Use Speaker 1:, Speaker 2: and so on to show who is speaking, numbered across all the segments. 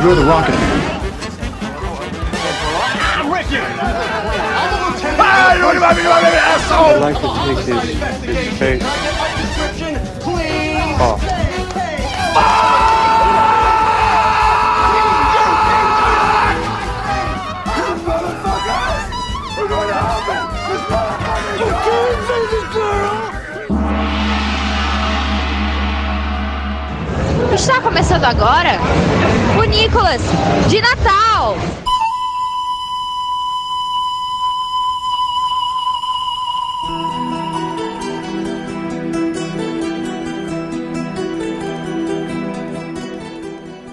Speaker 1: You're the Rocket Man. I'd like you to take this, this face off.
Speaker 2: Está começando agora o Nicolas de Natal.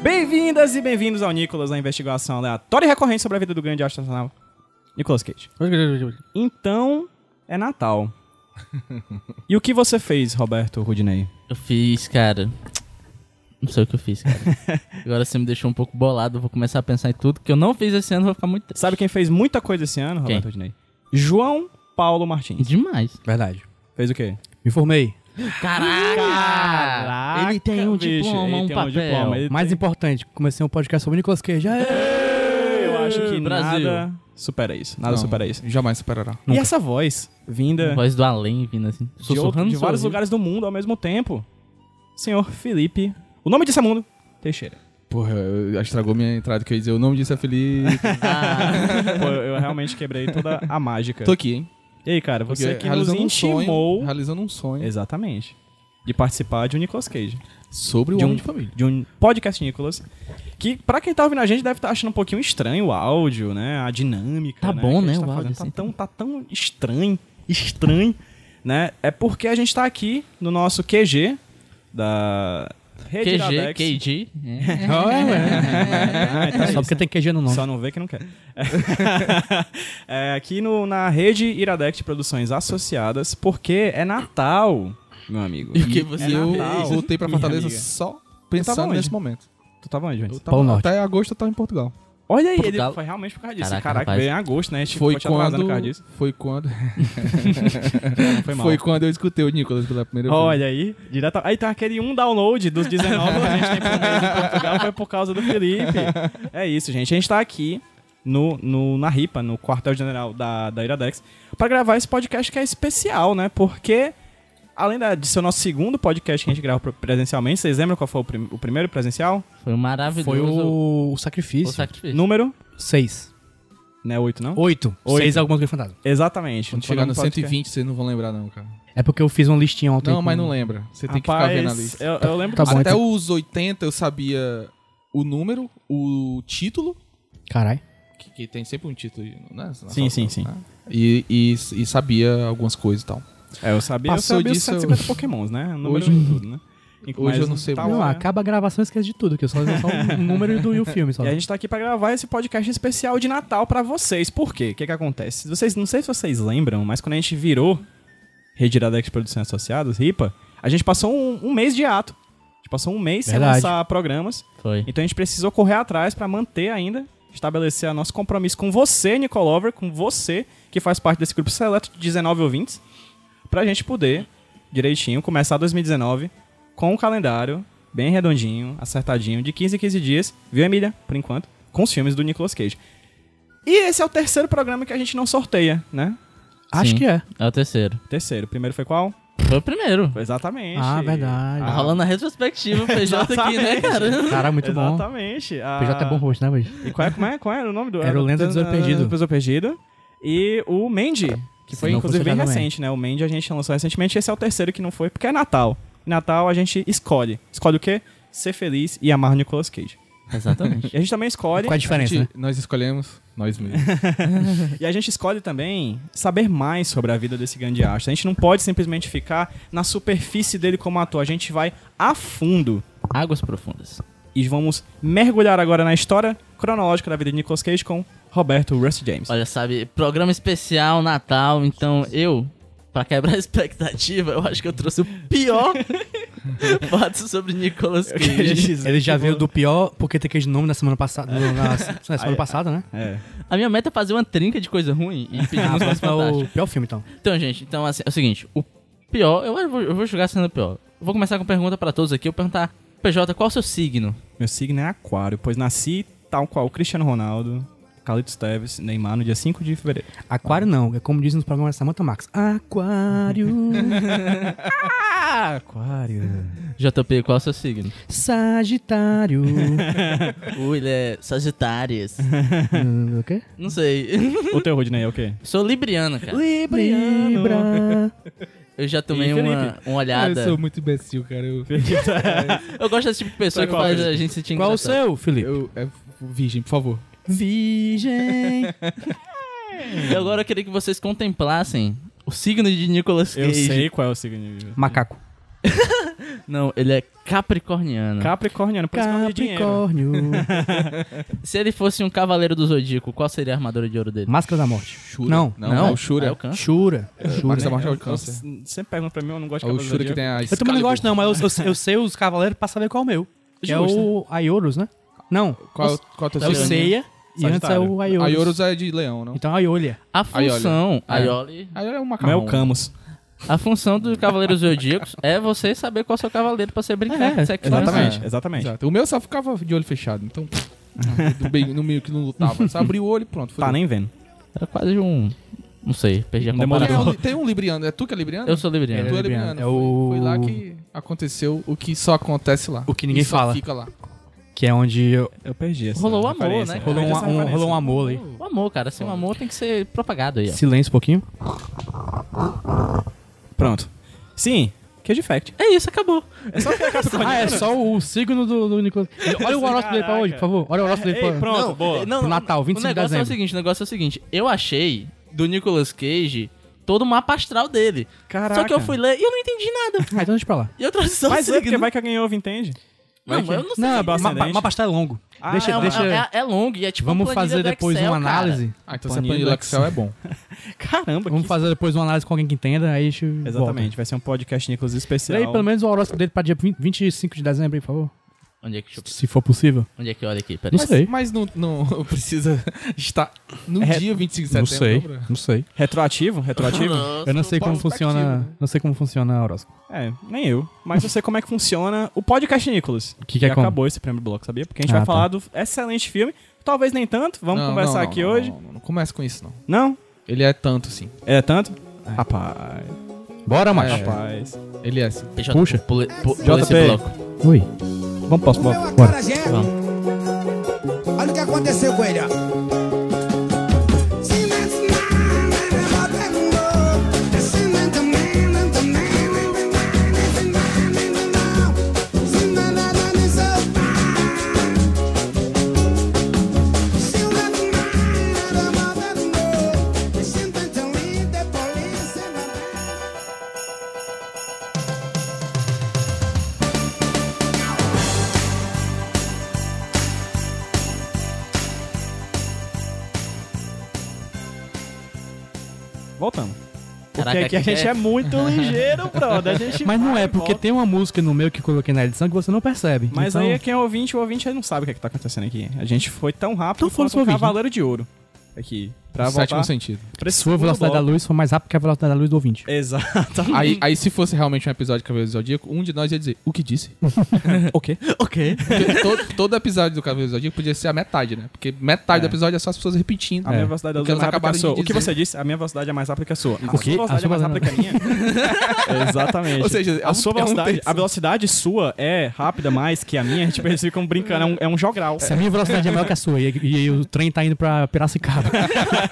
Speaker 3: Bem-vindas e bem-vindos ao Nicolas, a investigação aleatória e recorrente sobre a vida do grande astronauta Nicolas Cage. Então, é Natal. e o que você fez, Roberto Rudinei?
Speaker 4: Eu fiz, cara. Não sei o que eu fiz, cara. Agora você me deixou um pouco bolado. eu Vou começar a pensar em tudo que eu não fiz esse ano. Vou ficar muito triste.
Speaker 3: Sabe quem fez muita coisa esse ano,
Speaker 4: Quem?
Speaker 3: Roberto Rudinei? João Paulo Martins.
Speaker 4: Demais.
Speaker 5: Verdade.
Speaker 3: Fez o quê?
Speaker 5: Me formei.
Speaker 4: Caraca! ele tem um
Speaker 3: bicho,
Speaker 4: diploma,
Speaker 3: ele
Speaker 4: um
Speaker 3: tem
Speaker 4: papel.
Speaker 3: diploma, ele
Speaker 5: Mais importante, comecei um podcast sobre Nicolas Cage. Aê!
Speaker 3: Eu acho que
Speaker 4: Brasil.
Speaker 3: nada supera isso. Nada
Speaker 6: Não,
Speaker 3: supera isso.
Speaker 6: Jamais superará.
Speaker 3: E essa voz vinda
Speaker 4: Voz do além vindo assim.
Speaker 3: de, outro-
Speaker 4: Sussurrando
Speaker 3: de
Speaker 4: no seu
Speaker 3: vários
Speaker 4: ouvido.
Speaker 3: lugares do mundo ao mesmo tempo. Senhor Felipe. O nome disso é mundo. Teixeira.
Speaker 6: Porra, eu- estragou minha entrada que eu ia dizer. O nome disso é Felipe.
Speaker 4: Ah,
Speaker 3: Pô, eu realmente quebrei toda a mágica.
Speaker 6: Tô aqui, hein?
Speaker 3: E aí, cara,
Speaker 6: Porque
Speaker 3: você que nos
Speaker 6: realizando um
Speaker 3: intimou.
Speaker 6: sonho, realizando um sonho
Speaker 3: Exatamente. De participar de um Nicolas Cage.
Speaker 6: sobre o
Speaker 3: De
Speaker 6: Homem
Speaker 3: um,
Speaker 6: de Família.
Speaker 3: de um podcast Nicolas. Que, pra quem tá ouvindo a gente, deve estar achando um pouquinho estranho o áudio, né? A dinâmica.
Speaker 4: Tá
Speaker 3: né,
Speaker 4: bom,
Speaker 3: que a gente tá
Speaker 4: né, o áudio,
Speaker 3: fazendo. Tá,
Speaker 4: assim, tá
Speaker 3: tão, tá tão estranho. Estranho. Né? É porque a gente tá aqui no nosso QG da Rede
Speaker 4: QG,
Speaker 3: Iradex.
Speaker 4: KG. É.
Speaker 3: Ah, então é
Speaker 5: Só
Speaker 3: isso.
Speaker 5: porque tem QG no nome.
Speaker 3: Só não vê que não quer. É, aqui no, na rede Iradect Produções Associadas, porque é Natal, meu amigo.
Speaker 6: E que você
Speaker 3: É
Speaker 6: eu
Speaker 3: Natal,
Speaker 6: voltei pra
Speaker 3: minha
Speaker 6: Fortaleza
Speaker 3: amiga.
Speaker 6: só
Speaker 3: Eu tava
Speaker 6: pensando
Speaker 3: onde?
Speaker 6: nesse momento.
Speaker 3: Tu tá tava onde,
Speaker 6: Eu
Speaker 3: gente?
Speaker 6: tava-
Speaker 5: Polo Norte.
Speaker 6: até agosto eu tava em Portugal.
Speaker 3: Olha aí, ele
Speaker 4: Portugal.
Speaker 3: foi realmente por causa disso. Caraca,
Speaker 4: Caraca,
Speaker 3: Caraca
Speaker 4: rapaz.
Speaker 3: veio em agosto, né? A gente
Speaker 6: Foi
Speaker 3: ficou te atrasando
Speaker 6: quando,
Speaker 3: por causa disso.
Speaker 6: foi quando.
Speaker 3: Não foi mal.
Speaker 6: Foi quando eu escutei o Nicolas pela primeira vez.
Speaker 3: Olha aí, direto. Aí tá aquele um download dos 19 que a gente tem por mês em Portugal, foi por causa do Felipe. É isso, gente. A gente tá aqui no, no- na RIPA, no quartel-general da, da Iradex, pra gravar esse podcast que é especial, né? Porque, além da- de ser o nosso segundo podcast que a gente grava pro- presencialmente, vocês lembram qual foi o, prim- o primeiro presencial?
Speaker 4: Foi um maravilhoso.
Speaker 5: Foi o, o
Speaker 4: o
Speaker 5: Sacrifício.
Speaker 4: sacrifício.
Speaker 3: Número?
Speaker 5: Seis. Não
Speaker 3: Não é oito, não?
Speaker 5: Oito.
Speaker 3: Oito.
Speaker 5: Seis é alguma coisa fantasma.
Speaker 3: Exatamente.
Speaker 6: Quando
Speaker 3: Foi
Speaker 6: chegar
Speaker 3: no
Speaker 6: no
Speaker 3: podcast.
Speaker 6: 120, vocês não vão lembrar, não, cara.
Speaker 5: É porque eu fiz um listinho ontem.
Speaker 6: Não, mas
Speaker 5: com-
Speaker 6: não lembra. Você tem que ficar vendo a
Speaker 3: Rapaz, é,
Speaker 6: lista.
Speaker 3: eu, eu lembro
Speaker 5: Tá bom,
Speaker 6: Até
Speaker 5: então.
Speaker 6: os 80 eu sabia o número, o título,
Speaker 5: Caralho.
Speaker 6: que, que tem sempre um título, né?
Speaker 3: Sim, sim, sim.
Speaker 6: E, e, e sabia algumas coisas e tal.
Speaker 3: É, eu sabia,
Speaker 6: Passou
Speaker 3: eu sabia
Speaker 6: disso,
Speaker 3: os 150 pokémons, né? O número
Speaker 6: Hoje-
Speaker 3: de tudo, né? Hoje
Speaker 6: eu não sei
Speaker 3: tá
Speaker 5: Não, acaba a gravação e esquece de tudo, que eu só lembro só o número do, e o filme. Só.
Speaker 3: E a gente tá aqui pra gravar esse podcast especial de Natal pra vocês. Por quê? O que que acontece? Vocês, não sei se vocês lembram, mas quando a gente virou Rede Iradex Produções Associadas, RIPA, a gente passou um, um mês de ato. A gente passou um mês sem
Speaker 5: Verdade.
Speaker 3: lançar programas.
Speaker 4: Foi.
Speaker 3: Então a gente precisou correr atrás pra manter ainda, estabelecer nosso compromisso com você, Nicolover, com você, que faz parte desse grupo seleto de 19 ouvintes, pra gente poder, direitinho, começar 2019 com um calendário bem redondinho, acertadinho, de 15 em 15 dias, viu, Emília? Por enquanto, com os filmes do Nicolas Cage. E esse é o terceiro programa que a gente não sorteia, né?
Speaker 5: Acho
Speaker 4: Sim.
Speaker 5: que é.
Speaker 4: É o terceiro.
Speaker 3: Terceiro. O primeiro foi qual?
Speaker 4: Foi o primeiro.
Speaker 3: Foi exatamente.
Speaker 5: Ah, verdade.
Speaker 4: Tá rolando a retrospectiva PJ aqui, né, cara?
Speaker 5: Caralho, muito bom.
Speaker 3: Exatamente. A-
Speaker 5: PJ é bom host, né, bicho?
Speaker 3: E qual é, como é, qual é o nome do
Speaker 5: Era o Lendas do Tesouro Perdido.
Speaker 3: do Tesouro Perdido. E o Mandy, que
Speaker 5: Se
Speaker 3: foi
Speaker 5: não
Speaker 3: inclusive bem
Speaker 5: fosse Shadow Man.
Speaker 3: recente, né? O Mandy a gente lançou recentemente. Esse é o terceiro que não foi, porque é Natal. Natal a gente escolhe. Escolhe o quê? Ser feliz e amar o Nicolas Cage.
Speaker 4: Exatamente.
Speaker 3: E a gente também escolhe.
Speaker 5: Qual é a diferença,
Speaker 6: Gente,
Speaker 5: né?
Speaker 6: Nós escolhemos nós mesmos.
Speaker 3: E a gente escolhe também saber mais sobre a vida desse grande astro. A gente não pode simplesmente ficar na superfície dele como ator. A gente vai a fundo.
Speaker 4: Águas profundas.
Speaker 3: E vamos mergulhar agora na história cronológica da vida de Nicolas Cage com Roberto Rust James.
Speaker 4: Olha, sabe, programa especial, Natal, então eu, pra quebrar a expectativa, eu acho que eu trouxe o pior fato sobre Nicolas Cage.
Speaker 5: Ele já veio do pior porque tem aquele nome na semana passada. no- Na, na semana passada, né?
Speaker 3: É.
Speaker 4: A minha meta é fazer uma trinca de coisa ruim e pedir
Speaker 5: Ah,
Speaker 4: música
Speaker 5: mas foi o
Speaker 4: fantástica.
Speaker 5: pior filme, então.
Speaker 4: Então, gente, então assim, é o seguinte, o pior, eu, eu vou, eu vou julgar sendo o pior. Eu vou começar com pergunta pra todos aqui, eu vou perguntar, PJ, qual é o seu signo?
Speaker 3: Meu signo é aquário, pois nasci tal qual Cristiano Ronaldo, Carlitos Teves, Neymar, no dia 5 de fevereiro.
Speaker 5: Aquário não, é como diz nos programas da Samantha Max. Aquário,
Speaker 3: Aquário.
Speaker 4: JP, qual é o seu signo?
Speaker 5: Sagitário.
Speaker 4: Ui, ele é Sagitárias.
Speaker 5: Hum, o quê?
Speaker 4: Não sei.
Speaker 3: o teu, Rodney, é o quê?
Speaker 4: Sou libriano, cara.
Speaker 5: Libra.
Speaker 4: Eu já tomei
Speaker 3: E
Speaker 4: uma,
Speaker 3: Felipe?
Speaker 4: uma olhada.
Speaker 6: É, Eu
Speaker 4: Eu,
Speaker 6: sou muito imbecil, cara. Eu,
Speaker 4: gosto desse tipo de pessoa
Speaker 3: Sabe
Speaker 4: que
Speaker 3: qual,
Speaker 4: faz
Speaker 3: Felipe?
Speaker 4: a gente se sentir
Speaker 5: Qual o
Speaker 4: engraçado.
Speaker 5: seu, Felipe?
Speaker 6: eu, é virgem, por favor.
Speaker 5: Virgem.
Speaker 4: E agora eu queria que vocês contemplassem o signo de Nicolas Cage.
Speaker 3: Eu sei qual é o signo. de-
Speaker 5: Macaco.
Speaker 4: Não, ele é capricorniano.
Speaker 3: Capricorniano, por isso que eu gosto de dinheiro.
Speaker 5: Capricórnio.
Speaker 4: Se ele fosse um cavaleiro do Zodíaco, qual seria a armadura de ouro dele?
Speaker 5: Máscara da morte.
Speaker 6: Shura.
Speaker 5: Não.
Speaker 6: não, é o Shura.
Speaker 4: É o Khan.
Speaker 5: Shura. Shura.
Speaker 6: Max da Morte é o
Speaker 3: Eu
Speaker 6: câncer.
Speaker 3: s- Sempre pergunta pra mim, eu não gosto
Speaker 6: É
Speaker 3: de
Speaker 6: o
Speaker 3: Cavaleiros do
Speaker 6: Shura que tem a
Speaker 5: Eu também não
Speaker 6: Excalibur.
Speaker 5: gosto, não, mas eu, eu- eu sei os cavaleiros pra saber qual é o meu. Que é o Aioros, né? Não.
Speaker 6: Qual, é o-
Speaker 5: o,
Speaker 6: qual é o teu
Speaker 5: é o
Speaker 4: Leoninha.
Speaker 6: signo?
Speaker 5: Seiya e antes é o Aioros.
Speaker 6: Aioros é de leão, não?
Speaker 5: Então é Aiolha.
Speaker 4: A função... Aioli...
Speaker 6: Aioros é um
Speaker 3: Não é o
Speaker 6: macarrão.
Speaker 3: Camus.
Speaker 4: A função do Cavaleiro Zodíaco é você saber qual é o seu cavaleiro pra você brincar.
Speaker 5: É,
Speaker 4: Isso é claro.
Speaker 3: Exatamente, exatamente.
Speaker 6: Exato. O meu só ficava de olho fechado, então... do bem- no meio que não lutava. Só abriu o olho e pronto. foi.
Speaker 3: Tá nem vendo.
Speaker 4: Era quase um... Não sei, perdi a
Speaker 3: Demorou.
Speaker 4: comparação.
Speaker 6: Tem um- Tem um libriano. É tu que é libriano?
Speaker 4: Eu sou libriano.
Speaker 6: Tu é
Speaker 5: Ele é
Speaker 6: libriano.
Speaker 5: libriano. É o-
Speaker 6: Foi lá que aconteceu o que só acontece lá.
Speaker 5: O que ninguém
Speaker 6: E só
Speaker 5: fala.
Speaker 6: fica lá.
Speaker 5: Que é onde eu-
Speaker 3: Eu perdi essa
Speaker 4: Rolou o amor,
Speaker 3: referência.
Speaker 4: né, cara?
Speaker 5: rolou
Speaker 3: Eu
Speaker 5: um,
Speaker 3: perdi essa é
Speaker 5: um-
Speaker 3: referência.
Speaker 5: rolou um amor aí.
Speaker 4: O amor, cara. Assim, o amor tem que ser propagado aí, ó.
Speaker 5: Silêncio um pouquinho.
Speaker 3: Pronto. Sim, que é de fact.
Speaker 4: É isso, acabou.
Speaker 3: É só ficar Capricorniano.
Speaker 5: Ah, é só o signo do, do Nicolas. Olha o horóscopo dele pra hoje, por favor. Olha o horóscopo dele pra
Speaker 3: Ei,
Speaker 5: hoje.
Speaker 3: pronto, boa.
Speaker 4: não,
Speaker 5: Pro Natal, 25
Speaker 4: o
Speaker 5: de
Speaker 4: negócio é o
Speaker 5: dezembro.
Speaker 4: seguinte, o negócio é o seguinte. Eu achei do Nicolas Cage todo o mapa astral dele.
Speaker 3: Caraca.
Speaker 4: Só que eu fui ler e eu não entendi nada.
Speaker 5: Ah, então deixa pra lá.
Speaker 4: E eu trouxe só o
Speaker 3: Mas é, porque
Speaker 4: signo.
Speaker 3: vai que alguém ouve, entende?
Speaker 4: Não, mas eu não sei.
Speaker 5: Não,
Speaker 3: do
Speaker 5: ma- ma-
Speaker 3: ascendente.
Speaker 5: mapa astral é longo.
Speaker 3: Ah,
Speaker 5: deixa,
Speaker 4: é, uma-
Speaker 5: deixa.
Speaker 4: é- é longo e é tipo
Speaker 5: vamos
Speaker 4: uma planilha
Speaker 5: fazer
Speaker 4: do
Speaker 5: depois
Speaker 4: Excel,
Speaker 5: uma
Speaker 4: cara.
Speaker 5: análise.
Speaker 6: Ah, então
Speaker 3: Planilha
Speaker 6: essa planilha do Excel é bom.
Speaker 3: ah, Caramba,
Speaker 5: Vamos
Speaker 3: que-
Speaker 5: fazer depois uma análise com alguém que entenda, aí a gente
Speaker 3: Exatamente,
Speaker 5: volta.
Speaker 3: vai ser um podcast Nicolas especial.
Speaker 5: Lê aí pelo menos o horóscopo dele pra dia 20 25 de dezembro, aí, por favor.
Speaker 4: Onde é que, deixa eu-
Speaker 5: Se for possível.
Speaker 4: onde é que olha aqui? Peraí.
Speaker 5: Não sei.
Speaker 6: Mas não, não precisa estar no
Speaker 3: É,
Speaker 6: dia 25 de
Speaker 5: Não
Speaker 6: setembro.
Speaker 5: sei.
Speaker 6: pra-
Speaker 5: Não sei.
Speaker 3: Retroativo? Retroativo?
Speaker 5: Eu não sei como
Speaker 6: prospectivo,
Speaker 5: funciona.
Speaker 6: né?
Speaker 5: Não sei como funciona o horóscopo.
Speaker 3: é, nem eu. Mas eu sei como é que funciona o podcast Nicolas.
Speaker 5: O que que é
Speaker 3: E
Speaker 5: como?
Speaker 3: acabou esse primeiro bloco, sabia? Porque a gente
Speaker 5: Ah,
Speaker 3: vai
Speaker 5: tá.
Speaker 3: falar do excelente filme. Talvez nem tanto, vamos
Speaker 6: Não,
Speaker 3: conversar
Speaker 6: não, não,
Speaker 3: aqui
Speaker 6: não,
Speaker 3: hoje.
Speaker 6: Não, não, não começa com isso, não.
Speaker 3: Não?
Speaker 6: Ele é tanto, sim.
Speaker 3: É tanto? Rapaz,
Speaker 5: Bora,
Speaker 6: macho.
Speaker 3: rapaz.
Speaker 6: Ele é assim.
Speaker 4: PJ,
Speaker 5: Puxa.
Speaker 4: Pule, pu-
Speaker 3: JP.
Speaker 4: pula esse bloco.
Speaker 5: Oi.
Speaker 3: Vamos pro próximo
Speaker 7: Meu
Speaker 3: bloco.
Speaker 7: acarajé. Olha o que aconteceu com ele, ó.
Speaker 3: Voltamos.
Speaker 4: Caraca,
Speaker 3: porque aqui a
Speaker 4: aqui
Speaker 3: gente
Speaker 4: é-
Speaker 3: é muito ligeiro, brother. A gente
Speaker 5: Mas não
Speaker 3: vai e
Speaker 5: é, porque
Speaker 3: volta.
Speaker 5: tem uma música no meio que eu coloquei na edição que você não percebe.
Speaker 3: Tipo, Mas
Speaker 5: Então,
Speaker 3: aí quem é ouvinte, o ouvinte aí não sabe o que, é que tá acontecendo aqui. A gente foi tão rápido
Speaker 5: Então foda-se
Speaker 3: quanto o
Speaker 5: pro ouvinte,
Speaker 3: Cavaleiro de Ouro. Aqui. Pra
Speaker 6: Sétimo
Speaker 3: Tá, voltar
Speaker 6: sentido.
Speaker 3: pra esse
Speaker 5: Sua
Speaker 3: segundo
Speaker 5: velocidade da
Speaker 3: bloco.
Speaker 5: luz foi mais rápida que a velocidade da luz do ouvinte. Tá
Speaker 3: Exatamente.
Speaker 6: Aí, aí, se fosse realmente um episódio de Cavaleiro do Zodíaco, um de nós ia dizer, o que disse?
Speaker 3: o quê?
Speaker 4: Ok.
Speaker 6: Porque todo, todo episódio do Cavaleiro do Zodíaco podia ser a metade, né? Porque metade do episódio é só as pessoas repetindo.
Speaker 3: A minha velocidade da
Speaker 6: O
Speaker 3: luz
Speaker 6: que
Speaker 3: é
Speaker 6: elas
Speaker 3: mais rápida que a
Speaker 6: acabaram
Speaker 3: sua.
Speaker 6: de
Speaker 3: O que
Speaker 6: dizer.
Speaker 3: você disse, a minha velocidade é mais rápida que a sua.
Speaker 5: O quê?
Speaker 3: A sua velocidade
Speaker 5: A
Speaker 3: é mais
Speaker 5: sua
Speaker 3: rápida que a minha. Exatamente.
Speaker 6: Ou seja, é
Speaker 3: a
Speaker 6: um-
Speaker 3: sua
Speaker 6: é um
Speaker 3: velocidade,
Speaker 6: terço.
Speaker 3: a velocidade sua é rápida mais que a minha, tipo, eles ficam brincando, é um, é um jogral.
Speaker 5: Se a minha velocidade é maior que a sua e, e o trem tá indo pra Piracicaba.
Speaker 3: A minha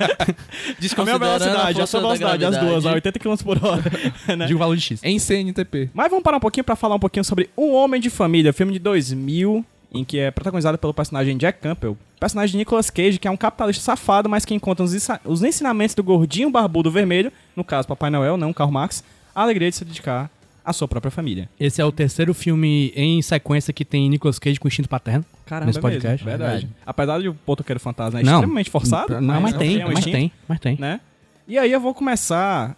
Speaker 4: Desconsiderando
Speaker 3: é? velocidade, a
Speaker 4: força
Speaker 3: sua
Speaker 4: da
Speaker 3: velocidade, as duas, a
Speaker 4: gravidade.
Speaker 3: 80 km por hora. né?
Speaker 5: Digo o valor de X.
Speaker 6: Em CNTP.
Speaker 3: Mas vamos parar um pouquinho pra falar um pouquinho sobre Um Homem de Família, filme de 2000, em que é protagonizado pelo personagem Jack Campbell, personagem de Nicolas Cage, que é um capitalista safado, mas que encontra os, ensa- os ensinamentos do gordinho barbudo vermelho, no caso Papai Noel, não Karl Marx, a alegria de se dedicar à sua própria família.
Speaker 5: Esse é o terceiro filme em sequência que tem Nicolas Cage com instinto paterno. nesse podcast.
Speaker 3: verdade.
Speaker 4: Verdade.
Speaker 3: Apesar de o Potoqueiro Fantasma é
Speaker 5: Não.
Speaker 3: extremamente forçado,
Speaker 5: Não, mas, tem,
Speaker 3: é um
Speaker 5: mas
Speaker 3: instinto,
Speaker 5: tem, mas tem.
Speaker 3: né? E aí eu vou começar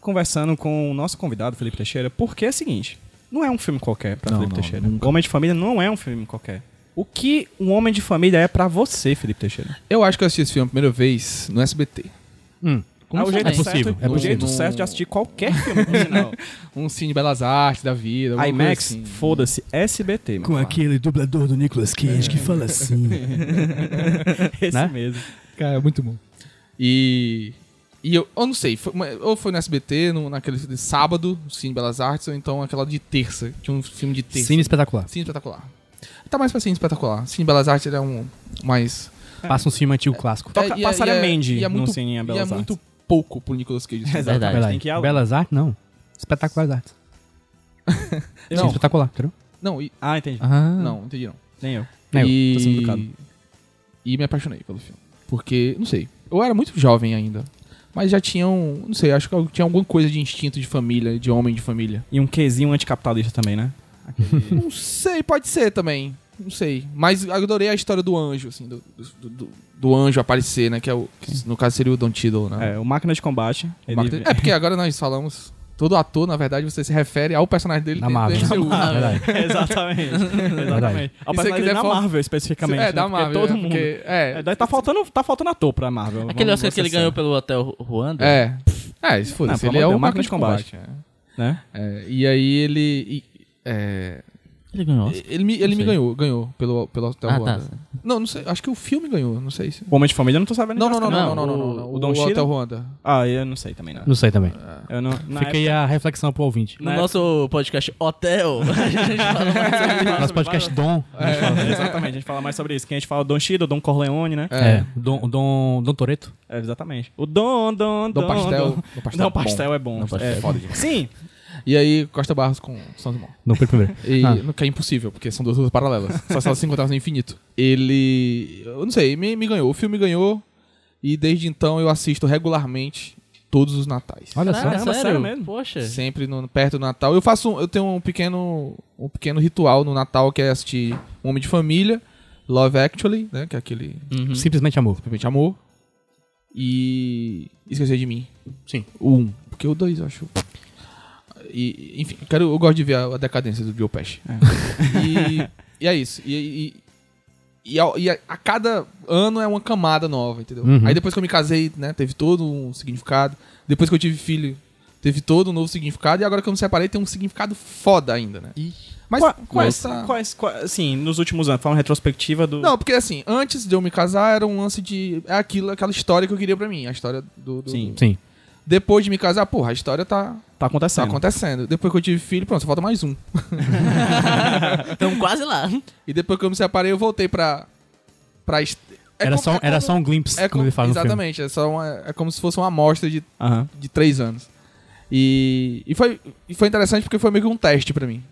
Speaker 3: conversando com o nosso convidado, Felipe Teixeira, porque é o seguinte, não é um filme qualquer pra
Speaker 6: Não,
Speaker 3: Felipe
Speaker 6: não,
Speaker 3: Teixeira. Homem de Família não é um filme qualquer. O que um Homem de Família é pra você, Felipe Teixeira?
Speaker 6: Eu acho que eu assisti esse filme a primeira vez no SBT.
Speaker 5: Hum.
Speaker 3: É o jeito,
Speaker 4: também.
Speaker 3: certo,
Speaker 8: possível, é
Speaker 3: o jeito
Speaker 8: possível.
Speaker 3: certo de assistir qualquer filme, por sinal.
Speaker 6: Um Cine Belas Artes da vida. alguma coisa
Speaker 3: IMAX,
Speaker 6: assim.
Speaker 3: foda-se, SBT. meu
Speaker 5: Com
Speaker 3: pai.
Speaker 5: aquele dublador do Nicolas Cage que fala assim.
Speaker 3: Esse
Speaker 5: né?
Speaker 3: mesmo.
Speaker 6: Cara, é muito bom. E. E eu, eu não sei, foi uma- ou foi no SBT, no, naquele de sábado, no Cine Belas Artes, ou então aquela de terça. Tinha um filme de terça.
Speaker 5: Cine espetacular.
Speaker 6: Cine espetacular. Tá mais pra Cine espetacular. Cine Belas Artes ele é um mais.
Speaker 5: Passa um filme antigo clássico.
Speaker 3: Toca-
Speaker 6: é, e é-
Speaker 3: passaria
Speaker 6: e é-
Speaker 3: Mandy
Speaker 6: e é
Speaker 3: no
Speaker 6: muito-
Speaker 3: Cine
Speaker 6: e
Speaker 3: Belas
Speaker 6: é muito pouco pro Nicolas Cage. assim.
Speaker 3: Exato.
Speaker 4: Verdade.
Speaker 3: Mas
Speaker 5: Peraí,
Speaker 3: tem que ir além.
Speaker 5: Belas artes? Não. Espetaculares artes. Cine
Speaker 6: Não,
Speaker 5: espetacular, entendeu?
Speaker 6: não, e-
Speaker 3: Ah, entendi.
Speaker 5: Ah.
Speaker 6: não, entendi não.
Speaker 3: Nem eu.
Speaker 5: Não,
Speaker 6: e...
Speaker 3: tô sendo educado.
Speaker 6: E me apaixonei pelo filme. Porque, não sei, eu era muito jovem ainda. Mas já tinham, não sei, acho que eu tinha alguma coisa de instinto de família, de homem de família.
Speaker 3: E um quezinho anticapitalista também, né?
Speaker 6: Não sei, pode ser também. Não sei. Mas eu adorei a história do anjo, assim, do, do, do- do anjo aparecer, né? Que é o. que no caso seria o Don Tiddle, né?
Speaker 3: É, o Máquina de Combate. ele-
Speaker 6: Mark- É porque agora nós falamos. Todo ator, na verdade, você se refere ao personagem dele
Speaker 5: Da
Speaker 6: dentro
Speaker 5: Marvel.
Speaker 6: do MCU.
Speaker 3: né?
Speaker 4: Ah, velho.
Speaker 3: Exatamente.
Speaker 5: Verdade.
Speaker 3: Exatamente. Ao
Speaker 6: E se você
Speaker 3: personagem
Speaker 6: quiser
Speaker 3: da
Speaker 6: falar-
Speaker 3: Marvel, especificamente.
Speaker 6: É,
Speaker 3: né?
Speaker 6: da
Speaker 3: Porque
Speaker 6: Marvel.
Speaker 3: Todo
Speaker 6: né?
Speaker 3: mundo.
Speaker 6: Porque, é,
Speaker 3: É, daí tá faltando, tá faltando ator pra Marvel.
Speaker 4: Aquele
Speaker 3: vamos- assim,
Speaker 4: Oscar que ele
Speaker 3: vamos ser
Speaker 4: ganhou pelo Hotel Ruanda.
Speaker 6: É. É, isso
Speaker 3: Não,
Speaker 6: foda-se.
Speaker 3: pelo
Speaker 6: Ele é
Speaker 3: amor de
Speaker 6: o
Speaker 3: Deus,
Speaker 6: máquina de combate.
Speaker 3: sinceros, Né?
Speaker 6: é. É, e aí ele. e- é,
Speaker 4: Ele ganhou Oscar.
Speaker 6: ele me, ele me
Speaker 4: sei.
Speaker 6: ganhou, ganhou pelo, pelo Hotel
Speaker 4: Ah,
Speaker 6: Ruanda.
Speaker 4: tá.
Speaker 6: Não, não sei. Acho que o filme ganhou, não sei se.
Speaker 3: O Homem de Família eu não tô sabendo.
Speaker 6: Não,
Speaker 3: de
Speaker 6: não, não,
Speaker 3: Oscar,
Speaker 6: não,
Speaker 4: não.
Speaker 6: não, não, não, não.
Speaker 3: O
Speaker 6: O,
Speaker 3: Don
Speaker 6: o
Speaker 3: Chile?
Speaker 6: Hotel Ruanda.
Speaker 3: Ah, eu não sei também, não.
Speaker 5: Não sei também.
Speaker 3: Eu não. é na
Speaker 5: Fica aí a reflexão pro ouvinte.
Speaker 4: No
Speaker 3: Na
Speaker 4: nosso podcast Hotel, a gente fala mais sobre
Speaker 5: Nosso podcast Dom.
Speaker 3: É, exatamente, a gente fala mais sobre isso. Que a gente fala Don Chido, Don Corleone, né?
Speaker 5: É, Dom, Dom, Dom Toreto.
Speaker 3: É, exatamente. O Don, Don, Don.
Speaker 6: Dom
Speaker 3: Don,
Speaker 6: Pastel. Dom
Speaker 3: Pastel,
Speaker 6: Pastel.
Speaker 3: Don Pastel é bom.
Speaker 6: Dom Pastel
Speaker 3: é
Speaker 6: é foda demais.
Speaker 3: Sim,
Speaker 6: Bom. E aí, Costa Barros com São Simão.
Speaker 5: Não, foi o primeiro.
Speaker 6: E
Speaker 5: Ah.
Speaker 6: não que é impossível, porque são duas ruas paralelas. Só se elas se encontrassem no infinito. Ele. Eu não sei, me, me ganhou. O filme ganhou. E desde então eu assisto regularmente todos os natais.
Speaker 5: Olha só.
Speaker 4: Caramba,
Speaker 3: sério
Speaker 4: é sério
Speaker 3: mesmo?
Speaker 4: mesmo? Poxa.
Speaker 6: Sempre no- perto do Natal. Eu faço. um- Eu tenho um pequeno. um pequeno ritual no Natal que é assistir Homem de Família, Love Actually, né? Que é aquele.
Speaker 4: Uhum.
Speaker 5: Simplesmente amor.
Speaker 6: Simplesmente amor. E. Esquecer de mim. Sim. O 1. Porque o 2 eu acho. E, enfim, eu, quero, eu gosto de ver a, a decadência do Bill Pesci.
Speaker 3: É.
Speaker 6: E, e é isso. E, e, e, a, e a- a cada ano é uma camada nova, entendeu?
Speaker 5: Uhum.
Speaker 6: Aí depois que eu me casei, né, teve todo um significado. Depois que eu tive filho, teve todo um novo significado. E agora que eu me separei, tem um significado foda ainda, né? Mas
Speaker 3: Qua-
Speaker 6: com
Speaker 3: quais,
Speaker 6: essa-
Speaker 3: quais, qua- assim, nos últimos anos, falando retrospectiva do...
Speaker 6: Não, porque assim, antes de eu me casar era um lance de. É aquilo, aquela história que eu queria pra mim, a história do. do-
Speaker 3: Sim.
Speaker 5: Sim.
Speaker 6: Depois de me casar, porra, a história tá,
Speaker 3: tá
Speaker 6: tá
Speaker 3: acontecendo.
Speaker 6: acontecendo. Depois que eu tive filho, pronto, só falta mais um.
Speaker 4: Estamos quase lá.
Speaker 6: E depois que eu me separei, eu voltei pra. pra est- é
Speaker 5: Era
Speaker 6: como-
Speaker 5: só,
Speaker 6: é
Speaker 5: era
Speaker 6: como-
Speaker 5: só um glimpse,
Speaker 6: é
Speaker 5: como ele fala no filme.
Speaker 6: Exatamente, é, só uma- é como se fosse uma amostra de,
Speaker 3: Aham.
Speaker 6: de três anos. E, e, foi, e foi interessante porque foi meio que um teste pra mim.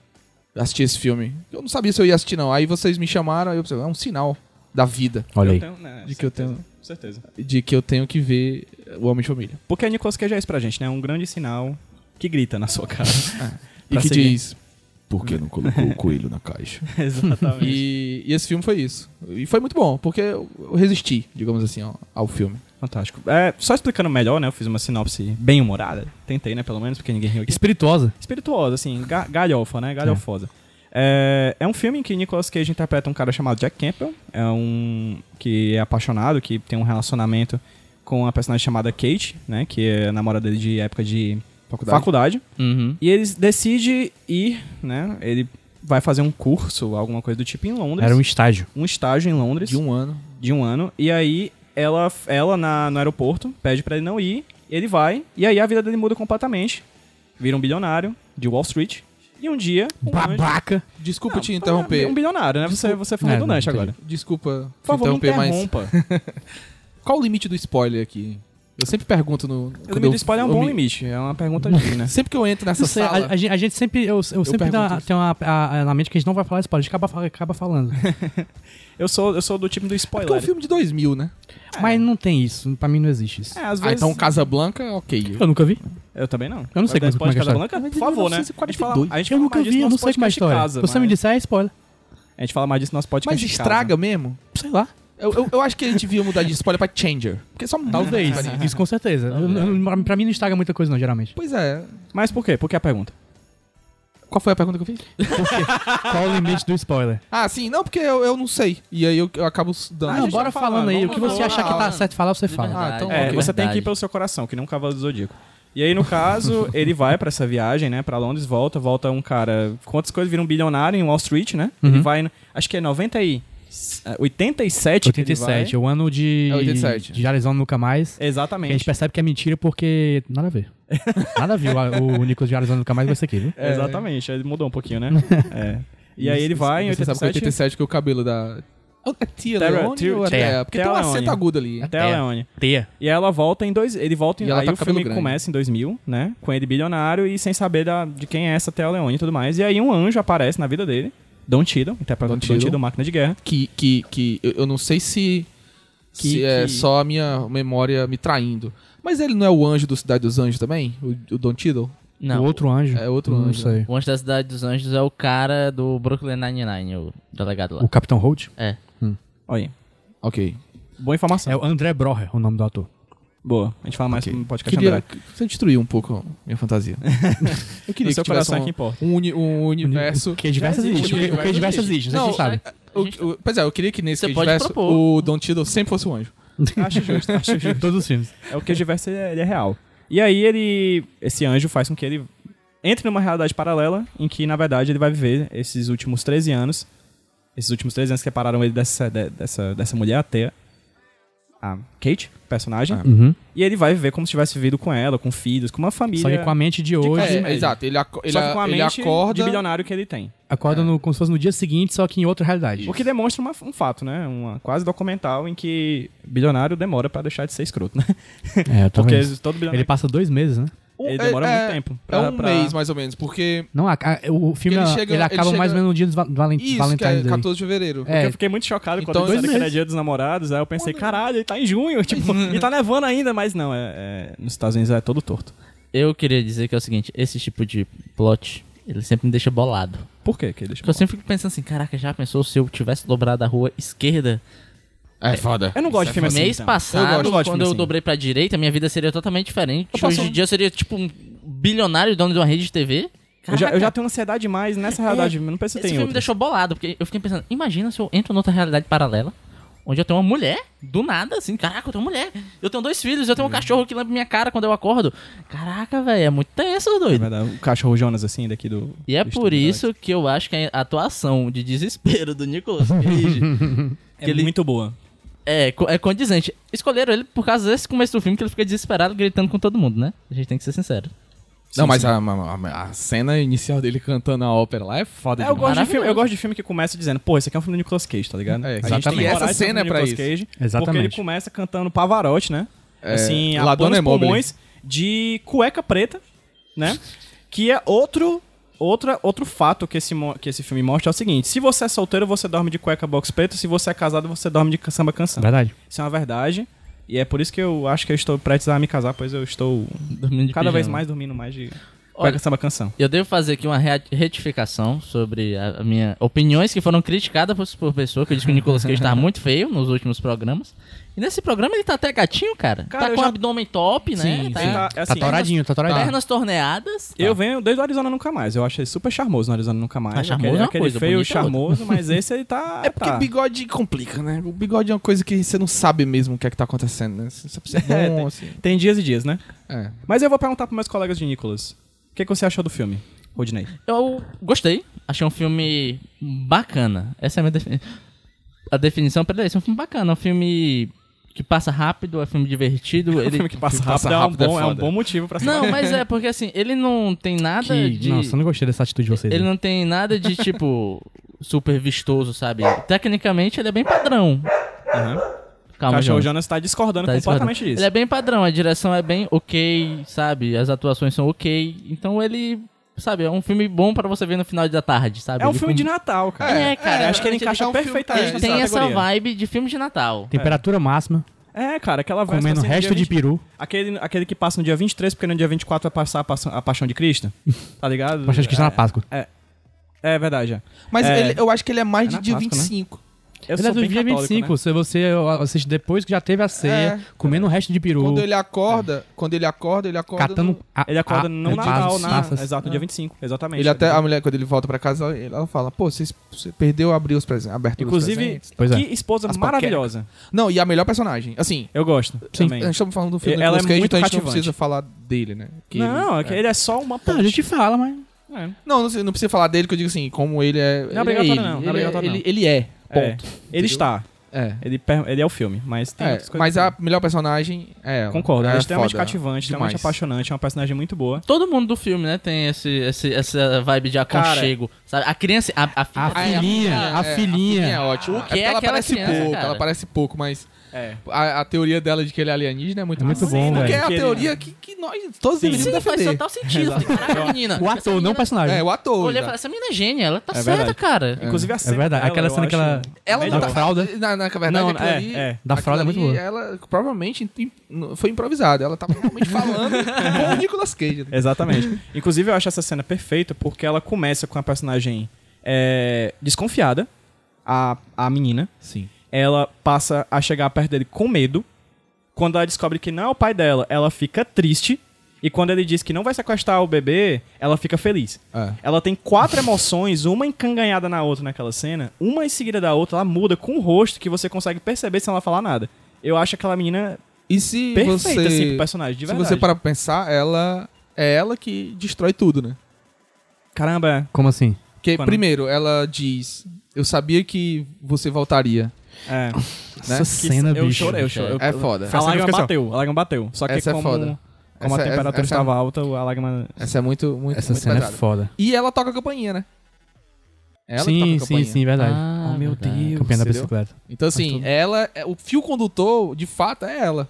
Speaker 6: Assistir esse filme. Eu não sabia se eu ia assistir, não. Aí vocês me chamaram, aí eu pensei, é um sinal da vida.
Speaker 5: Olha
Speaker 3: Eu
Speaker 5: aí.
Speaker 3: tenho, né,
Speaker 6: De que eu
Speaker 3: certeza,
Speaker 6: tenho-
Speaker 3: Certeza.
Speaker 6: De que eu tenho que ver o Homem de Família.
Speaker 3: Porque a Nicolas Cage é isso pra gente, né? Um grande sinal que grita na sua cara.
Speaker 6: E
Speaker 3: Pra
Speaker 6: que
Speaker 3: seguir.
Speaker 6: diz. Por que não colocou o coelho na caixa?
Speaker 3: Exatamente.
Speaker 6: E, e esse filme foi isso. E foi muito bom, porque eu eu resisti, digamos assim, ó, ao filme.
Speaker 3: Fantástico. É, só explicando melhor, né? Eu fiz uma sinopse bem humorada. Tentei, né? Pelo menos, porque ninguém riu aqui.
Speaker 5: Espirituosa.
Speaker 3: Espirituosa, assim. ga- galhofa, né? Galhofosa. É. é um filme em que Nicolas Cage interpreta um cara chamado Jack Campbell. É um... Que é apaixonado, que tem um relacionamento com uma personagem chamada Kate, né? Que é a namorada dele de época de...
Speaker 6: Faculdade.
Speaker 3: faculdade.
Speaker 4: Uhum.
Speaker 3: E ele decide ir, né? Ele vai fazer um curso, alguma coisa do tipo, em Londres.
Speaker 5: Era um estágio.
Speaker 3: um estágio em Londres
Speaker 6: De um ano.
Speaker 3: de um ano. E aí ela, ela na, no aeroporto pede pra ele não ir, ele vai, e aí a vida dele muda completamente. Vira um bilionário de Wall Street. E um dia. Um anjo-
Speaker 5: Babaca.
Speaker 6: Desculpa
Speaker 3: Não,
Speaker 6: te interromper.
Speaker 3: Um bilionário, né? Você, você foi
Speaker 5: É, não,
Speaker 3: redundante
Speaker 5: entendi.
Speaker 3: agora.
Speaker 6: Desculpa
Speaker 3: Por favor,
Speaker 6: te
Speaker 3: me
Speaker 6: interromper, mas
Speaker 3: interrompa.
Speaker 6: qual o limite do spoiler aqui? Eu sempre pergunto no.
Speaker 3: O
Speaker 6: quando
Speaker 3: limite
Speaker 6: eu-
Speaker 3: do spoiler é um
Speaker 6: eu
Speaker 3: bom
Speaker 6: me-
Speaker 3: limite. É uma pergunta de, né?
Speaker 6: Sempre que eu entro nessa
Speaker 5: Não sei,
Speaker 6: sala.
Speaker 5: a, a gente, a gente sempre. Eu, eu sempre
Speaker 6: pergunto
Speaker 5: dá-
Speaker 6: isso.
Speaker 5: tenho uma- a- a- na mente que a gente não vai falar spoiler, a gente acaba, fal- acaba falando.
Speaker 3: Eu sou, eu sou do time do
Speaker 6: Porque é um
Speaker 3: spoiler.
Speaker 6: filme de 2000, né?
Speaker 5: Mas não tem isso. Pra mim não existe isso.
Speaker 3: É, às
Speaker 6: Ah,
Speaker 3: vezes.
Speaker 6: então Casablanca, ok.
Speaker 5: Eu nunca vi.
Speaker 3: Eu também não.
Speaker 5: Eu não sei
Speaker 3: Mas
Speaker 5: como é que é a
Speaker 3: depois
Speaker 5: história.
Speaker 3: de Casablanca, por favor, né? A gente fala, a gente
Speaker 5: eu
Speaker 3: fala
Speaker 5: nunca
Speaker 3: mais disso
Speaker 5: vi,
Speaker 3: no
Speaker 5: eu não
Speaker 3: nosso
Speaker 5: sei como
Speaker 3: podcast de
Speaker 5: é a história.
Speaker 3: casa, né?
Speaker 5: Você me
Speaker 3: mas-
Speaker 5: disser, é spoiler.
Speaker 3: A gente fala mais disso no nosso podcast
Speaker 6: Mas
Speaker 3: de casa.
Speaker 6: estraga mesmo?
Speaker 5: Sei lá.
Speaker 6: é Eu, eu, eu acho que a gente devia mudar de spoiler pra Changer. Porque só né?
Speaker 5: Talvez.
Speaker 6: Diferente.
Speaker 5: isso com certeza. Eu- eu- pra mim não estraga muita coisa, não, geralmente.
Speaker 6: Pois é.
Speaker 3: Mas por quê? Por que a pergunta?
Speaker 6: Qual foi a pergunta que eu fiz?
Speaker 5: Qual o limite do spoiler?
Speaker 6: Ah, sim, não, porque eu, eu não sei. E aí eu, eu acabo s- dando.
Speaker 5: Ah, não,
Speaker 3: gente
Speaker 5: bora
Speaker 3: tá
Speaker 5: falando
Speaker 3: falando,
Speaker 5: aí. O
Speaker 3: vamos-
Speaker 5: que você
Speaker 6: vamos
Speaker 5: achar que
Speaker 6: falar.
Speaker 5: tá certo falar, você fala.
Speaker 6: Ah, então,
Speaker 3: É,
Speaker 6: ok.
Speaker 3: você tem que ir
Speaker 4: Verdade.
Speaker 3: pelo seu coração, que nem um cavalo do zodíaco. E aí, no caso, ele vai pra essa viagem, né, Pra Londres, volta, volta um cara, quantas coisas, vira um bilionário em Wall Street, né? Ele
Speaker 6: Uhum.
Speaker 3: vai, no- acho que é 90 e, eh, 87 que ele vai.
Speaker 5: 87, o ano de.
Speaker 6: É 87.
Speaker 5: De Jarizão Nunca Mais. Que a gente
Speaker 3: Exatamente.
Speaker 5: percebe que é mentira porque. Nada a ver. Nada a ver o, o Nicolas de Arizona nunca mais vai ser aqui, viu?
Speaker 3: É, Exatamente, ele mudou um pouquinho, né? É. E aí ele
Speaker 6: Você-
Speaker 3: vai em
Speaker 6: Você sabe que
Speaker 3: 87,
Speaker 6: 87 que é o cabelo da. É Tia
Speaker 3: Tara-
Speaker 6: Leone
Speaker 3: Tia-
Speaker 6: ou é
Speaker 3: Tia-
Speaker 6: Tara? Porque tem um
Speaker 3: Tia
Speaker 6: acento
Speaker 3: Leone.
Speaker 6: agudo ali.
Speaker 3: até a
Speaker 4: É.
Speaker 3: Leone.
Speaker 5: Teia.
Speaker 3: E ela volta em dois. Ele volta em.
Speaker 6: E ela
Speaker 3: aí
Speaker 6: tá
Speaker 3: o
Speaker 6: com cabelo
Speaker 3: filme
Speaker 6: grande.
Speaker 3: começa em 2000, né? Com ele bilionário e sem saber da- de quem é essa Thea Leone e tudo mais. E aí um anjo aparece na vida dele, Don Tiddle, interpretado
Speaker 6: Don
Speaker 3: por Don
Speaker 6: Cheadle.
Speaker 3: Tiddle, máquina de guerra.
Speaker 6: Que, que, que eu, eu não sei se,
Speaker 3: Que-
Speaker 6: se é
Speaker 3: que-
Speaker 6: só a minha memória me traindo. Mas ele não é o anjo do Cidade dos Anjos também? O, o Don Tiddle?
Speaker 4: Não.
Speaker 5: o outro anjo.
Speaker 6: É outro
Speaker 5: Não
Speaker 6: anjo.
Speaker 5: sei.
Speaker 4: O anjo da Cidade dos Anjos é o cara do Brooklyn Nine-Nine, o delegado lá.
Speaker 5: O Capitão Holt?
Speaker 4: É.
Speaker 3: Olha aí.
Speaker 6: Ok.
Speaker 3: Boa informação.
Speaker 5: É o André Broher, o nome do ator.
Speaker 3: Boa. A gente fala mais
Speaker 6: Ok.
Speaker 3: no podcast
Speaker 6: Queria
Speaker 3: André.
Speaker 6: que você destruiu um pouco a minha fantasia. eu
Speaker 3: No
Speaker 6: queria que
Speaker 3: seu
Speaker 6: tivesse
Speaker 3: coração é
Speaker 6: um,
Speaker 3: que importa.
Speaker 6: um uni- um universo.
Speaker 5: O que é diversas
Speaker 6: existe,
Speaker 5: existe. O que é
Speaker 6: universo
Speaker 5: diversas
Speaker 6: existe.
Speaker 5: existe, você
Speaker 6: Não,
Speaker 5: que sabe.
Speaker 6: O- o- pois é, eu queria que nesse
Speaker 4: Você
Speaker 6: que
Speaker 4: pode
Speaker 6: tivesse
Speaker 4: propor.
Speaker 6: o Don Tiddle sempre fosse um anjo.
Speaker 3: Acho justo, acho justo.
Speaker 5: Todos os filmes.
Speaker 3: É o que diverso ele é, ele é real. E aí ele. Esse anjo faz com que ele entre numa realidade paralela em que, na verdade, ele vai viver esses últimos 13 anos. Esses últimos 13 anos que separaram ele dessa, de- dessa, dessa mulher ateia. A Kate, personagem.
Speaker 5: Uhum.
Speaker 3: E ele vai viver como se tivesse vivido com ela, com filhos, com uma família.
Speaker 5: Só que com a mente de hoje,
Speaker 6: É, exato. Ele, aco- ele,
Speaker 3: só que com a
Speaker 6: ele
Speaker 3: mente de
Speaker 6: acorda.
Speaker 3: bilionário que ele tem.
Speaker 5: acorda no, como se fosse no dia seguinte, só que em outra realidade.
Speaker 3: O que demonstra uma- um fato, né? Uma quase documental em que bilionário demora pra deixar de ser escroto, né?
Speaker 5: É,
Speaker 3: Porque
Speaker 5: talvez.
Speaker 3: todo bilionário
Speaker 5: Ele passa dois meses, né?
Speaker 3: ele demora
Speaker 6: é-
Speaker 3: muito tempo.
Speaker 6: É
Speaker 3: pra-
Speaker 6: um
Speaker 3: pra-
Speaker 6: mês, mais ou menos, porque.
Speaker 5: Não, a- a- o filme
Speaker 6: Ele
Speaker 5: ele,
Speaker 6: chega-
Speaker 5: ele
Speaker 6: ele
Speaker 5: acaba mais ou
Speaker 6: chega-
Speaker 5: menos no dia dos va- valen-
Speaker 6: Isso, que é
Speaker 5: Valentine's Day.
Speaker 6: 14 de fevereiro.
Speaker 5: É,
Speaker 3: Eu fiquei muito chocado quando então,
Speaker 6: Então,
Speaker 3: disseram
Speaker 5: dois
Speaker 3: que era
Speaker 5: meses.
Speaker 3: dia dos namorados. Aí eu pensei, caralho, ele tá em junho, tipo, e tá nevando ainda, mas não, é, é- nos Estados Unidos é todo torto.
Speaker 4: Eu queria dizer que é o seguinte, esse tipo de plot, ele sempre me deixa bolado.
Speaker 3: Por quê que ele
Speaker 4: Porque eu sempre fico pensando assim, caraca, já pensou se eu tivesse dobrado a rua esquerda?
Speaker 6: É foda.
Speaker 3: Eu não gosto de filme assim.
Speaker 4: Mês
Speaker 3: então.
Speaker 6: Eu
Speaker 4: passado,
Speaker 6: gosto de
Speaker 3: filme
Speaker 4: quando eu
Speaker 3: assim.
Speaker 4: dobrei pra direita, minha vida seria totalmente diferente.
Speaker 6: Eu passo-
Speaker 4: Hoje em dia eu seria tipo um bilionário dono de uma rede de TV.
Speaker 3: Eu já, eu já
Speaker 4: Caraca,
Speaker 3: tenho ansiedade demais nessa realidade, eu não penso que
Speaker 4: É, Esse
Speaker 3: tem
Speaker 4: filme me
Speaker 3: outra.
Speaker 4: deixou bolado, porque eu fiquei pensando, imagina se eu entro noutra realidade paralela, onde eu tenho uma mulher, do nada, assim, caraca, eu tenho uma mulher, eu tenho dois filhos, eu tenho um
Speaker 3: Uhum.
Speaker 4: cachorro que lambe minha cara quando eu acordo. Caraca, velho, é muito tenso,
Speaker 3: Na
Speaker 4: doido.
Speaker 3: verdade, O cachorro Jonas, assim, daqui do.
Speaker 4: E é
Speaker 3: do
Speaker 4: por
Speaker 3: estúdio
Speaker 4: isso que eu acho que a atuação de desespero do Nicolas Cage
Speaker 3: É
Speaker 4: ele-
Speaker 3: muito boa.
Speaker 4: é, co- é condizente. Escolheram ele por causa desse começo do filme que ele fica desesperado gritando com todo mundo, né? A gente tem que ser sincero.
Speaker 6: Não, mas a, a- a cena inicial dele cantando a ópera lá é foda
Speaker 3: É, eu, gosto
Speaker 6: demais.
Speaker 3: de
Speaker 4: Maravilhoso.
Speaker 3: filme, eu gosto de filme que começa dizendo, pô, esse aqui é um filme do Nicolas Cage, tá ligado?
Speaker 6: É,
Speaker 3: A gente
Speaker 6: exatamente.
Speaker 3: tem que
Speaker 6: E essa
Speaker 3: parar de ser um
Speaker 6: cena é
Speaker 3: filme do
Speaker 6: pra
Speaker 3: Nicolas Cage, Porque ele
Speaker 5: Exatamente.
Speaker 3: começa cantando Pavarotti, né?
Speaker 6: É,
Speaker 3: assim, a
Speaker 6: La
Speaker 3: pôr
Speaker 6: Donna
Speaker 3: nos
Speaker 6: Immobile.
Speaker 3: pulmões de cueca preta, né? Que é outro outra, outro fato que esse, mo- que esse filme mostra é o seguinte: se você é solteiro, você dorme de cueca box preta, se você é casado, você dorme de samba canção.
Speaker 5: Verdade.
Speaker 3: Isso é uma verdade. E é por isso que eu acho que eu estou prestes a me casar, pois eu estou
Speaker 4: Dormindo de
Speaker 3: cada vez
Speaker 4: pijama.
Speaker 3: mais dormindo mais de cueca
Speaker 4: Olha-
Speaker 3: samba canção.
Speaker 4: Eu devo fazer aqui uma rea- retificação sobre a, a minha opiniões que foram criticadas por, por pessoa que eu disse que o Nicolas Cage tava muito feio nos últimos programas. E nesse programa ele tá até gatinho, cara.
Speaker 3: Cara,
Speaker 4: tá
Speaker 3: eu
Speaker 4: com o
Speaker 3: já-
Speaker 4: abdômen top, né?
Speaker 5: Sim,
Speaker 4: tá
Speaker 3: Ele tá- é
Speaker 5: tá
Speaker 3: assim,
Speaker 5: toradinho, tá toradinho.
Speaker 4: pernas torneadas.
Speaker 3: Eu venho desde o Arizona Nunca Mais. Eu achei super charmoso no Arizona Nunca Mais.
Speaker 4: Ah, charmoso é uma
Speaker 3: aquele
Speaker 4: coisa,
Speaker 3: feio,
Speaker 4: bonito é outra.
Speaker 3: charmoso, mas esse aí tá.
Speaker 6: É porque
Speaker 3: tá.
Speaker 6: bigode complica, né? O bigode é uma coisa que você não sabe mesmo o que é que tá acontecendo, né? Você só precisa
Speaker 3: É,
Speaker 6: ser bom,
Speaker 3: tem-
Speaker 6: assim.
Speaker 3: Tem dias e dias, né?
Speaker 6: É.
Speaker 3: Mas eu vou perguntar pros meus colegas de Nicolas. O que, que você achou do filme, Rodney?
Speaker 4: Eu gostei. Achei um filme bacana. Essa é a minha definição. A definição pra ele é esse, é um filme bacana. É um filme que passa rápido, é um filme divertido.
Speaker 3: O
Speaker 4: ele-
Speaker 3: filme que passa
Speaker 6: que passa
Speaker 3: rápido, é, um
Speaker 6: rápido é
Speaker 3: bom, é um
Speaker 6: foda.
Speaker 3: bom motivo pra ser
Speaker 4: Não, mas é porque assim, ele não tem nada
Speaker 5: Que...
Speaker 4: de...
Speaker 5: Nossa, eu não gostei dessa atitude de vocês.
Speaker 4: Tá. Ele
Speaker 5: né?
Speaker 4: não tem nada de tipo super vistoso, sabe? Tecnicamente ele é bem padrão.
Speaker 3: Aham.
Speaker 4: Calma,
Speaker 3: Cachorro
Speaker 4: João.
Speaker 3: Jonas tá discordando
Speaker 4: Tá
Speaker 3: completamente
Speaker 4: discordando.
Speaker 3: disso.
Speaker 4: Ele é bem padrão, a direção é bem ok, sabe? As atuações são ok. Então ele, sabe, é um filme bom pra você ver no final da tarde, sabe?
Speaker 3: É um
Speaker 4: Ele
Speaker 3: filme
Speaker 4: com-
Speaker 3: de Natal, cara.
Speaker 4: É, cara,
Speaker 3: acho que ele
Speaker 4: ele
Speaker 3: encaixa
Speaker 6: é um filme-
Speaker 3: perfeitamente
Speaker 6: é,
Speaker 3: nessa
Speaker 4: Tem essa
Speaker 3: categoria.
Speaker 4: vibe de filme de Natal.
Speaker 5: Temperatura máxima,
Speaker 3: É, cara, aquela véspera,
Speaker 5: comendo
Speaker 3: assim, no
Speaker 5: resto
Speaker 3: dia
Speaker 5: de
Speaker 3: 20
Speaker 5: peru.
Speaker 3: Aquele, aquele que passa no dia 23, porque no dia 24 vai passar a, Paixão- a Paixão de Cristo. Tá ligado?
Speaker 5: É. Poxa, acho que está na Páscoa.
Speaker 3: É verdade, é.
Speaker 6: Mas
Speaker 3: É.
Speaker 6: ele- eu acho que ele é mais
Speaker 3: É
Speaker 6: de
Speaker 3: na
Speaker 6: dia
Speaker 3: Páscoa, né?
Speaker 6: 25.
Speaker 3: Eu
Speaker 5: Ele é
Speaker 3: sou
Speaker 5: do
Speaker 3: bem
Speaker 5: dia
Speaker 3: católico,
Speaker 5: 25,
Speaker 3: né?
Speaker 5: se você assiste depois que já teve a ceia, comendo o resto de peru,
Speaker 6: Quando ele acorda, quando ele acorda, ele acorda.
Speaker 3: um
Speaker 5: catando...
Speaker 6: no-
Speaker 5: a-
Speaker 3: Ele acorda
Speaker 6: Ah,
Speaker 5: a- é,
Speaker 6: é
Speaker 3: no
Speaker 5: vasos,
Speaker 3: Natal, na,
Speaker 5: taças.
Speaker 3: exato, no dia 25, exatamente.
Speaker 6: Ele até, a mulher, quando ele volta pra casa, ela ela fala, pô, vocês- você perdeu abrir os presentes, aberto os
Speaker 3: Inclusive,
Speaker 6: presentes.
Speaker 5: Pois é.
Speaker 3: que esposa
Speaker 6: As
Speaker 3: maravilhosa.
Speaker 6: Não, e a melhor personagem, assim,
Speaker 3: Eu gosto também.
Speaker 6: nós estamos falando do filme
Speaker 3: Ela é
Speaker 6: do Nicolas Cage,
Speaker 3: muito
Speaker 6: então a gente não
Speaker 3: cativante.
Speaker 6: precisa falar dele, né? Que
Speaker 3: não, é
Speaker 6: ele,
Speaker 3: que ele é só uma
Speaker 5: Ah, a
Speaker 3: ponte.
Speaker 5: gente fala, mas...
Speaker 3: É.
Speaker 6: Não, não, sei- não precisa falar dele, que eu digo assim, como ele é.
Speaker 3: Não é
Speaker 6: ele é
Speaker 3: obrigatório,
Speaker 6: ele.
Speaker 3: não, não é
Speaker 6: Ele
Speaker 3: obrigatório,
Speaker 6: ele,
Speaker 3: não.
Speaker 6: ele é.
Speaker 3: É.
Speaker 6: Ponto.
Speaker 3: Ele está.
Speaker 6: É.
Speaker 3: Ele, per- ele é o filme, mas tem
Speaker 6: É,
Speaker 3: outras coisas.
Speaker 6: mas
Speaker 3: também.
Speaker 6: a melhor personagem é ela.
Speaker 3: Concordo,
Speaker 6: é
Speaker 3: ela é extremamente
Speaker 6: foda.
Speaker 3: cativante, extremamente
Speaker 6: Demais.
Speaker 3: apaixonante, é uma personagem muito boa.
Speaker 4: Todo mundo do filme, né, tem esse, esse- essa vibe de aconchego. sabe? A criança. A, a filha.
Speaker 5: A filhinha,
Speaker 6: É,
Speaker 5: a filhinha.
Speaker 6: é ótima.
Speaker 4: O que é
Speaker 6: porque ela
Speaker 4: aquela
Speaker 6: parece
Speaker 4: criança,
Speaker 6: pouco,
Speaker 4: cara?
Speaker 6: ela parece pouco, mas
Speaker 3: É.
Speaker 6: a, a teoria dela de que ele é alienígena é muito,
Speaker 5: É muito bom,
Speaker 3: né?
Speaker 6: Porque é a
Speaker 3: Porque ele-
Speaker 6: teoria que, que nós todos
Speaker 4: Sim,
Speaker 6: deveríamos
Speaker 4: faz
Speaker 6: defender.
Speaker 4: total sentido. Eu falei, Caraca, menina.
Speaker 5: O
Speaker 4: essa
Speaker 5: ator, não
Speaker 4: menina-
Speaker 5: o personagem.
Speaker 6: É, o ator.
Speaker 4: Olhei e
Speaker 6: já.
Speaker 4: falei, essa menina é gênia, ela tá
Speaker 3: É
Speaker 4: certa,
Speaker 3: verdade.
Speaker 4: cara.
Speaker 6: É.
Speaker 3: Inclusive a cena
Speaker 5: verdade,
Speaker 3: dela,
Speaker 5: aquela
Speaker 3: eu
Speaker 5: cena que
Speaker 3: acho-
Speaker 5: ela-
Speaker 6: Ela
Speaker 5: Da
Speaker 6: não tá...
Speaker 5: fralda.
Speaker 6: Na, na, na verdade,
Speaker 3: Não,
Speaker 6: aquilo
Speaker 3: é,
Speaker 6: ali,
Speaker 3: é.
Speaker 5: Da
Speaker 6: aquilo
Speaker 5: fralda é muito
Speaker 6: ali,
Speaker 5: boa.
Speaker 6: Ela provavelmente im- foi improvisada. Ela tava realmente falando com o Nicolas Cage. né?
Speaker 3: Exatamente. Inclusive, eu acho essa cena perfeita porque ela começa com a personagem é, desconfiada, a, a menina.
Speaker 6: Sim.
Speaker 3: Ela passa a chegar perto dele com medo. Quando ela descobre que não é o pai dela, ela fica triste. E quando ele diz que não vai sequestrar o bebê, ela fica feliz.
Speaker 6: É.
Speaker 3: Ela tem quatro emoções, uma encanganhada na outra naquela cena, uma em seguida da outra, ela muda com o rosto que você consegue perceber sem ela falar nada. Eu acho aquela menina
Speaker 6: E se
Speaker 3: perfeita,
Speaker 6: você...
Speaker 3: assim, pro personagem, de
Speaker 6: se
Speaker 3: verdade.
Speaker 6: você parar pra pensar, ela... É ela que destrói tudo, né?
Speaker 3: Caramba,
Speaker 5: Como assim?
Speaker 6: Porque,
Speaker 3: Quando-
Speaker 6: primeiro, ela diz... Eu sabia que você voltaria.
Speaker 3: é.
Speaker 5: Essa
Speaker 6: Que
Speaker 5: cena,
Speaker 3: eu
Speaker 5: bicho.
Speaker 3: chorei, eu chorei.
Speaker 6: É foda.
Speaker 3: A lágrima
Speaker 5: fica assim, ó.
Speaker 3: bateu, a lágrima bateu. Só que
Speaker 6: Essa é
Speaker 3: como,
Speaker 6: foda.
Speaker 3: como
Speaker 6: Essa- é-
Speaker 3: a temperatura
Speaker 6: essa- um-
Speaker 3: estava alta, a lágrima...
Speaker 6: Essa é muito, muito,
Speaker 5: Essa
Speaker 6: muito
Speaker 5: cena
Speaker 6: pesada.
Speaker 5: é foda.
Speaker 6: E ela toca a campainha, né? É Ela que toca
Speaker 5: sim,
Speaker 6: a
Speaker 5: sim,
Speaker 6: campainha.
Speaker 5: sim, verdade.
Speaker 4: Ah, verdade.
Speaker 5: Campeã da
Speaker 6: entendeu?
Speaker 5: bicicleta.
Speaker 6: Então, assim, ela... é- O fio condutor, de fato, é ela.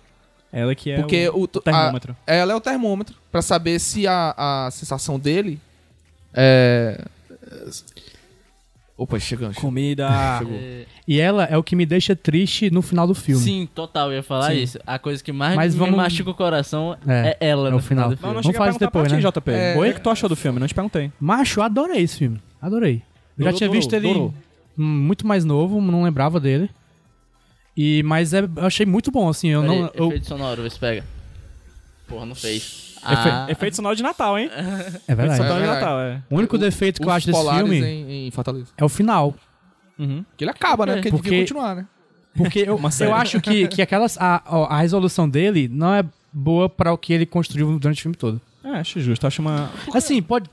Speaker 3: Ela que é
Speaker 6: Porque
Speaker 3: o,
Speaker 6: o,
Speaker 3: o termômetro.
Speaker 6: a- ela é o termômetro pra saber se a, a sensação dele é. Opa, chegando. chegando.
Speaker 3: Comida...
Speaker 5: E ela é o que me deixa triste no final do filme.
Speaker 4: Sim, total, eu ia falar
Speaker 5: Sim.
Speaker 4: isso. A coisa que mais
Speaker 5: Mas
Speaker 4: me
Speaker 5: vamos-
Speaker 4: machuca o coração é,
Speaker 5: É,
Speaker 4: ela
Speaker 5: é
Speaker 4: no
Speaker 5: o final.
Speaker 4: do filme.
Speaker 3: Não, não
Speaker 5: Vamos
Speaker 3: cheguei a
Speaker 5: falar
Speaker 3: perguntar
Speaker 5: isso
Speaker 3: pra ti,
Speaker 5: depois, né?
Speaker 3: JP.
Speaker 6: É.
Speaker 3: Oi? O que tu achou do filme? Não te perguntei.
Speaker 5: Macho, eu adorei esse filme. Adorei. Eu já
Speaker 3: Durou,
Speaker 5: tinha
Speaker 3: durou,
Speaker 5: visto ele hum,
Speaker 3: durou.
Speaker 5: muito mais novo, não lembrava dele. E, mas é, eu achei muito bom, assim. Eu
Speaker 4: Peraí,
Speaker 5: não, eu-
Speaker 4: Efeito sonoro, vê se pega. Porra, não fez.
Speaker 3: Efe-
Speaker 4: Ah,
Speaker 3: É. Efeito sonoro de Natal, hein?
Speaker 5: é
Speaker 3: Efeito
Speaker 5: verdade.
Speaker 3: sonoro de
Speaker 6: É verdade.
Speaker 3: Natal, é.
Speaker 5: O único defeito que eu
Speaker 6: Os
Speaker 5: acho desse
Speaker 6: Polaris
Speaker 5: filme
Speaker 6: Em, em Fortaleza.
Speaker 5: é o final.
Speaker 3: Uhum.
Speaker 6: Porque ele acaba, né?
Speaker 4: É.
Speaker 6: Porque, ele devia
Speaker 5: Porque-
Speaker 6: continuar, né?
Speaker 5: Porque eu, eu acho que, que aquelas, a, ó, a resolução dele não é boa pra o que ele construiu durante o filme todo.
Speaker 3: É, acho justo. Acho uma...
Speaker 5: Assim, pode,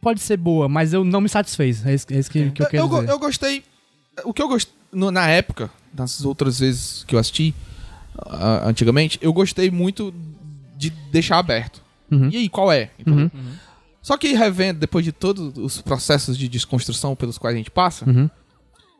Speaker 5: pode ser boa, mas eu não me satisfez. É isso, é isso que, que eu quero
Speaker 6: go-
Speaker 5: dizer.
Speaker 6: eu gostei. O que eu gostei. Na época, nas outras vezes que eu assisti, ah, antigamente, eu gostei muito de deixar aberto.
Speaker 5: Uhum.
Speaker 6: E aí, qual é?
Speaker 5: Uhum.
Speaker 6: Só que revendo, depois de todos os processos de desconstrução pelos quais a gente passa,
Speaker 5: Uhum.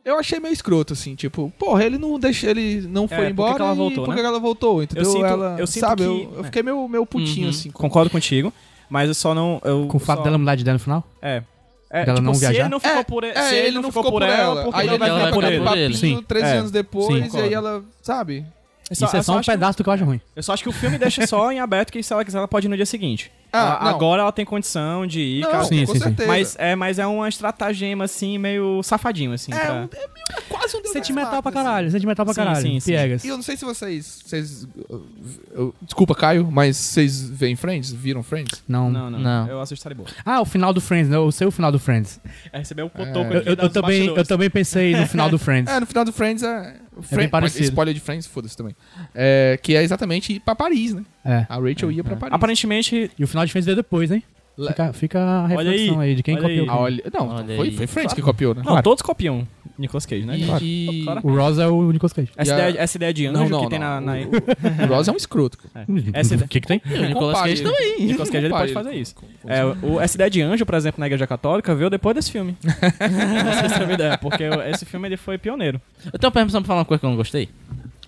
Speaker 6: eu achei meio escroto, assim, tipo, porra, ele não deixa, ele não foi
Speaker 3: porque
Speaker 6: embora.
Speaker 3: É, que ela
Speaker 6: e
Speaker 3: voltou,
Speaker 6: por que
Speaker 3: né?
Speaker 6: ela voltou, entendeu?
Speaker 3: Eu sinto-
Speaker 6: ela,
Speaker 3: eu sinto
Speaker 6: sabe,
Speaker 3: que- é.
Speaker 6: eu, eu fiquei meio, meio putinho,
Speaker 4: Uhum.
Speaker 6: assim. com-
Speaker 3: Concordo contigo, mas eu só não... Eu
Speaker 5: Com o fato
Speaker 3: só-
Speaker 5: dela mudar de ideia no final?
Speaker 3: É. É,
Speaker 5: Dela
Speaker 3: tipo,
Speaker 5: não
Speaker 3: se ele
Speaker 5: viajar?
Speaker 3: não ficou
Speaker 6: É,
Speaker 3: por ele,
Speaker 6: É,
Speaker 3: se ele não ficou por ela, por que
Speaker 6: aí
Speaker 3: ela
Speaker 6: ele vai ficar
Speaker 3: por
Speaker 6: com
Speaker 3: ele?
Speaker 6: aquele papinho
Speaker 5: Sim.
Speaker 6: 13
Speaker 3: É.
Speaker 6: anos depois,
Speaker 5: Sim.
Speaker 6: e aí ela, sabe?
Speaker 3: Só-
Speaker 5: Isso é
Speaker 3: eu
Speaker 5: só um
Speaker 3: acho que-
Speaker 5: pedaço do que eu acho ruim.
Speaker 3: Eu só acho que o filme deixa só em aberto que se ela quiser ela pode ir no dia seguinte.
Speaker 6: Ah,
Speaker 3: A-
Speaker 6: não.
Speaker 3: agora ela tem condição de ir,
Speaker 6: Não,
Speaker 3: caso-
Speaker 5: Sim,
Speaker 6: com
Speaker 5: sim, sim.
Speaker 6: certeza.
Speaker 3: Mas é, mas é uma estratagema assim meio safadinho assim,
Speaker 6: É,
Speaker 3: pra-
Speaker 6: um- é meio- é quase um Deus
Speaker 5: Sentimental
Speaker 6: Ex
Speaker 5: pra
Speaker 6: Machina, assim.
Speaker 5: caralho, sentimental pra
Speaker 3: Sim,
Speaker 5: caralho.
Speaker 3: sim, sim.
Speaker 5: Piegas.
Speaker 6: E eu não sei se vocês. vocês eu- eu- desculpa, Caio, mas vocês veem Friends? Viram Friends?
Speaker 5: Não.
Speaker 3: Não, não,
Speaker 4: Não.
Speaker 3: Eu assisto boa.
Speaker 5: Ah, o final do Friends, né? Eu sei o final do Friends.
Speaker 3: É receber o cotoco
Speaker 5: Eu,
Speaker 3: aqui
Speaker 5: eu- eu
Speaker 3: dos
Speaker 5: também, eu
Speaker 3: bastidores.
Speaker 5: também pensei no final do Friends.
Speaker 6: É, no final do Friends é. Friends,
Speaker 5: parecido.
Speaker 6: Spoiler de Friends, foda-se também. É, que é exatamente ir pra Paris, né?
Speaker 5: É.
Speaker 6: A Rachel ia pra Paris.
Speaker 3: Aparentemente
Speaker 5: E o final de Friends veio depois, hein?
Speaker 6: Le-
Speaker 5: Fica, fica a
Speaker 3: Olha
Speaker 5: reflexão
Speaker 3: aí,
Speaker 5: aí, de quem
Speaker 3: olha
Speaker 5: copiou.
Speaker 3: aí.
Speaker 6: Ah, olha- não,
Speaker 4: Olha
Speaker 6: foi,
Speaker 4: aí.
Speaker 6: foi Friends que copiou, né?
Speaker 3: não, todos copiam Nicolas Cage, né?
Speaker 6: E-
Speaker 3: Claro.
Speaker 6: e-
Speaker 3: Claro.
Speaker 5: O Ross é o Nicolas Cage.
Speaker 3: Essa,
Speaker 6: e a-
Speaker 3: ideia, essa ideia de anjo
Speaker 6: Não, não,
Speaker 3: que tem na,
Speaker 6: não.
Speaker 3: na...
Speaker 6: O Ross é um escroto. cara.
Speaker 3: Essa
Speaker 5: O
Speaker 3: ideia-
Speaker 5: que, que tem?
Speaker 4: E o Nicolas
Speaker 6: Compare
Speaker 4: Cage também.
Speaker 3: Nicolas Cage ele
Speaker 6: Compare
Speaker 3: pode fazer isso. É, o, essa ideia de anjo, por exemplo, na Igreja Católica veio depois desse filme. Essa é a minha ideia, porque esse filme ele foi pioneiro.
Speaker 4: Eu tenho permissão pra falar uma coisa que eu não gostei?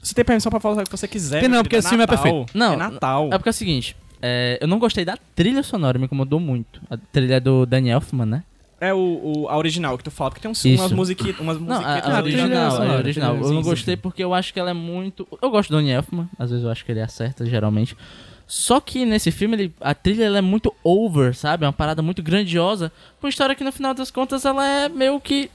Speaker 3: Você tem permissão pra falar o que você quiser.
Speaker 5: Tem
Speaker 3: meu
Speaker 5: não,
Speaker 3: filho,
Speaker 5: porque esse filme é
Speaker 3: Natal.
Speaker 5: perfeito.
Speaker 4: Não,
Speaker 3: é Natal.
Speaker 4: É porque é o seguinte, é, eu não gostei da trilha sonora, me incomodou muito. A trilha é do Danny Elfman, né?
Speaker 3: É o, o- a original que tu fala, porque tem uns,
Speaker 4: Isso.
Speaker 3: umas musiquinhas. Umas
Speaker 4: Não, a,
Speaker 3: musiquetas
Speaker 4: a
Speaker 5: a trilha
Speaker 4: original, é,
Speaker 5: sonora,
Speaker 4: a
Speaker 5: a
Speaker 4: original.
Speaker 5: trilha,
Speaker 4: Eu não
Speaker 5: sim,
Speaker 4: gostei porque eu acho que ela é muito. Eu gosto do Donnie Elfman, às vezes eu acho que ele acerta, geralmente. Só que nesse filme ele- a trilha ela é muito over, sabe? É uma parada muito grandiosa. Com história que no final das contas ela é meio que.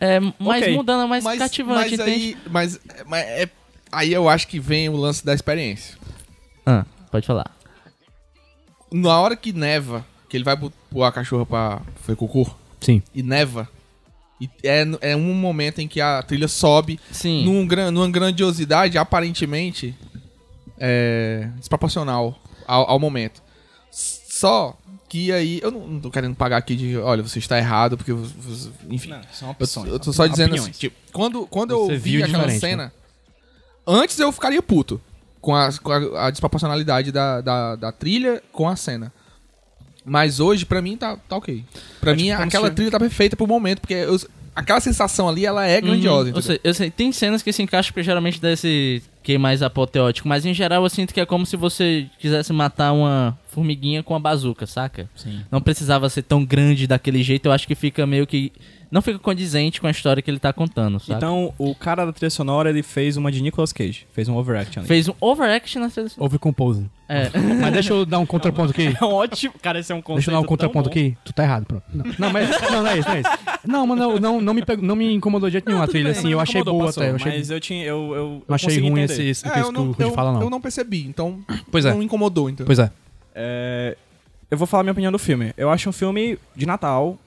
Speaker 4: É mais
Speaker 3: Ok.
Speaker 4: mudando, é mais cativante,
Speaker 6: mas
Speaker 4: entende?
Speaker 6: aí, mas, mas é- aí eu acho que vem o lance da experiência.
Speaker 4: Ah, pode falar.
Speaker 6: Na hora que neva, que ele vai bot- pôr a cachorra pra. Foi cocô?
Speaker 5: Sim.
Speaker 6: E neva. E é, n- é um momento em que a trilha sobe
Speaker 4: Sim.
Speaker 6: num, gran- numa grandiosidade aparentemente é, desproporcional ao, ao momento. S- Só que aí. Eu não, não tô querendo pagar aqui de. Olha, você está errado, porque. vos- vos- Enfim.
Speaker 3: são
Speaker 6: Eu,
Speaker 3: opções.
Speaker 6: eu tô só dizendo assim,
Speaker 3: opiniões.
Speaker 6: tipo, quando, quando
Speaker 5: Você
Speaker 6: eu vi
Speaker 5: viu
Speaker 6: aquela
Speaker 5: diferente,
Speaker 6: cena, antes eu ficaria puto com, as- com a, a desproporcionalidade da, da, da trilha com a cena. Mas hoje, pra mim, tá, tá ok. Pra mim,
Speaker 3: como
Speaker 6: aquela
Speaker 3: se-
Speaker 6: trilha tá perfeita pro momento, porque eu- aquela sensação ali, ela é grandiosa.
Speaker 4: Uhum, eu
Speaker 6: entendeu?
Speaker 4: sei, eu sei. Tem cenas que se encaixam porque geralmente desse que é mais apoteótico, mas em geral eu sinto que é como se você quisesse matar uma formiguinha com uma bazuca, saca? Sim. Não precisava ser tão grande daquele jeito, eu acho que fica meio que. Não fica condizente com a história que ele tá contando, sabe?
Speaker 3: Então, o cara da trilha sonora, ele fez uma de Nicolas Cage. Fez um overaction. ali.
Speaker 4: Fez um overaction na seleção.
Speaker 5: Houve composing.
Speaker 4: É.
Speaker 5: Mas deixa eu dar um contraponto aqui.
Speaker 3: É um ótimo... Cara, esse é um conceito
Speaker 5: Deixa eu dar um
Speaker 3: tão
Speaker 5: contraponto
Speaker 3: bom.
Speaker 5: aqui. Tu tá errado, pronto. Não, não, mas não, não é isso, não é isso. Não, mas não, não, não, me, pegou- não me incomodou de jeito nenhum a trilha, assim. Eu
Speaker 3: Não
Speaker 5: achei
Speaker 3: incomodou,
Speaker 5: boa
Speaker 3: passou,
Speaker 5: até. Eu achei,
Speaker 3: Mas eu tinha... Eu, eu, eu
Speaker 5: não achei
Speaker 3: consegui
Speaker 5: ruim
Speaker 3: entender.
Speaker 5: esse, esse
Speaker 6: É,
Speaker 5: texto
Speaker 6: eu não,
Speaker 5: que o
Speaker 6: eu-
Speaker 5: Rudy fala, não.
Speaker 6: eu não percebi, então
Speaker 5: Pois é.
Speaker 6: não incomodou, então.
Speaker 5: Pois é.
Speaker 3: É, Eu vou falar minha opinião do filme. Eu acho um filme de Natal.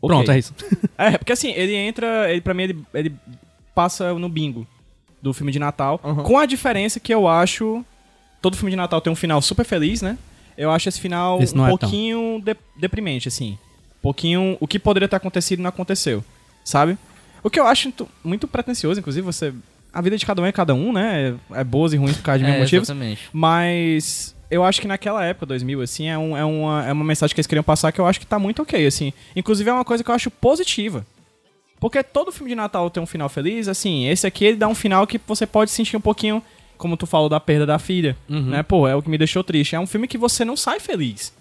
Speaker 3: ok.
Speaker 5: Pronto, é isso.
Speaker 3: É, porque assim, ele entra. Ele, pra mim, ele, ele passa no bingo do filme de Natal.
Speaker 6: Uhum.
Speaker 3: Com a diferença que eu acho. Todo filme de Natal tem um final super feliz, né? Eu acho esse final
Speaker 5: Esse
Speaker 3: um
Speaker 5: não é tão.
Speaker 3: pouquinho de- deprimente, assim. pouquinho. O que poderia ter acontecido não aconteceu, sabe? O que eu acho muito- muito pretencioso, inclusive, você. A vida de cada um é cada um, né? É boas e ruins por causa de mil
Speaker 4: é,
Speaker 3: motivos.
Speaker 4: exatamente.
Speaker 3: Mas eu acho que naquela época, 2000, assim, é, um- é uma, é uma mensagem que eles queriam passar que eu acho que tá muito ok, assim. Inclusive é uma coisa que eu acho positiva. Porque todo filme de Natal tem um final feliz, assim, esse aqui ele dá um final que você pode sentir um pouquinho, como tu falou, da perda da filha,
Speaker 6: Uhum.
Speaker 3: né? Pô, é o que me deixou triste. É um filme que você não sai feliz.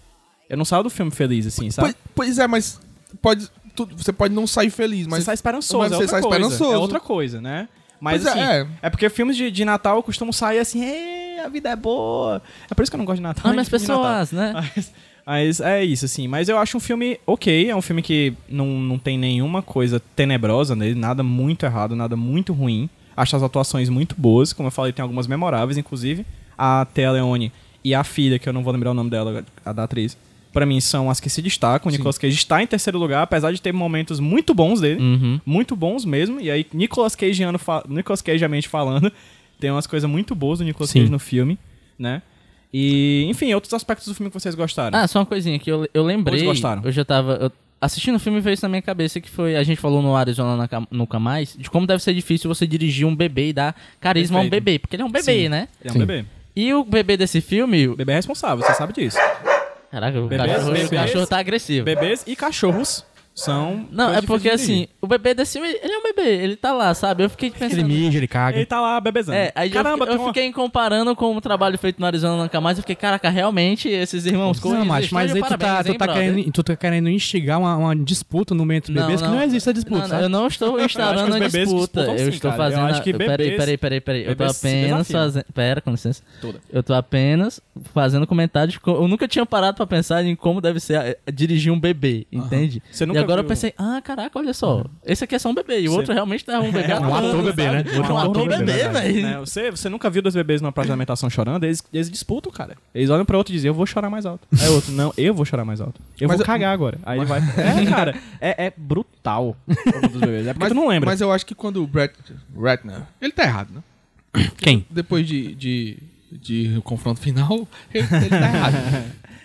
Speaker 3: Eu não saio do filme feliz, assim, sabe?
Speaker 6: Pois, pois é, mas pode, tu- você pode não sair feliz, mas
Speaker 3: você sai esperançoso,
Speaker 6: mas
Speaker 3: é
Speaker 6: você
Speaker 3: outra
Speaker 6: sai
Speaker 3: coisa.
Speaker 6: esperançoso.
Speaker 3: É outra coisa, né? Mas
Speaker 6: Pois
Speaker 3: assim,
Speaker 6: é,
Speaker 3: é, porque filmes de, de Natal costumam sair assim, "É, a vida é boa. É por isso que eu não gosto de Natal.
Speaker 4: Ah,
Speaker 3: nem
Speaker 4: mas
Speaker 3: de filme de Natal.
Speaker 4: pessoas, né?
Speaker 3: Mas, mas é isso, assim. Mas eu acho um filme ok. É um filme que não, não tem nenhuma coisa tenebrosa nele, nada muito errado, nada muito ruim. Acho as atuações muito boas. Como eu falei, tem algumas memoráveis, inclusive. A Thea Leone e a filha, que eu não vou lembrar o nome dela, a da atriz. Pra mim, são as que se destacam. O Nicolas Cage está em terceiro lugar, apesar de ter momentos muito bons dele.
Speaker 4: Uhum.
Speaker 3: Muito bons mesmo. E aí, Nicolas Cage, fa Nicolas Cage falando, tem umas coisas muito boas do Nicolas
Speaker 5: Sim.
Speaker 3: Cage no filme, né? E, enfim, outros aspectos do filme que vocês gostaram.
Speaker 4: Ah, só uma coisinha que eu, eu lembrei.
Speaker 3: Todos gostaram.
Speaker 4: Eu já tava. eu- assistindo o filme veio isso na minha cabeça que foi. A gente falou no Arizona Nunca- Nunca Mais, de como deve ser difícil você dirigir um bebê e dar carisma a um
Speaker 3: Perfeito.
Speaker 4: bebê. Porque ele é um bebê,
Speaker 3: Sim.
Speaker 4: né?
Speaker 3: Ele é um
Speaker 5: Sim.
Speaker 3: bebê.
Speaker 4: E o bebê desse filme.
Speaker 3: Bebê é responsável, você sabe disso.
Speaker 4: Caraca, o,
Speaker 3: Bebês,
Speaker 4: cachorro, o
Speaker 3: bebês.
Speaker 4: cachorro tá agressivo.
Speaker 3: Bebês e cachorros são.
Speaker 4: Não,
Speaker 3: coisas
Speaker 4: é porque
Speaker 3: difíceis de
Speaker 4: assim, o bebê desse filme, ele é um bebê, ele tá lá, sabe? Eu fiquei
Speaker 5: Ele
Speaker 4: pensando.
Speaker 5: mija, ele
Speaker 3: dirigir. Ele
Speaker 5: caga.
Speaker 3: tá lá bebezando.
Speaker 4: assim, É, aí
Speaker 3: Caramba,
Speaker 4: eu,
Speaker 3: tem
Speaker 4: eu
Speaker 3: uma-
Speaker 4: fiquei comparando com o trabalho feito no Arizona Nunca Mais, eu fiquei, caraca, realmente esses irmãos
Speaker 5: Não, macho, mas aí tu tá, tu, tá querendo, tu tá querendo instigar uma, uma disputa no meio entre os bebês, que não existe essa disputa,
Speaker 4: não,
Speaker 5: sabe?
Speaker 4: Eu não estou
Speaker 3: Eu acho que
Speaker 4: instaurando a
Speaker 3: os bebês
Speaker 4: disputa.
Speaker 3: disputam
Speaker 4: Eu
Speaker 3: sim,
Speaker 4: estou
Speaker 3: cara. Eu
Speaker 4: fazendo.
Speaker 3: acho que
Speaker 4: Peraí,
Speaker 3: bebês-
Speaker 4: peraí, peraí, peraí. Eu tô
Speaker 3: bebês se
Speaker 4: apenas
Speaker 3: desafiam.
Speaker 4: fazendo. Pera, com licença.
Speaker 3: Toda.
Speaker 4: Eu tô apenas fazendo comentários. co- Eu nunca tinha parado pra pensar em como deve ser a- a- dirigir um bebê, entende?
Speaker 3: Você
Speaker 4: e
Speaker 3: nunca
Speaker 4: agora
Speaker 3: viu-
Speaker 4: eu pensei, ah, caraca, olha só. Esse aqui é só um bebê. E o
Speaker 3: Você-
Speaker 4: outro realmente tá um bebê.
Speaker 5: É um ator
Speaker 4: atuando,
Speaker 5: bebê,
Speaker 4: sabe?
Speaker 5: né?
Speaker 4: É um ator bebê,
Speaker 3: Né,
Speaker 4: velho.
Speaker 3: Você, você nunca viu dois bebês numa praça de alimentação chorando? Eles, eles disputam, cara. Eles olham pra outro e dizem, eu vou chorar mais alto. Aí o outro, não, eu vou chorar mais alto. Eu
Speaker 6: Mas
Speaker 3: vou
Speaker 6: eu-
Speaker 3: cagar agora. Aí vai. É, cara, é, é brutal o dos bebês. É porque tu não lembra.
Speaker 6: Mas eu acho que quando o Brett Ratner. Ele tá errado, né?
Speaker 5: Quem?
Speaker 6: Depois de, de, de confronto final, ele, ele tá errado.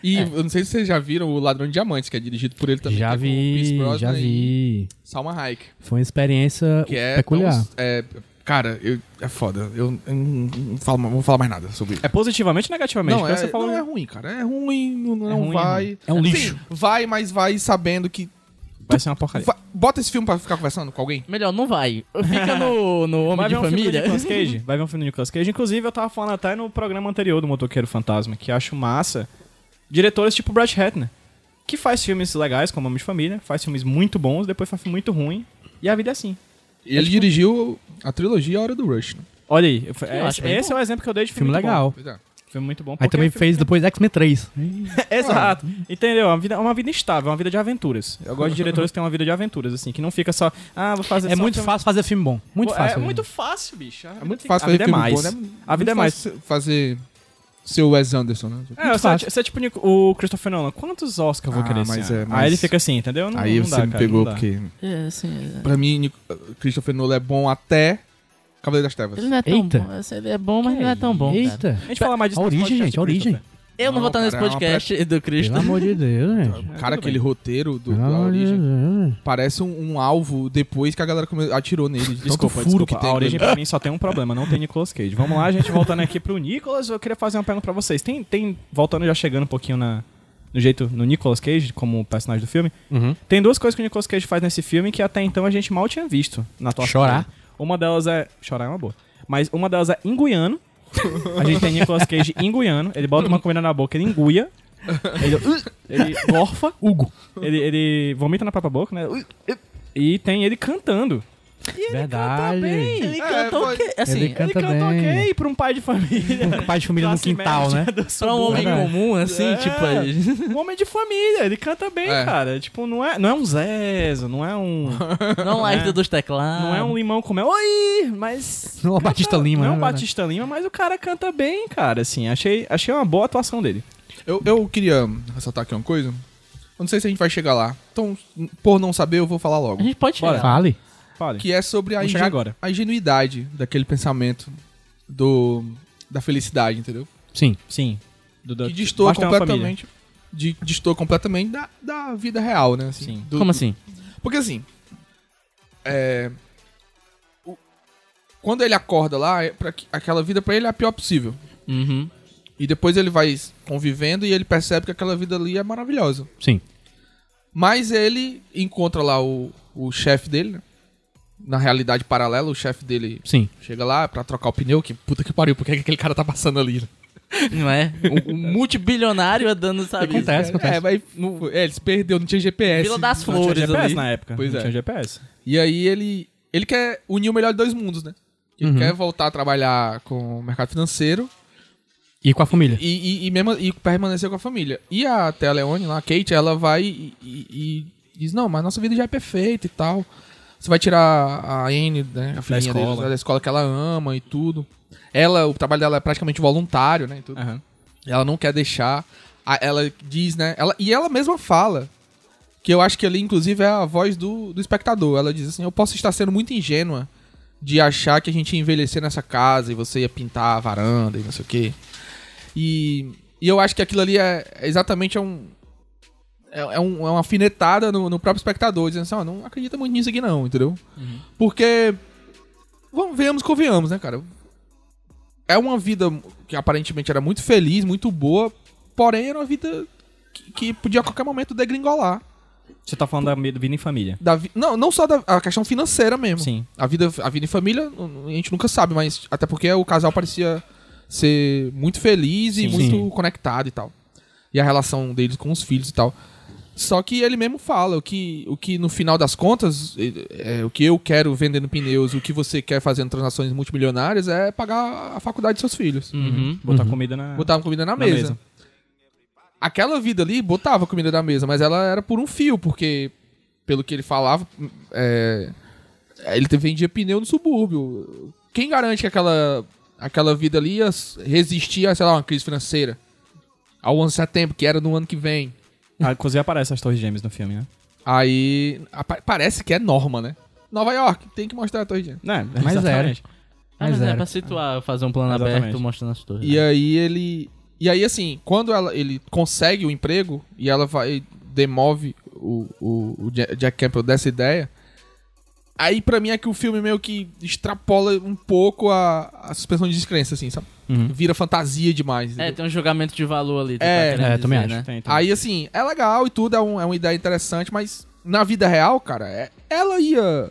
Speaker 6: E eu não sei se vocês já viram o Ladrão de Diamantes, que é dirigido por ele também. que
Speaker 5: Já
Speaker 6: é com o Pierce
Speaker 5: vi,
Speaker 6: Brosnan
Speaker 5: já
Speaker 6: e
Speaker 5: vi.
Speaker 6: Salma Hayek.
Speaker 5: Foi uma experiência
Speaker 6: Que é.
Speaker 5: peculiar.
Speaker 6: tão- é, cara, eu- é foda. Eu, eu não, não falo, mais- vou falar mais nada sobre
Speaker 3: É positivamente ou negativamente?
Speaker 6: não,
Speaker 3: Porque
Speaker 6: é,
Speaker 3: você falou-
Speaker 6: não é ruim, cara. É ruim, não, não
Speaker 3: ruim, é
Speaker 6: vai.
Speaker 3: ruim.
Speaker 5: É um
Speaker 6: Assim,
Speaker 5: lixo.
Speaker 6: vai, mas vai sabendo que.
Speaker 3: Vai ser uma porcaria.
Speaker 6: Va- Bota esse filme pra ficar conversando com alguém.
Speaker 4: Melhor, não vai. Fica no, no Homem
Speaker 3: Vai
Speaker 4: de
Speaker 3: ver um filme do
Speaker 4: Família.
Speaker 3: Nicolas Cage? Vai ver um filme do Nicolas Cage. Inclusive, eu tava falando até no programa anterior do Motoqueiro Fantasma, que acho massa. Diretores tipo Brad Ratner, que faz filmes legais, como Homem de Família, faz filmes muito bons, depois faz filme muito ruim. E a vida é assim.
Speaker 6: Ele dirigiu a trilogia A Hora do Rush, né?
Speaker 3: Olha aí, eu fa-
Speaker 4: Eu acho
Speaker 3: é,
Speaker 4: bem
Speaker 3: esse é o exemplo que eu dei de filme,
Speaker 5: Filme
Speaker 3: muito bom.
Speaker 5: legal.
Speaker 6: Pois é.
Speaker 3: Filme muito bom.
Speaker 5: Aí também
Speaker 3: porque-
Speaker 5: fez depois X-Men 3.
Speaker 3: Exato. Entendeu? É uma vida, é uma vida estável, é uma vida de aventuras. Eu gosto de diretores que têm uma vida de aventuras, assim, que não fica só. Ah, vou fazer
Speaker 5: É
Speaker 3: só
Speaker 5: muito
Speaker 3: filme-
Speaker 5: fácil fazer filme bom. Muito
Speaker 3: É
Speaker 5: fácil. né?
Speaker 3: muito fácil, bicho.
Speaker 6: É muito fácil
Speaker 3: A vida é
Speaker 6: fazer filme
Speaker 3: mais.
Speaker 6: bom, né?
Speaker 3: A vida é
Speaker 6: Muito
Speaker 3: mais.
Speaker 6: fácil Fazer seu Wes Anderson, né?
Speaker 3: É, você, é,
Speaker 5: fácil.
Speaker 3: você é tipo Nic- o Christopher Nolan. Quantos Oscars eu vou
Speaker 6: Ah,
Speaker 3: querer
Speaker 6: mas
Speaker 3: esse ano?
Speaker 6: é, mas-
Speaker 3: Aí ele fica assim, entendeu? Não,
Speaker 6: Aí
Speaker 3: não
Speaker 6: você
Speaker 3: dá,
Speaker 6: me
Speaker 3: cara,
Speaker 6: pegou,
Speaker 3: não dá.
Speaker 6: porque...
Speaker 8: É, assim, é.
Speaker 6: Pra mim, Nic- Christopher Nolan é bom até Cavaleiro das Trevas.
Speaker 8: ele não é tão
Speaker 5: Eita.
Speaker 8: bom. assim, Ele é bom, mas não é tão bom. cara.
Speaker 5: Eita.
Speaker 3: A gente fala mais disso
Speaker 5: A
Speaker 3: no
Speaker 5: origem,
Speaker 3: podcast,
Speaker 5: gente, a origem.
Speaker 3: Christopher.
Speaker 4: Eu não, vou estar
Speaker 6: Não,
Speaker 4: nesse
Speaker 6: cara, é uma
Speaker 4: podcast do Cristo.
Speaker 5: Pelo amor de Deus, gente.
Speaker 6: Cara, aquele roteiro do,
Speaker 5: Pelo
Speaker 6: da
Speaker 5: amor
Speaker 6: tá
Speaker 5: de
Speaker 6: origem
Speaker 5: Deus.
Speaker 6: parece um, um alvo depois que a galera come- atirou nele. de tanto
Speaker 3: Desculpa,
Speaker 6: furo
Speaker 3: desculpa.
Speaker 6: que tem.
Speaker 3: a
Speaker 6: no-
Speaker 3: origem pra mim só tem um problema, não tem Nicolas Cage. Vamos lá, gente, voltando aqui pro Nicolas, eu queria fazer uma pergunta pra vocês. Tem, tem voltando já chegando um pouquinho na no jeito no Nicolas Cage como personagem do filme. Tem duas coisas que o Nicolas Cage faz nesse filme que até então a gente mal tinha visto na atuação.
Speaker 5: Chorar.
Speaker 3: dele. Uma delas é chorar é uma boa. Mas uma delas é enguiano. A gente tem Nicolas Cage enguiano, ele bota uma comida na boca, ele enguia. Ele, uh, ele morfa. Hugo. Ele, ele vomita na própria boca, né? E tem ele cantando.
Speaker 5: Verdade.
Speaker 4: Ele cantou
Speaker 6: foi-
Speaker 4: o quê? Assim,
Speaker 5: Tá Ele
Speaker 4: ele
Speaker 5: canta
Speaker 3: ele cantou
Speaker 5: bem. Um
Speaker 3: ok pra um pai de família.
Speaker 5: Pai de família no
Speaker 3: Classe
Speaker 5: quintal,
Speaker 3: média
Speaker 5: né?
Speaker 3: do
Speaker 4: pra um homem
Speaker 5: Verdade.
Speaker 4: comum, assim,
Speaker 3: É.
Speaker 4: tipo... ele-
Speaker 3: Um homem de família, ele canta bem,
Speaker 6: É.
Speaker 3: cara. Tipo, não é, não é um Zezo, não é um.
Speaker 4: Não lá
Speaker 3: É.
Speaker 4: dos teclados.
Speaker 3: Não é um limão com mel. Oi! Mas.
Speaker 5: Não é o
Speaker 3: canta-
Speaker 5: Batista Lima,
Speaker 3: Não é
Speaker 5: né,
Speaker 3: um
Speaker 5: verdade.
Speaker 3: Batista Lima, mas o cara canta bem, cara. Assim, achei, achei uma boa atuação dele.
Speaker 6: Eu, eu queria ressaltar aqui uma coisa. Eu não sei se a gente vai chegar lá. Então, por não saber, eu vou falar
Speaker 4: A
Speaker 6: logo.
Speaker 4: gente pode chegar.
Speaker 5: Fale.
Speaker 3: Fale.
Speaker 6: Que é sobre a,
Speaker 3: Vamos chegar
Speaker 6: ingenu-
Speaker 3: agora.
Speaker 6: a ingenuidade daquele pensamento do da felicidade, entendeu?
Speaker 5: Sim.
Speaker 3: Sim. Do, do,
Speaker 6: Que distor
Speaker 3: basta ter uma família.
Speaker 6: completamente. De, distor completamente da, da vida real, né? assim,
Speaker 3: Sim.
Speaker 6: do-
Speaker 4: Como assim?
Speaker 6: Porque assim. É. o- quando ele acorda lá, é pra, que- aquela vida pra ele é a pior possível.
Speaker 4: Uhum.
Speaker 6: E depois ele vai convivendo e ele percebe que aquela vida ali é maravilhosa.
Speaker 5: Sim.
Speaker 6: Mas ele encontra lá o, o chefe dele, né? Na realidade paralela, o chefe dele
Speaker 5: Sim.
Speaker 6: chega lá pra trocar o pneu, que puta que pariu, por que que aquele cara tá passando ali? né?
Speaker 4: Não é? Um, um multibilionário andando, sabe?
Speaker 5: Acontece, acontece.
Speaker 6: É, mas não- é, ele se perdeu, não tinha GPS.
Speaker 4: Vila das
Speaker 3: Não tinha
Speaker 4: Flores
Speaker 3: GPS
Speaker 4: ali.
Speaker 3: na época.
Speaker 6: Pois
Speaker 3: não
Speaker 6: é.
Speaker 3: tinha GPS.
Speaker 6: E aí ele ele quer unir o melhor de dois mundos, né? Ele quer voltar a trabalhar com o mercado financeiro
Speaker 5: E com a família.
Speaker 6: e, e, e mesmo, e permanecer com a família. E a Thea Leone, lá, a Kate, ela vai e, e- e diz, não, mas nossa vida já é perfeita e tal. Você vai tirar a Anne, né, a filhinha dele,
Speaker 3: escola.
Speaker 6: da escola que ela ama e tudo. Ela, o trabalho dela é praticamente voluntário, né, e tudo.
Speaker 3: Aham.
Speaker 6: Ela não quer deixar. A- ela diz, né? Ela, e ela mesma fala. Que eu acho que ali, inclusive, é a voz do, do espectador. Ela diz assim: Eu posso estar sendo muito ingênua de achar que a gente ia envelhecer nessa casa e você ia pintar a varanda e não sei o quê. E, e eu acho que aquilo ali é, é exatamente um. É, é um- é uma afinetada no, no próprio espectador, dizendo assim, ó, não acredita muito nisso aqui não, entendeu? Porque, vamos, venhamos, convenhamos, né, cara? é uma vida que aparentemente era muito feliz, muito boa, porém era uma vida que, que podia a qualquer momento degringolar.
Speaker 3: Você tá falando da vida em família.
Speaker 6: Da vi- Não, não só da a questão financeira mesmo.
Speaker 3: Sim.
Speaker 6: A vida, a vida em família, n- a gente nunca sabe, mas até porque o casal parecia ser muito feliz e
Speaker 3: Sim.
Speaker 6: muito
Speaker 3: Sim.
Speaker 6: conectado e tal. E a relação deles com os filhos e tal. Só que ele mesmo fala o que, o que no final das contas, ele- é, o que eu quero vendendo pneus, o que você quer fazendo transações multimilionárias é pagar a faculdade de seus filhos.
Speaker 4: Uhum.
Speaker 3: Botar comida na.
Speaker 6: Botava comida na
Speaker 3: Na
Speaker 6: mesa.
Speaker 3: mesa.
Speaker 6: Aquela vida ali botava comida na mesa, mas ela era por um fio, porque, pelo que ele falava, é, ele te- vendia pneu no subúrbio. Quem garante que aquela, aquela vida ali ia s- resistir a, sei lá, uma crise financeira? Ao 11 de setembro, que era no ano que vem.
Speaker 3: Ah, inclusive aparece as torres gêmeas no filme, né?
Speaker 6: Aí. apa- Parece que é norma, né? Nova York, tem que mostrar a torre de
Speaker 3: Não,
Speaker 5: Mas é, né? era.
Speaker 3: exatamente.
Speaker 4: Ah, mas
Speaker 5: Mas
Speaker 4: é
Speaker 5: era.
Speaker 4: pra situar, fazer um plano
Speaker 3: Exatamente.
Speaker 4: aberto mostrando as torres. né?
Speaker 6: E aí ele. E aí, assim, quando ela, ele consegue o emprego e ela vai. demove o, o, o Ja- Jack Campbell dessa ideia. Aí, pra mim, é que o filme meio que extrapola um pouco a, a suspensão de descrença, assim, sabe?
Speaker 3: Uhum.
Speaker 6: Vira fantasia demais.
Speaker 4: É,
Speaker 6: entendeu?
Speaker 4: tem um julgamento de valor ali. tu
Speaker 6: É,
Speaker 4: tá querendo
Speaker 5: é, também
Speaker 4: dizer,
Speaker 5: acho.
Speaker 4: Né?
Speaker 3: Tem, tem.
Speaker 6: Aí, assim, é legal e tudo, é, um- é uma ideia interessante, mas na vida real, cara, é- ela ia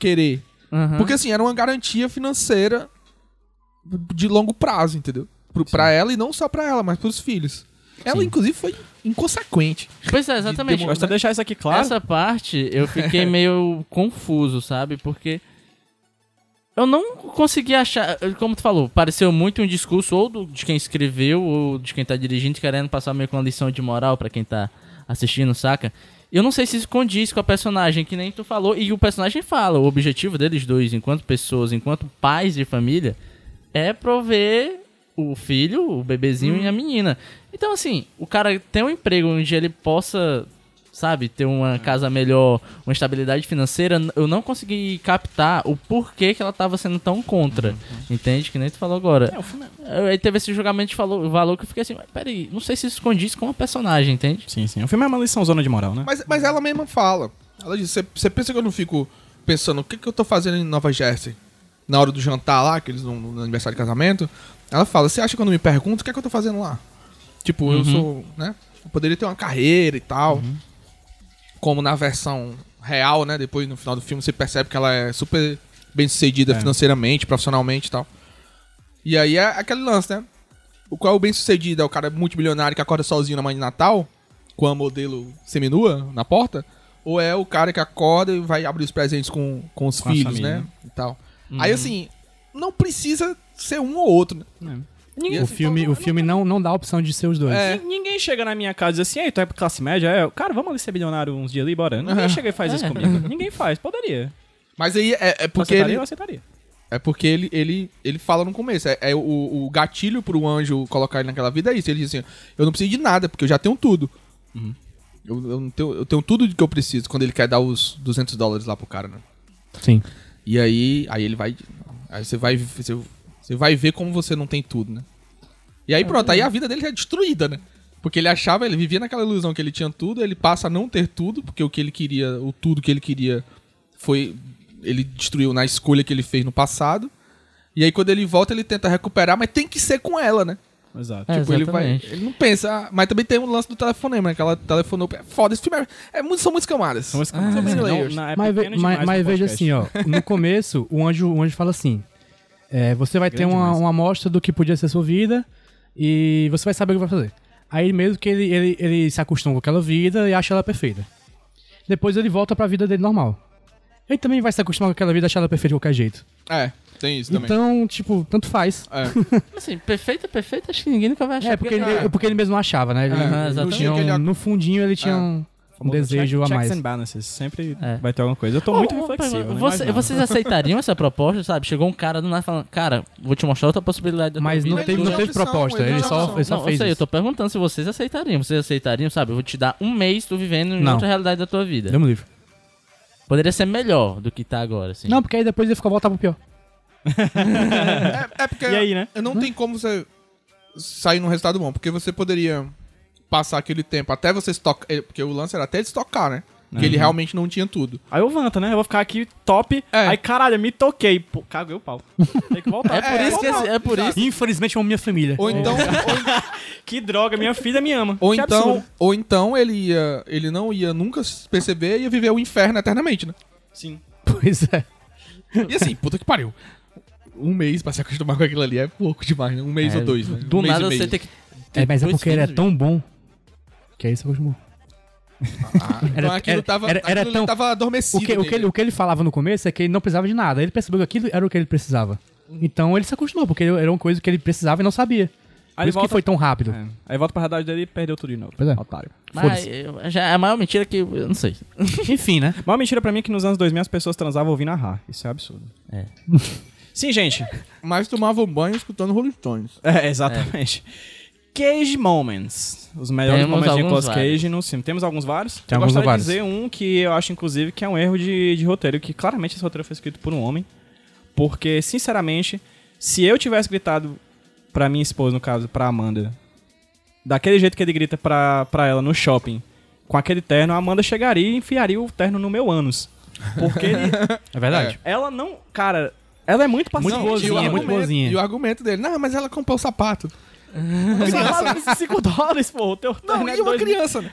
Speaker 6: querer.
Speaker 4: Uhum.
Speaker 6: Porque, assim, era uma garantia financeira de longo prazo, entendeu? Pro, pra ela e não só pra ela, mas pros filhos. Ela, inclusive, foi inconsequente.
Speaker 4: Pois é, exatamente.
Speaker 6: de
Speaker 3: Gosto de deixar isso aqui claro.
Speaker 4: Essa parte eu fiquei meio confuso, sabe? Porque Eu não consegui achar, como tu falou, pareceu muito um discurso ou do- de quem escreveu ou de quem tá dirigindo, querendo passar meio que uma lição de moral pra quem tá assistindo, saca? Eu não sei se isso condiz com a personagem, que nem tu falou, e o personagem fala, o objetivo deles dois, enquanto pessoas, enquanto pais de família, é prover o filho, o bebezinho e a menina. Então, assim, o cara tem um emprego onde ele possa, sabe, ter uma casa melhor, uma estabilidade financeira. n- Eu não consegui captar o porquê que ela tava sendo tão contra. Entende? Que nem tu falou agora. Eu- Aí teve esse julgamento de falou- valor que eu fiquei assim, mas peraí, não sei se isso condiz com a personagem, entende?
Speaker 3: Sim, sim. O filme é uma lição zona de moral, né?
Speaker 6: Mas, mas ela mesma fala. Ela diz, você pensa que eu não fico pensando o que, que eu tô fazendo em Nova Jersey? Na hora do jantar lá, que eles vão no aniversário de casamento. Ela fala, você acha que eu não me pergunto o que é que eu tô fazendo lá? Tipo, eu sou, né? Eu poderia ter uma carreira e tal. Como na versão real, né? Depois, no final do filme, você percebe que ela é super bem sucedida
Speaker 3: É.
Speaker 6: financeiramente, profissionalmente e tal. E aí é aquele lance, né? O qual é o bem sucedido? É o cara multimilionário que acorda sozinho na manhã de Natal, com a modelo seminua na porta? Ou é o cara que acorda e vai abrir os presentes com, com os
Speaker 3: Com a
Speaker 6: filhos,
Speaker 3: família. Uhum.
Speaker 6: né? E tal. Aí assim, não precisa ser um ou outro, né? E,
Speaker 5: O
Speaker 6: assim,
Speaker 5: filme,
Speaker 6: todo
Speaker 5: o
Speaker 6: mundo-
Speaker 5: filme não, não dá a opção de ser os dois.
Speaker 6: É.
Speaker 3: Nin- Ninguém chega na minha casa e diz assim, ei, tu é classe média? É, eu, cara, vamos ali ser bilionário uns dias ali, bora. Ninguém chega e faz isso comigo. Ninguém faz, poderia.
Speaker 6: Mas aí é, é porque
Speaker 3: Porque aceitaria,
Speaker 6: ele,
Speaker 3: eu aceitaria.
Speaker 6: é porque ele, ele, ele fala no começo. É, é o, o gatilho pro anjo colocar ele naquela vida é isso. Ele diz assim: Eu não preciso de nada, porque eu já tenho tudo. Eu, eu, não tenho, eu tenho tudo de que eu preciso quando ele quer dar os 200 dólares lá pro cara, né?
Speaker 5: Sim.
Speaker 6: E aí, aí ele vai. Aí você vai, você, você vai ver como você não tem tudo, né? E aí pronto, aí a vida dele é destruída, né? Porque ele achava, ele vivia naquela ilusão que ele tinha tudo, ele passa a não ter tudo, porque o que ele queria, o tudo que ele queria foi. Ele destruiu na escolha que ele fez no passado. E aí quando ele volta, ele tenta recuperar, mas tem que ser com ela, né?
Speaker 3: Exato.
Speaker 4: É,
Speaker 6: Tipo, ele vai.
Speaker 4: exatamente.
Speaker 6: Ele não pensa. ah, Mas também tem um lance do telefonema, né? Que ela telefonou. É foda, esse filme é. é muito, são muitas camadas.
Speaker 3: Então, esse cara
Speaker 6: São
Speaker 3: não-
Speaker 6: many
Speaker 3: não-
Speaker 6: layers.
Speaker 3: não- é
Speaker 5: mas ve-
Speaker 3: pequeno
Speaker 5: mas,
Speaker 3: demais
Speaker 5: mas
Speaker 3: pro
Speaker 5: veja
Speaker 3: podcast.
Speaker 5: assim, ó. No começo, o anjo, o anjo fala assim: é, você vai ter
Speaker 3: Grande
Speaker 5: uma,
Speaker 3: demais.
Speaker 5: uma amostra do que podia ser sua vida e você vai saber o que vai fazer. Aí mesmo que ele, ele, ele se acostuma com aquela vida e acha ela perfeita. Depois ele volta pra vida dele normal. Ele também vai se acostumar com aquela vida e achar ela perfeita de qualquer jeito.
Speaker 6: É, tem isso também.
Speaker 5: Então, tipo, tanto faz.
Speaker 6: É.
Speaker 4: Mas assim, perfeita, perfeita, acho que ninguém nunca vai achar.
Speaker 5: É, porque ele, porque ele mesmo achava, né? Ele,
Speaker 4: Aham,
Speaker 6: é,
Speaker 5: ele
Speaker 4: exatamente.
Speaker 5: tinha um-
Speaker 6: No dia que ele-
Speaker 5: no fundinho ele tinha
Speaker 6: É.
Speaker 5: um, um
Speaker 3: Famoso
Speaker 5: desejo
Speaker 3: check-
Speaker 5: a
Speaker 3: checks
Speaker 5: mais.
Speaker 3: and balances. Sempre
Speaker 4: É.
Speaker 3: vai ter alguma coisa. Eu tô
Speaker 4: Ô,
Speaker 3: muito
Speaker 4: ô,
Speaker 3: reflexivo.
Speaker 4: pergunta,
Speaker 3: né?
Speaker 4: você-
Speaker 3: Imaginava.
Speaker 4: vocês aceitariam essa proposta, sabe? Chegou um cara do nada falando, cara, vou te mostrar outra possibilidade. da tua
Speaker 5: Mas
Speaker 4: vida."
Speaker 5: não
Speaker 4: né?"
Speaker 6: Ele
Speaker 5: teve,
Speaker 6: não
Speaker 5: não
Speaker 6: tinha
Speaker 5: teve
Speaker 6: opção,
Speaker 5: proposta,
Speaker 6: ele não
Speaker 5: ele
Speaker 6: tinha
Speaker 5: só,
Speaker 6: opção.
Speaker 5: ele só
Speaker 4: não,
Speaker 5: fez
Speaker 4: eu sei,
Speaker 5: isso.
Speaker 4: eu tô perguntando se vocês aceitariam. Vocês aceitariam, sabe? Eu vou te dar um mês, tu vivendo em
Speaker 5: Não.
Speaker 4: outra realidade da tua vida.
Speaker 5: Deu um livro.
Speaker 4: Poderia ser melhor do que tá agora, assim.
Speaker 5: Não, porque aí depois ele ficou voltar pro pior.
Speaker 6: É, é porque
Speaker 3: E aí, né?
Speaker 6: não tem como você sair num resultado bom, porque você poderia passar aquele tempo até você estocar. eh, Porque o lance era até ele estocar, né? Porque
Speaker 5: Uhum.
Speaker 6: ele realmente não tinha tudo.
Speaker 3: Aí eu vanto, né? Eu vou ficar aqui top.
Speaker 6: É.
Speaker 3: Aí, caralho, eu me toquei. Pô, caguei o pau. Tem que voltar.
Speaker 4: É por isso que
Speaker 6: não,
Speaker 4: esse- é por isso.
Speaker 5: Infelizmente é uma minha família.
Speaker 6: Ou então,
Speaker 3: Que droga, minha filha me ama.
Speaker 6: ou,
Speaker 3: Que
Speaker 6: então,
Speaker 3: absurdo.
Speaker 6: ou então ele ia. Ele não ia nunca se perceber e ia viver o inferno eternamente, né?
Speaker 3: Sim.
Speaker 5: Pois é.
Speaker 6: E assim, puta que pariu. Um mês pra se acostumar com aquilo ali é pouco demais, né? Um mês
Speaker 4: É,
Speaker 6: ou dois, né?
Speaker 4: Do
Speaker 6: um mês
Speaker 4: nada
Speaker 6: e meio.
Speaker 4: você tem que.
Speaker 5: É, mas é
Speaker 4: dois
Speaker 5: porque ele é
Speaker 4: filhos,
Speaker 5: tão bom que aí você acostumou.
Speaker 6: Ah, então
Speaker 5: era-
Speaker 6: aquilo
Speaker 5: era-
Speaker 6: tava,
Speaker 5: era- era
Speaker 6: aquilo
Speaker 5: tão-
Speaker 6: tava
Speaker 5: O
Speaker 6: adormecido.
Speaker 5: que, o, que
Speaker 6: nele.
Speaker 5: ele, o que ele falava no começo é que ele não precisava de nada. Ele percebeu que aquilo era o que ele precisava. Então ele se acostumou, porque era uma coisa que ele precisava e não sabia. Por
Speaker 3: Aí
Speaker 5: isso que
Speaker 3: volta-
Speaker 5: foi tão rápido.
Speaker 3: É. Aí volta pra realidade dele e perdeu tudo de novo.
Speaker 5: Pois é.
Speaker 3: Otário.
Speaker 4: Mas eu- já é a maior mentira que. Eu não sei.
Speaker 5: Enfim, né?
Speaker 3: Maior mentira pra mim é que nos anos 2000 as pessoas transavam ouvindo a Ra. Isso é absurdo.
Speaker 4: É.
Speaker 3: Sim, gente.
Speaker 6: Mas tomava um banho escutando Rolling Stones.
Speaker 3: É, exatamente. Cage Moments. Os melhores
Speaker 4: Temos
Speaker 3: momentos de
Speaker 4: alguns
Speaker 3: Nicolas Cage no cinema. Temos alguns vários. eu
Speaker 5: Tem alguns
Speaker 3: gostaria
Speaker 5: vários.
Speaker 3: de dizer um que eu acho, inclusive, que é um erro de, de roteiro, que claramente esse roteiro foi escrito por um homem. Porque, sinceramente, se eu tivesse gritado pra minha esposa, no caso, pra Amanda, daquele jeito que ele grita pra, pra ela no shopping, com aquele terno, a Amanda chegaria e enfiaria o terno no meu ânus. Porque ele-
Speaker 5: É verdade.
Speaker 3: ela não... Cara, ela é muito paciente. é
Speaker 5: Muito
Speaker 6: e
Speaker 5: boazinha,
Speaker 6: o
Speaker 5: muito
Speaker 6: argumento-
Speaker 5: boazinha.
Speaker 6: E o argumento dele, não, mas ela comprou o sapato.
Speaker 3: Você fala 5 dólares, pô. O teu
Speaker 6: Não,
Speaker 3: terno é
Speaker 6: e uma
Speaker 3: dois mil.
Speaker 6: criança, né?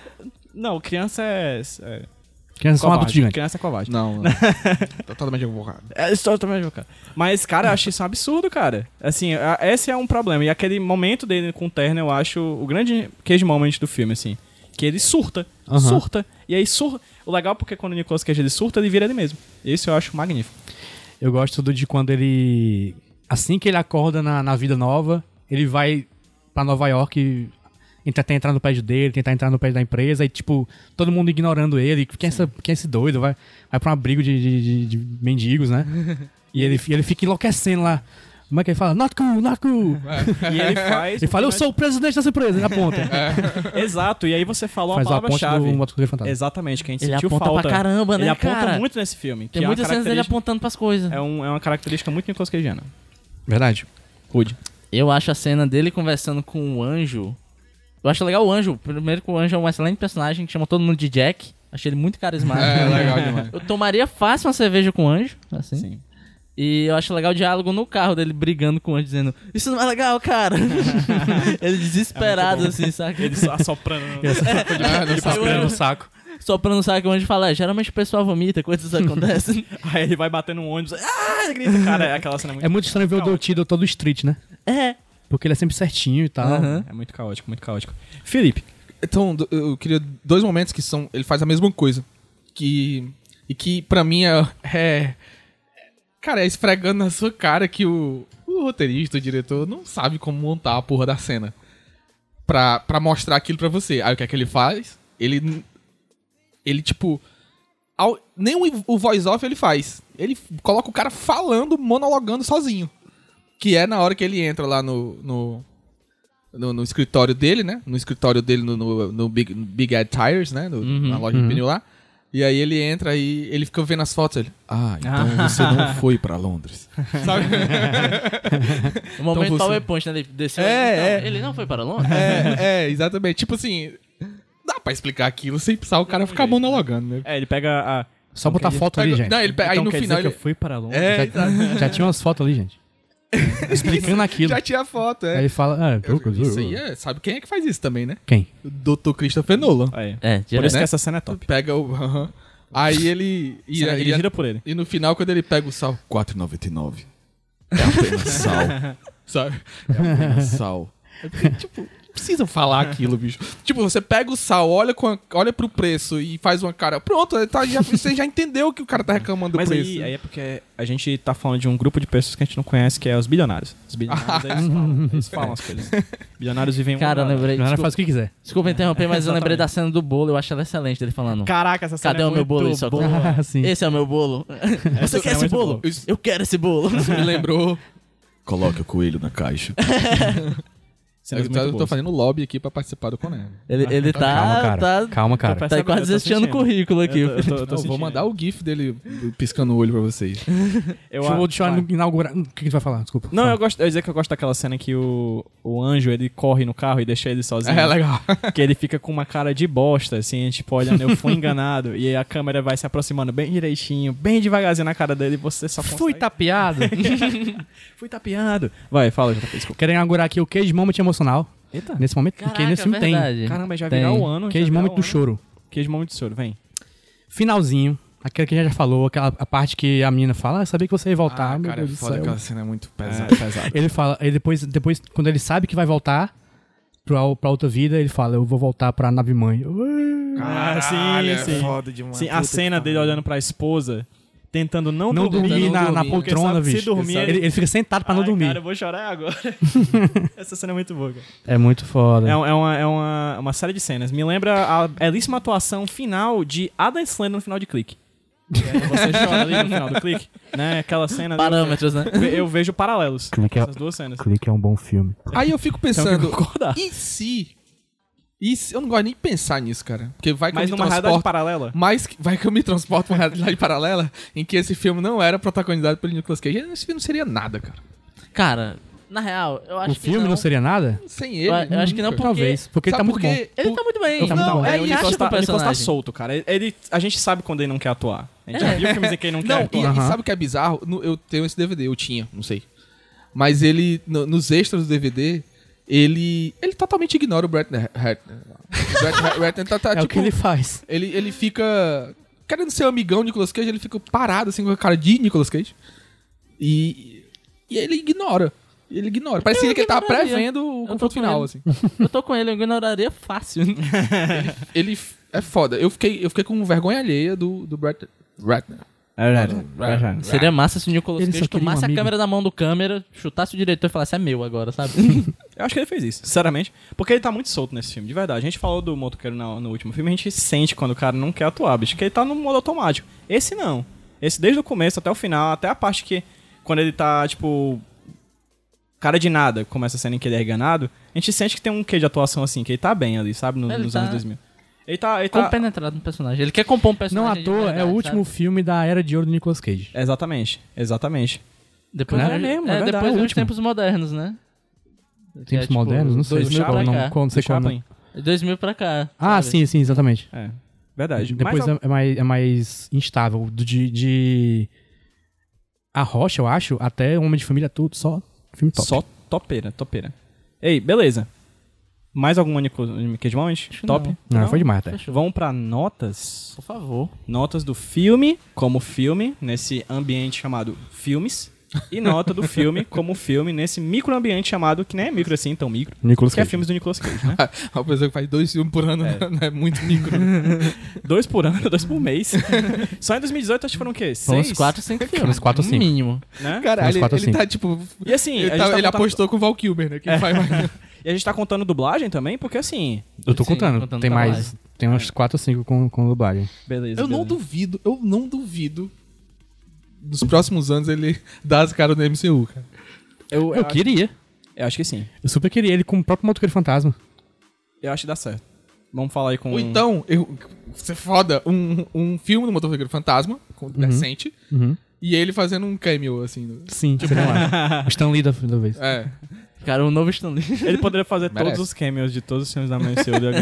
Speaker 3: Não, criança é. é
Speaker 5: Criança só um adulto
Speaker 3: covarde.
Speaker 5: gigante.
Speaker 3: Criança é covarde.
Speaker 6: Não, totalmente equivocado.
Speaker 3: É, estou também jogando. Mas, cara, eu acho isso um absurdo, cara. Assim, a- esse é um problema. E aquele momento dele com o terno, eu acho o grande cage moment do filme, assim. Que ele surta,
Speaker 5: Aham.
Speaker 3: surta. E aí surta. O legal é porque quando o Nicolas Cage ele surta, ele vira ele mesmo. Isso eu acho magnífico.
Speaker 5: Eu gosto do de quando ele. Assim que ele acorda na, na vida nova, ele vai pra Nova York e tentar entrar no prédio dele, tentar entrar no prédio da empresa, e tipo, todo mundo ignorando ele. Quem é, essa, quem é esse doido? Vai, vai pra um abrigo de, de- de- de mendigos, né? e ele, e ele fica enlouquecendo lá. Como é que ele fala? Not cool, not cool.
Speaker 3: E ele faz.
Speaker 5: Ele fala, eu
Speaker 3: mas-
Speaker 5: sou o presidente dessa empresa, ele aponta.
Speaker 3: Exato, e aí você falou
Speaker 5: Faz
Speaker 3: uma
Speaker 5: a ponte
Speaker 3: palavra-chave.
Speaker 5: do Motoqueiro Fantasma.
Speaker 3: Exatamente, que a gente
Speaker 4: Ele
Speaker 3: sentiu
Speaker 4: aponta
Speaker 3: falta.
Speaker 4: pra caramba, né,
Speaker 3: Ele aponta
Speaker 4: cara?
Speaker 3: muito nesse filme. que
Speaker 4: Tem
Speaker 3: é uma
Speaker 4: muitas cenas dele
Speaker 3: característica-
Speaker 4: apontando pras coisas.
Speaker 3: é, um, é uma característica muito Nicolas né? Cageana.
Speaker 5: Verdade.
Speaker 3: Rude.
Speaker 4: Eu acho a cena dele conversando com o anjo. Eu acho legal o anjo. Primeiro que o anjo é um excelente personagem que chama todo mundo de Jack. Achei ele muito carismático.
Speaker 6: É, legal demais.
Speaker 4: Eu tomaria fácil uma cerveja com o anjo, assim.
Speaker 3: Sim.
Speaker 4: E eu acho legal o diálogo no carro dele brigando com o anjo, dizendo: Isso não é legal, cara. ele desesperado, assim, saca?
Speaker 3: É Ele só assoprando. né?
Speaker 6: Ah, não sabe.
Speaker 5: Abrindo o saco.
Speaker 4: Só pra não saber que o anjo fala: "É, Geralmente o pessoal vomita, coisas acontecem.
Speaker 3: aí ele vai batendo um ônibus. Ah, ele grita. Cara, é aquela cena muito.
Speaker 5: É muito estranho ver o Dotido todo street, né?
Speaker 4: é.
Speaker 5: Porque ele é sempre certinho e tal.
Speaker 4: Aham.
Speaker 3: É muito caótico, muito caótico. Felipe.
Speaker 6: Então, do- eu queria dois momentos que são. Ele faz a mesma coisa. Que. E que pra mim é. é- cara, é esfregando na sua cara que o, o roteirista, o diretor, não sabe como montar a porra da cena. Pra, pra mostrar aquilo pra você. Aí o que é que ele faz? Ele. n- Ele, tipo. ao- nem o, o voice-off ele faz. Ele f- coloca o cara falando, monologando sozinho. Que é na hora que ele entra lá no- no, no, no escritório dele, né? No escritório dele no, no, no Big, no Big Ad Tires, né? No- na loja de pneu lá. E aí ele entra e ele fica vendo as fotos. Ele, ah, então você não foi pra Londres. Sabe?
Speaker 4: O momento
Speaker 6: você-
Speaker 4: PowerPoint, né? Ele desceu.
Speaker 6: É,
Speaker 4: não,
Speaker 6: é.
Speaker 4: Ele não foi para Londres?
Speaker 6: é, é, exatamente. Tipo assim, dá pra explicar aquilo sem precisar o cara ficar monologando, né?
Speaker 3: É, ele pega a.
Speaker 5: Só botar foto ali, gente.
Speaker 6: Não, ele, pe- aí
Speaker 3: Então
Speaker 6: no
Speaker 3: quer
Speaker 6: final
Speaker 3: dizer
Speaker 6: ele
Speaker 3: que eu fui para longe.
Speaker 6: É,
Speaker 5: já, já tinha umas fotos ali, gente. Explicando aquilo.
Speaker 6: já tinha foto,
Speaker 5: Aí
Speaker 6: é.
Speaker 5: ele fala, ah, Lucas,
Speaker 6: Isso aí é, sabe quem é que faz isso também, né?
Speaker 5: Quem?
Speaker 6: O Dr. Christopher Nolan.
Speaker 3: Aí.
Speaker 4: É,
Speaker 3: Por
Speaker 4: direto.
Speaker 3: isso
Speaker 6: né?
Speaker 3: que essa cena é top.
Speaker 6: Pega o... aham. Aí ele... e-
Speaker 3: Cena
Speaker 6: e-
Speaker 3: dirigida por ele.
Speaker 6: E no final, quando ele pega o sal. 4,99. É apenas sal. Sabe? É apenas sal. É porque, tipo, não precisa falar aquilo, bicho. Tipo, você pega o sal, olha, com a- olha pro preço e faz uma cara. Pronto, é, tá, já- você já entendeu que o cara tá reclamando do
Speaker 3: Mas
Speaker 6: preço.
Speaker 3: aí, aí é porque a gente tá falando de um grupo de pessoas que a gente não conhece, que é os bilionários. Os bilionários, eles falam, eles falam as coisas. Bilionários vivem um
Speaker 4: Cara, né, eu
Speaker 3: uma...
Speaker 4: lembrei.
Speaker 5: Agora
Speaker 4: Desculpa,
Speaker 5: faz o que quiser.
Speaker 4: desculpa interromper, mas eu
Speaker 3: Exatamente.
Speaker 4: lembrei da cena do bolo. Eu acho ela excelente. Ele falando:
Speaker 3: Caraca, essa cena
Speaker 4: Cadê
Speaker 3: é
Speaker 4: o meu
Speaker 3: muito
Speaker 4: bolo aí, só
Speaker 3: boa.
Speaker 5: Ah, sim.
Speaker 4: Esse é o meu bolo. Você quer
Speaker 3: é
Speaker 4: esse
Speaker 3: muito
Speaker 4: bolo?
Speaker 6: boa. Isso-
Speaker 4: Eu quero esse bolo.
Speaker 6: Isso me lembrou.
Speaker 1: Coloque o coelho na caixa.
Speaker 3: Cenas
Speaker 6: eu,
Speaker 3: muito
Speaker 6: tô- eu tô
Speaker 3: boas.
Speaker 6: fazendo lobby aqui pra participar do Conan.
Speaker 4: Ele, ele tá.
Speaker 5: Calma, cara.
Speaker 4: tá
Speaker 5: Calma,
Speaker 3: Tô
Speaker 5: cara.
Speaker 4: tá
Speaker 3: percebendo, eu
Speaker 4: quase
Speaker 3: tô
Speaker 4: assistindo o
Speaker 3: sentindo.
Speaker 4: currículo aqui.
Speaker 3: Eu, tô- eu, tô- eu tô
Speaker 6: Não, eu vou
Speaker 3: sentindo.
Speaker 6: mandar o GIF dele piscando o olho pra vocês.
Speaker 3: Eu,
Speaker 5: Deixa eu,
Speaker 3: a-
Speaker 5: deixa eu
Speaker 3: vai.
Speaker 5: inaugurar. O que que tu vai falar? Desculpa.
Speaker 3: Não,
Speaker 5: Fala.
Speaker 3: eu, gosto, eu ia dizer que eu gosto daquela cena que o, o anjo, ele corre no carro e deixa ele sozinho.
Speaker 6: É legal.
Speaker 3: Que ele fica com uma cara de bosta, assim, tipo, olhando, eu fui enganado. E a câmera vai se aproximando bem direitinho, bem devagarzinho na cara dele, e você só consegue...
Speaker 5: Fui tapeado.
Speaker 3: Fui tapeado. Vai, fala, JP, desculpa.
Speaker 5: Quero inaugurar aqui o Cage Moment emocional.
Speaker 3: Eita.
Speaker 5: Nesse momento, porque
Speaker 4: Caraca,
Speaker 5: nesse filme tem.
Speaker 4: verdade.
Speaker 3: Caramba, já
Speaker 4: Tem.
Speaker 3: virar o ano. já
Speaker 5: Cage
Speaker 3: virar
Speaker 5: Moment
Speaker 3: o
Speaker 5: do
Speaker 3: ano.
Speaker 5: choro.
Speaker 3: Queijo Momento é de Soro, vem.
Speaker 5: Finalzinho. Aquele que a gente já falou, aquela a parte que a menina fala, ah, eu sabia que você ia voltar,
Speaker 6: Ah,
Speaker 5: meu
Speaker 6: cara,
Speaker 5: Deus
Speaker 6: é
Speaker 5: do
Speaker 6: foda,
Speaker 5: céu.
Speaker 6: aquela cena é muito pesada.
Speaker 3: pesado.
Speaker 5: Ele fala, aí depois, depois, quando ele sabe que vai voltar pra, pra outra vida, ele fala, eu vou voltar pra nave mãe.
Speaker 3: Ah, sim,
Speaker 6: Caralho, é
Speaker 3: sim.
Speaker 6: foda demais.
Speaker 3: Sim, a
Speaker 6: Puta
Speaker 3: cena
Speaker 6: que
Speaker 3: dele
Speaker 6: pariu.
Speaker 3: olhando pra esposa, tentando não,
Speaker 5: Não
Speaker 3: dormir.
Speaker 5: dormir na, na
Speaker 6: dormir, porque
Speaker 5: poltrona,
Speaker 3: sabe que se
Speaker 5: bicho.
Speaker 3: dormir, é
Speaker 5: ele, ele fica sentado pra não
Speaker 3: Ai,
Speaker 5: dormir.
Speaker 3: Cara, eu vou chorar agora. Essa cena é muito boa, cara.
Speaker 5: É muito foda.
Speaker 6: Né?
Speaker 3: É, um- é uma, é uma, uma série de cenas. Me lembra a belíssima atuação final de Adam Sandler no final de clique. Que aí Você chora ali no final do clique, né? Aquela cena.
Speaker 4: Parâmetros, né?
Speaker 3: Eu, ve- eu vejo paralelos.
Speaker 5: Clique é-
Speaker 3: Essas duas cenas.
Speaker 5: Clique é um bom filme.
Speaker 6: Aí eu
Speaker 3: Então,
Speaker 6: fico pensando,
Speaker 3: Concordar.
Speaker 6: E se? E se? Eu não gosto nem de pensar nisso, cara. Porque vai que
Speaker 3: Mas
Speaker 6: eu me
Speaker 3: numa realidade
Speaker 6: transporto.
Speaker 3: paralela.
Speaker 6: Mas que- vai que eu me transporto pra uma realidade paralela em que esse filme não era protagonizado pelo Nicolas Cage. Esse filme não seria nada, cara.
Speaker 4: Cara, na real, eu acho
Speaker 5: O
Speaker 4: que.
Speaker 5: filme não, seria nada?
Speaker 6: Sem ele.
Speaker 4: Eu a- eu acho que não,
Speaker 6: nunca.
Speaker 4: Porque-
Speaker 5: Talvez. Porque ele
Speaker 6: Sabe
Speaker 5: tá muito
Speaker 6: por
Speaker 5: bom.
Speaker 6: quê?
Speaker 4: Ele tá muito bem.
Speaker 5: Tá muito
Speaker 4: não,
Speaker 5: bom.
Speaker 4: é
Speaker 3: o
Speaker 4: encaixa
Speaker 3: Nicolas
Speaker 4: com o
Speaker 3: tá, o Nicolas tá
Speaker 4: personagem.
Speaker 3: solto, cara. Ele- Ele, a gente sabe quando ele não quer atuar. A gente já viu filmes em que ele não, quer
Speaker 6: Não, e,
Speaker 3: atuar.
Speaker 6: e
Speaker 5: Aham.
Speaker 6: sabe o que é bizarro? No- eu tenho esse DVD, eu tinha, não sei. Mas ele, no- nos extras do DVD, ele. Ele totalmente ignora o Brett. Brett Ratner tá, tá,
Speaker 5: É o que
Speaker 6: tipo,
Speaker 5: ele faz.
Speaker 6: Ele, ele fica. Querendo ser amigão de Nicolas Cage, ele fica parado assim com a cara de Nicolas Cage. E. E ele ignora. Ele ignora. Parecia que ele tava
Speaker 4: ignoraria.
Speaker 6: prevendo
Speaker 4: Eu
Speaker 6: o
Speaker 4: tô
Speaker 6: confronto
Speaker 4: com
Speaker 6: final,
Speaker 4: ele.
Speaker 6: assim.
Speaker 4: Eu tô com ele, eu ignoraria fácil.
Speaker 6: assim. Ele. f- É foda. Eu fiquei, eu fiquei com vergonha alheia do, do Brett. Ratner.
Speaker 4: Seria massa se o Nicolas
Speaker 5: Ele só
Speaker 4: Cage
Speaker 5: queria um
Speaker 4: tomasse a
Speaker 5: amigo.
Speaker 4: câmera da mão do câmera, chutasse o diretor e falasse, é meu agora, sabe?
Speaker 3: Eu acho que ele fez isso, sinceramente. Porque ele tá muito solto nesse filme, de verdade. A gente falou do motoqueiro na- no último filme, a gente sente quando o cara não quer atuar, bicho, que ele tá no modo automático. Esse não. Esse desde o começo até o final, até a parte que quando ele tá, tipo, cara de nada, começa a cena em que ele é enganado, a gente sente que tem um quê de atuação assim, que ele tá bem ali, sabe, no-
Speaker 4: Ele
Speaker 3: nos
Speaker 4: tá-
Speaker 3: anos 2000. Ele tá, ele tá...
Speaker 4: Compenetrado no personagem. Ele quer compor um
Speaker 5: Ah. Não à
Speaker 4: personagem. de
Speaker 5: toa, é
Speaker 4: verdade,
Speaker 5: o último
Speaker 4: sabe?
Speaker 5: filme da era de ouro do Nicolas Cage.
Speaker 3: É, Exatamente, exatamente.
Speaker 4: Depois,
Speaker 5: Cara,
Speaker 4: é
Speaker 3: mesmo, é verdade,
Speaker 4: é,
Speaker 3: é o
Speaker 4: depois dos
Speaker 3: último.
Speaker 4: tempos modernos, né? Que é,
Speaker 5: Tempos
Speaker 4: tipo,
Speaker 5: modernos, não sei.
Speaker 4: 2000
Speaker 5: qual
Speaker 4: pra
Speaker 5: não-
Speaker 4: cá.
Speaker 5: qual- não sei
Speaker 3: Do
Speaker 5: qual não.
Speaker 3: Chaplin.
Speaker 4: 2000 pra cá.
Speaker 5: Ah,
Speaker 4: sabe?
Speaker 5: sim, sim, exatamente.
Speaker 3: É, verdade.
Speaker 5: Depois
Speaker 3: Mas,
Speaker 5: é, é mais, é mais instável. Do- De, de- A Rocha, eu acho, até Homem de Família, tudo, só filme top.
Speaker 3: Só topeira, topeira. Ei, beleza. Mais algum Nico- Cage Moment? Top?
Speaker 5: Não, foi demais até.
Speaker 4: Fechou.
Speaker 3: Vamos pra notas.
Speaker 4: Por favor.
Speaker 3: Notas do filme como filme, nesse ambiente chamado filmes. E nota do filme como filme, nesse microambiente chamado, que nem é micro assim, tão micro,
Speaker 5: Nicolas
Speaker 3: que é
Speaker 5: Cage.
Speaker 3: filmes do Nicolas Cage, né?
Speaker 6: A pessoa que faz dois filmes por ano
Speaker 3: É.
Speaker 6: não é muito micro.
Speaker 3: dois por ano, dois por mês. Só em 2018 acho que foram o quê?
Speaker 4: São
Speaker 3: Seis?
Speaker 4: uns 4, 5 filmes.
Speaker 5: Uns quatro,
Speaker 4: no
Speaker 5: cinco.
Speaker 4: mínimo.
Speaker 3: né?
Speaker 6: Caralho,
Speaker 5: Uns
Speaker 6: ele,
Speaker 5: quatro,
Speaker 6: ele
Speaker 5: cinco.
Speaker 6: tá tipo.
Speaker 3: E assim,
Speaker 6: Ele,
Speaker 3: a gente
Speaker 6: tá-
Speaker 3: tá É.
Speaker 6: ele
Speaker 3: contando-
Speaker 6: apostou com o Val Kilmer, né? Que faz mais.
Speaker 3: E a gente tá contando dublagem também, porque assim...
Speaker 5: Eu tô
Speaker 4: Sim,
Speaker 5: contando,
Speaker 4: contando
Speaker 5: tem
Speaker 4: pra
Speaker 5: mais. Tem uns 4 ou 5 com, com dublagem.
Speaker 3: Beleza.
Speaker 6: Eu não
Speaker 3: beleza.
Speaker 6: duvido, eu não duvido. Nos próximos anos ele dá as caras no MCU, cara.
Speaker 3: Eu, eu, acho,
Speaker 5: queria.
Speaker 3: eu acho que sim.
Speaker 5: Eu super queria ele com o próprio motoqueiro fantasma.
Speaker 3: Eu acho que dá certo. Vamos falar aí com...
Speaker 6: Ou então, eu, você foda, um, um filme do Motoqueiro Fantasma, com- decente,
Speaker 5: Uhum.
Speaker 6: e ele fazendo um cameo, assim. no-
Speaker 5: Sim, seria massa. O Stan Lee da, da vez.
Speaker 6: É.
Speaker 4: Cara, o novo Stanley.
Speaker 3: Ele poderia fazer
Speaker 6: Merece.
Speaker 3: todos os cameos de todos os filmes da MCU.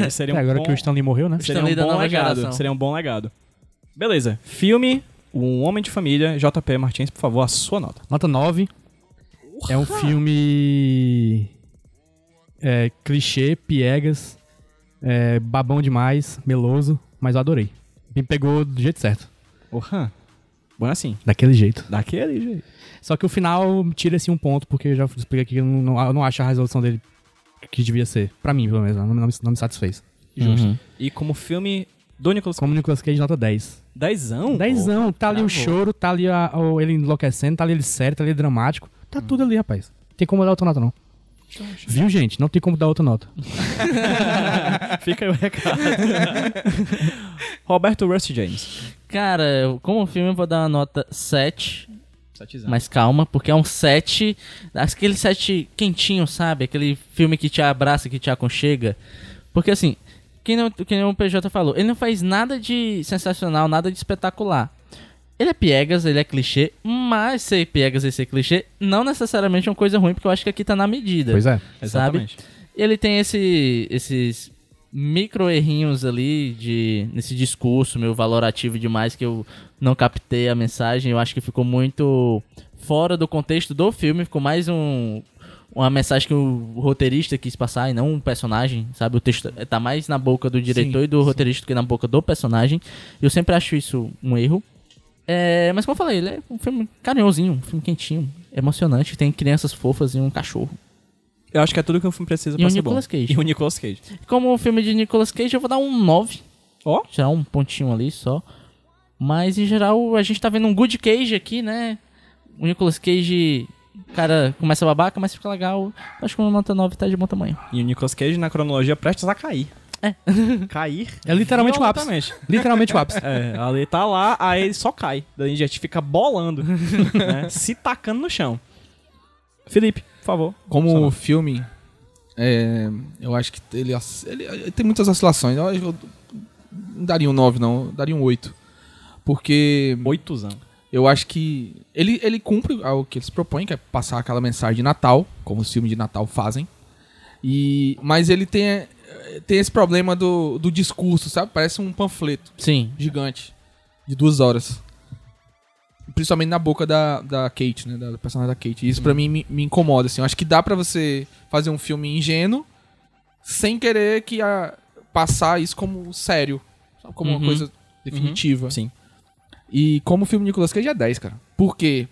Speaker 3: da- Seria um
Speaker 5: Agora
Speaker 3: bom,
Speaker 5: que o Stan Lee morreu, né?
Speaker 3: seria um
Speaker 4: Stanley da
Speaker 3: bom
Speaker 4: nova
Speaker 3: legado.
Speaker 4: geração.
Speaker 3: Seria um bom legado. Beleza. Filme, Um Homem de Família, JP Martins, por favor, a sua nota.
Speaker 5: Nota 9. É um filme. É, clichê, piegas, é, babão demais, meloso, mas eu adorei. Me pegou do jeito certo.
Speaker 3: Orhan. Bom assim.
Speaker 5: Daquele jeito.
Speaker 3: Daquele jeito.
Speaker 5: Só que o final tira esse um ponto, porque eu já expliquei aqui que eu não, eu não acho a resolução dele que devia ser. Pra mim, pelo menos. Não, não me, não me satisfez.
Speaker 3: Justo.
Speaker 4: Uhum.
Speaker 3: E como filme do Nicolas
Speaker 5: Como Nicolas Cage, nota 10.
Speaker 3: Dezão?
Speaker 5: 10 anos, tá ali o choro, tá ali a- o- ele enlouquecendo, tá ali ele sério, tá ali dramático. Tá tudo ali, rapaz. Não tem como dar outra nota, não. Viu, gente? Não tem como dar outra nota.
Speaker 3: Fica aí o recado. Roberto Rusty James.
Speaker 4: Cara, eu- como filme eu vou dar uma nota 7.
Speaker 3: Satizão.
Speaker 4: Mas calma, porque é um 7. Aquele 7 quentinho, sabe? Aquele filme que te abraça, que te aconchega. Porque assim, quem não, que nem o PJ falou, ele não faz nada de sensacional, nada de espetacular. Ele é piegas, ele é clichê, mas ser piegas e ser clichê não necessariamente é uma coisa ruim, porque eu acho que aqui tá na medida.
Speaker 5: Pois é.
Speaker 4: sabe?
Speaker 3: Exatamente.
Speaker 4: ele tem esse, esses micro errinhos ali de nesse discurso meu valorativo demais que eu não captei a mensagem eu acho que ficou muito fora do contexto do filme ficou mais um uma mensagem que o roteirista quis passar e não um personagem sabe o texto tá mais na boca do diretor e do roteirista do que na boca do personagem eu sempre acho isso um erro É, mas como eu falei ele é um filme carinhosinho um filme quentinho emocionante tem crianças fofas e um cachorro
Speaker 3: Eu acho que é tudo que o filme precisa
Speaker 4: E
Speaker 3: pra
Speaker 4: o
Speaker 3: ser
Speaker 4: Nicolas
Speaker 3: bom.
Speaker 4: Cage.
Speaker 3: E o Nicolas Cage.
Speaker 4: Como o filme de Nicolas Cage, eu vou dar um 9.
Speaker 3: Ó.
Speaker 4: Tirar um pontinho ali só. Mas em geral, a gente tá vendo um good cage aqui, né? O Nicolas Cage, cara, começa babaca, mas fica legal. Acho que uma nota 9 tá de bom tamanho.
Speaker 3: E o Nicolas Cage na cronologia prestes a cair.
Speaker 4: É.
Speaker 3: Cair.
Speaker 5: É literalmente o ápice.
Speaker 3: Violentamente.
Speaker 5: Literalmente o ápice.
Speaker 3: É, ali tá lá, aí ele só cai. Daí a gente fica bolando, né? se tacando no chão. Felipe, por favor.
Speaker 6: Como
Speaker 3: Só não.
Speaker 6: filme, é, eu acho que ele, os- ele- ele tem muitas oscilações. Eu, eu não daria um 9, não. eu daria um 8. Porque
Speaker 3: Oituzão.
Speaker 6: eu acho que ele, ele cumpre o que eles propõem, que é passar aquela mensagem de Natal, como os filmes de Natal fazem. E, mas ele tem, eh, tem esse problema do, do discurso, sabe? Parece um panfleto
Speaker 4: Sim.
Speaker 6: gigante de duas horas. Principalmente na boca da, da Kate, né? Da personagem da Kate. Isso pra mim me, me incomoda, assim. Eu acho que dá pra você fazer um filme ingênuo sem querer que a, passar isso como sério. sabe? Como
Speaker 4: Uhum.
Speaker 6: uma coisa definitiva.
Speaker 3: Sim.
Speaker 6: E como o filme Nicolas Cage é 10, cara. Por quê?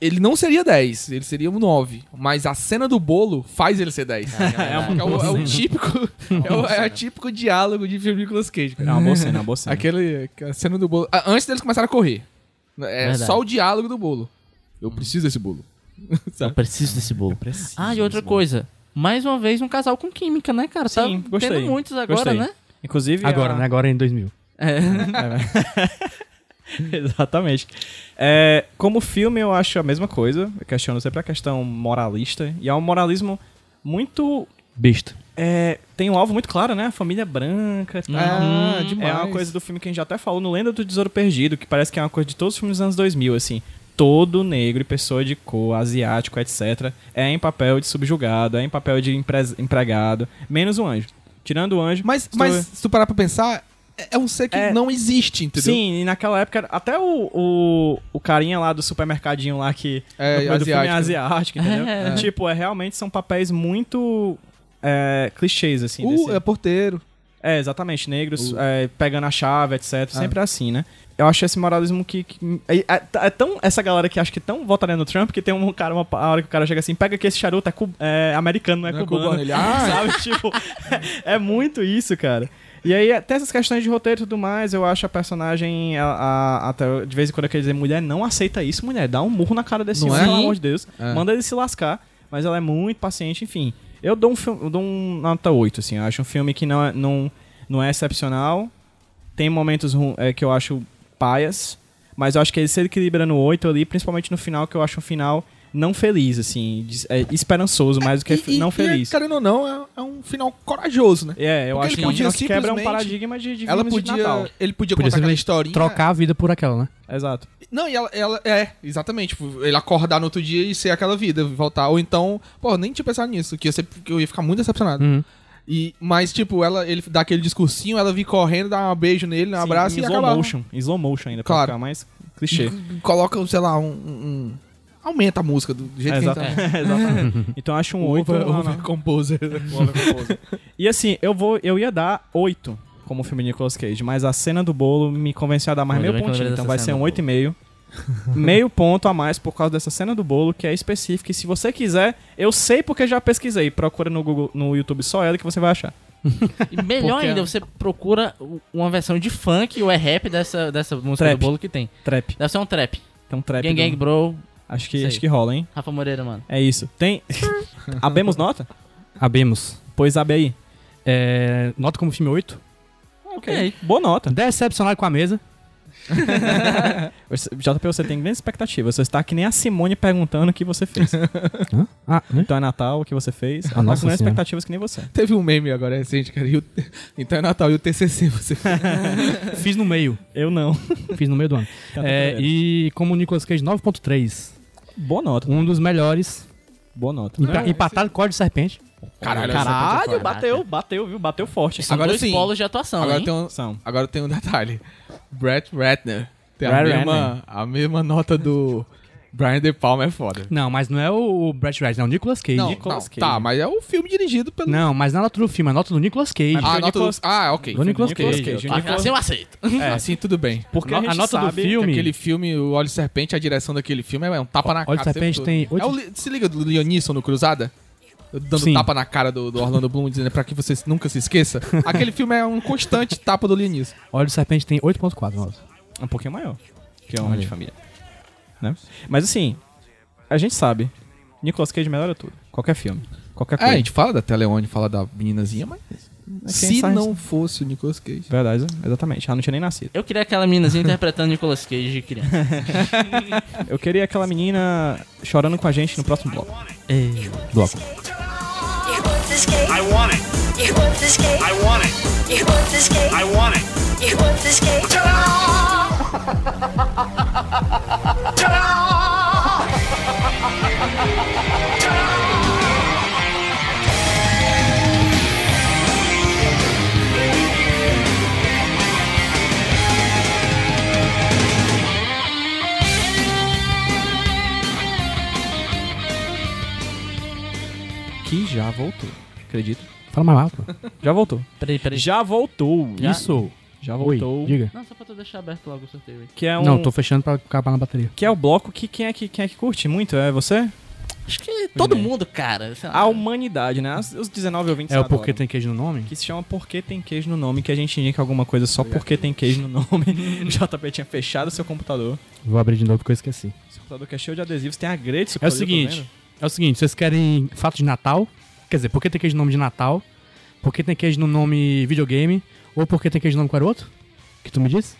Speaker 6: Ele não seria 10, ele seria um 9. Mas a cena do bolo faz ele ser 10.
Speaker 3: É
Speaker 4: um
Speaker 3: uma
Speaker 6: É o, é o típico, é o, é o típico diálogo de filme Nicolas Cage.
Speaker 3: É
Speaker 6: Cara.
Speaker 3: uma boa cena, é uma boa cena.
Speaker 6: Aquele, a cena do bolo. Ah, Antes deles começarem a correr. É
Speaker 4: Verdade.
Speaker 6: só o diálogo do bolo. Eu preciso desse bolo.
Speaker 4: Eu preciso desse bolo.
Speaker 3: Preciso
Speaker 4: Ah, e outra
Speaker 3: mesmo.
Speaker 4: coisa. Mais uma vez, um casal com química, né, cara?
Speaker 3: Sim,
Speaker 4: tá
Speaker 3: gostei.
Speaker 4: tendo muitos agora,
Speaker 3: Gostei. É.
Speaker 4: né?
Speaker 3: Inclusive.
Speaker 5: Agora,
Speaker 3: a-
Speaker 5: né? Agora em 2000.
Speaker 3: Exatamente. É, como filme, eu acho a mesma coisa. Eu questiono sempre a questão moralista. E é um moralismo muito.
Speaker 5: Besta.
Speaker 3: é, tem um alvo muito claro, né? A família branca. tal.
Speaker 6: Ah,
Speaker 3: É uma coisa do filme que a gente já até falou no Lenda do Tesouro Perdido, que parece que é uma coisa de todos os filmes dos anos 2000, assim. Todo negro e pessoa de cor, asiático, etc., é em papel de subjugado, é em papel de empre- empregado, menos o anjo. Tirando o anjo.
Speaker 6: Mas,
Speaker 3: se tu-
Speaker 6: mas se tu parar pra pensar, é é um ser que
Speaker 3: É.
Speaker 6: não existe, entendeu?
Speaker 3: Sim, e naquela época, até o, o, o carinha lá do supermercadinho lá que
Speaker 6: É,
Speaker 3: no meio do filme é asiático,
Speaker 6: asiático.
Speaker 3: entendeu? Tipo, é, realmente são papéis muito é, clichês, assim.
Speaker 6: Uh,
Speaker 3: desse-
Speaker 6: é porteiro.
Speaker 3: É, exatamente, negros é, pegando a chave, etc.
Speaker 6: Ah.
Speaker 3: Sempre assim, né? Eu acho esse moralismo que. que- é, é- é tão, essa galera que acha que tão votaria no Trump que tem um cara, uma a hora que o cara chega assim, pega que esse charuto é, cu- é americano, não é
Speaker 6: Não é
Speaker 3: cubano.
Speaker 6: cubano, ele, "Ah!"
Speaker 3: Sabe? tipo, é, é muito isso, cara. E aí, até essas questões de roteiro e tudo mais, eu acho a personagem. a- a- até de vez em quando eu quero dizer, mulher, não aceita isso, mulher. Dá um murro na cara desse
Speaker 6: Não
Speaker 3: homem,
Speaker 6: é?
Speaker 3: pelo amor de Deus.
Speaker 6: É.
Speaker 3: Manda um ele se lascar. Mas ela é muito paciente, enfim. Eu dou um filme. Eu dou um nota 8, assim. Eu acho um filme que não é, não, não é excepcional. Tem momentos ru- é, que eu acho paias. Mas eu acho que ele se equilibra no 8 ali, principalmente no final, que eu acho um final não feliz, assim. des- é, esperançoso, mais do que fe-
Speaker 6: E- e-
Speaker 3: não
Speaker 6: e,
Speaker 3: feliz.
Speaker 6: querendo ou não, é, é um final corajoso, né?
Speaker 3: É, eu acho
Speaker 6: Porque ele
Speaker 3: que é um
Speaker 6: podia
Speaker 3: final que quebra um
Speaker 6: simplesmente-
Speaker 3: paradigma de, de
Speaker 6: Ela
Speaker 3: filmes de Natal.
Speaker 6: podia, ele podia,
Speaker 5: Podia
Speaker 6: contar aquela
Speaker 5: simplesmente
Speaker 6: historinha.
Speaker 5: Trocar a vida por aquela, né?
Speaker 3: Exato.
Speaker 6: Não, e ela, ela- é, exatamente. Tipo, ele acordar no outro dia e ser aquela vida, voltar. Ou então, pô, nem tinha pensado nisso, que, ia ser- que eu ia ficar muito decepcionado.
Speaker 5: Uhum.
Speaker 6: E, mas, tipo, ela, ele dá aquele discursinho, ela vir correndo, dá um beijo nele, um
Speaker 3: Sim,
Speaker 6: abraço
Speaker 3: em
Speaker 6: e
Speaker 3: slow
Speaker 6: acaba.
Speaker 3: motion. Em slow motion ainda, pra
Speaker 6: Claro.
Speaker 3: ficar mais clichê.
Speaker 6: Coloca, sei lá, um. um- um- aumenta a música do, do jeito que
Speaker 3: Exato. É,
Speaker 6: a gente tá.
Speaker 3: Exatamente. Então eu acho um 8.
Speaker 6: Over-
Speaker 3: não,
Speaker 6: over
Speaker 3: não.
Speaker 6: composer.
Speaker 3: E assim, eu vou, eu ia dar 8 como filme de Nicolas Cage, mas a cena do bolo me convenceu a dar mais meio
Speaker 4: Ainda bem que eu
Speaker 3: pontinho,
Speaker 4: lembrei
Speaker 3: então
Speaker 4: dessa
Speaker 3: vai
Speaker 4: cena
Speaker 3: ser um
Speaker 4: do
Speaker 3: 8,5. meio ponto a mais por causa dessa cena do bolo, que é específica. E se você quiser, eu sei porque já pesquisei. Procura no Google, no YouTube só ela que você vai achar.
Speaker 4: E melhor
Speaker 6: Porque-
Speaker 4: ainda, você procura u- uma versão de funk ou é rap dessa, dessa música
Speaker 3: Trap.
Speaker 4: do bolo que tem.
Speaker 3: Trap.
Speaker 4: Deve ser um trap.
Speaker 3: Tem um trap.
Speaker 4: gang
Speaker 3: do-
Speaker 4: Gang Bro,
Speaker 3: Acho, que,
Speaker 4: Sei.
Speaker 3: acho que rola, hein?
Speaker 4: Rafa Moreira, mano.
Speaker 3: É isso. Tem. Abemos nota?
Speaker 5: Abemos.
Speaker 3: Pois abre aí.
Speaker 5: É, nota como filme 8.
Speaker 6: Ah,
Speaker 4: Ok.
Speaker 3: Boa
Speaker 5: Tá.
Speaker 3: nota.
Speaker 5: Decepcionado com a mesa.
Speaker 3: Você- JP, você tem grandes expectativas. Você está que nem a Simone perguntando o que você fez.
Speaker 5: Ah, né?
Speaker 3: Então é Natal, o que você fez. Ela tá
Speaker 5: Ah, nossa
Speaker 3: com grandes
Speaker 5: senhora.
Speaker 3: expectativas que nem você.
Speaker 6: Teve um meme agora recente, cara. e o- então é Natal e o TCC. Você...
Speaker 5: Tá, Fiz no meio.
Speaker 3: Eu não.
Speaker 5: Fiz no meio do ano. É, e como o Nicolas Cage, 9.3.
Speaker 3: Boa nota,
Speaker 5: Um dos melhores.
Speaker 3: boa nota.
Speaker 5: Empa- empatado com Código de Serpente.
Speaker 6: Caralho,
Speaker 3: Caralho,
Speaker 4: Caraca.
Speaker 3: bateu, bateu, viu? Bateu forte.
Speaker 4: São
Speaker 6: Agora
Speaker 4: dois
Speaker 6: sim.
Speaker 4: polos de atuação,
Speaker 6: Agora
Speaker 4: hein?
Speaker 6: tem, um,
Speaker 3: São.
Speaker 6: agora tem um detalhe. Brett Ratner. Tem a
Speaker 3: Brett
Speaker 6: mesma, a mesma nota do Brian De Palma, é foda.
Speaker 5: Não, mas não é o o Brad Red, não. O Nicolas Cage.
Speaker 6: Não,
Speaker 5: Não,
Speaker 3: Nicolas
Speaker 6: não,
Speaker 3: Cage.
Speaker 6: tá, mas é o filme dirigido pelo...
Speaker 5: mas na nota do filme, é a nota do Nicolas Cage.
Speaker 3: Mas-
Speaker 6: Ah,
Speaker 3: foi
Speaker 6: a
Speaker 3: o
Speaker 6: nota do-
Speaker 3: Nicolas-
Speaker 6: Ah, ok.
Speaker 5: do Nicolas
Speaker 3: Nicolas
Speaker 5: Cage.
Speaker 6: um
Speaker 3: Cage.
Speaker 4: Ah, assim eu aceito.
Speaker 6: É. Assim tudo bem.
Speaker 3: Porque
Speaker 5: No-
Speaker 3: a, gente
Speaker 5: a nota do
Speaker 3: sabe
Speaker 5: filme.
Speaker 6: Aquele filme, O Olho de Serpente, a direção daquele filme é um tapa na
Speaker 5: Olho de
Speaker 6: cara. o tempo
Speaker 5: Serpente
Speaker 6: todo.
Speaker 5: tem oito-
Speaker 6: É o Li- se liga do Leonisson no Cruzada? Dando
Speaker 5: Sim.
Speaker 6: tapa na cara do, do Orlando Bloom, dizendo pra que você nunca se esqueça. Aquele filme é um constante tapa do Leonisson.
Speaker 5: Olha o Serpente tem 8.4 nota.
Speaker 3: um pouquinho maior, que é uma de família. Né? Mas assim, a gente sabe. Nicolas Cage melhora tudo. Qualquer filme. Qualquer
Speaker 6: É,
Speaker 3: coisa.
Speaker 6: a gente fala da Teleone, fala da meninazinha, mas...
Speaker 5: É
Speaker 3: Mas quem
Speaker 6: Se
Speaker 3: sabe-
Speaker 6: não fosse o Nicolas Cage...
Speaker 3: Verdade, exatamente. Ela não tinha nem nascido.
Speaker 4: Eu queria aquela meninazinha interpretando Nicolas Cage de criança.
Speaker 3: Eu queria aquela menina chorando com a gente no próximo bloco.
Speaker 9: You want this cake? I want it. You want this cake? I want it. You want this cake? I want it. You want this cake? Ta-da! Ta-da!
Speaker 3: Que já voltou. Acredito.
Speaker 5: Fala mais alto.
Speaker 3: Já voltou.
Speaker 4: Peraí, peraí.
Speaker 3: Já voltou.
Speaker 4: Já?
Speaker 3: Isso. Já
Speaker 5: Oi,
Speaker 3: voltou.
Speaker 5: diga.
Speaker 4: Não, só pra tu deixar aberto logo o sorteio aí.
Speaker 3: que é um,
Speaker 5: Não, tô fechando pra acabar na bateria.
Speaker 3: que é o bloco que quem é que quem é que curte muito é você?
Speaker 4: Acho que todo mundo, cara. sei lá.
Speaker 3: A humanidade, né? As- Os 19 ou 20
Speaker 5: É o
Speaker 3: adoram.
Speaker 5: porque tem queijo no nome?
Speaker 3: que se chama Porque Tem Queijo no Nome, que a gente indica alguma coisa só porque tem queijo no nome. o JP tinha fechado seu computador.
Speaker 5: Vou abrir de novo porque eu esqueci.
Speaker 3: Seu computador que é cheio de adesivos, tem a tá grade
Speaker 5: É o seguinte, é o seguinte, vocês querem fato de Natal? Quer dizer, por que tem queijo no nome de Natal? Por que tem queijo no nome videogame? Ou por que tem queijo no nome qual era o outro? Que tu me disse?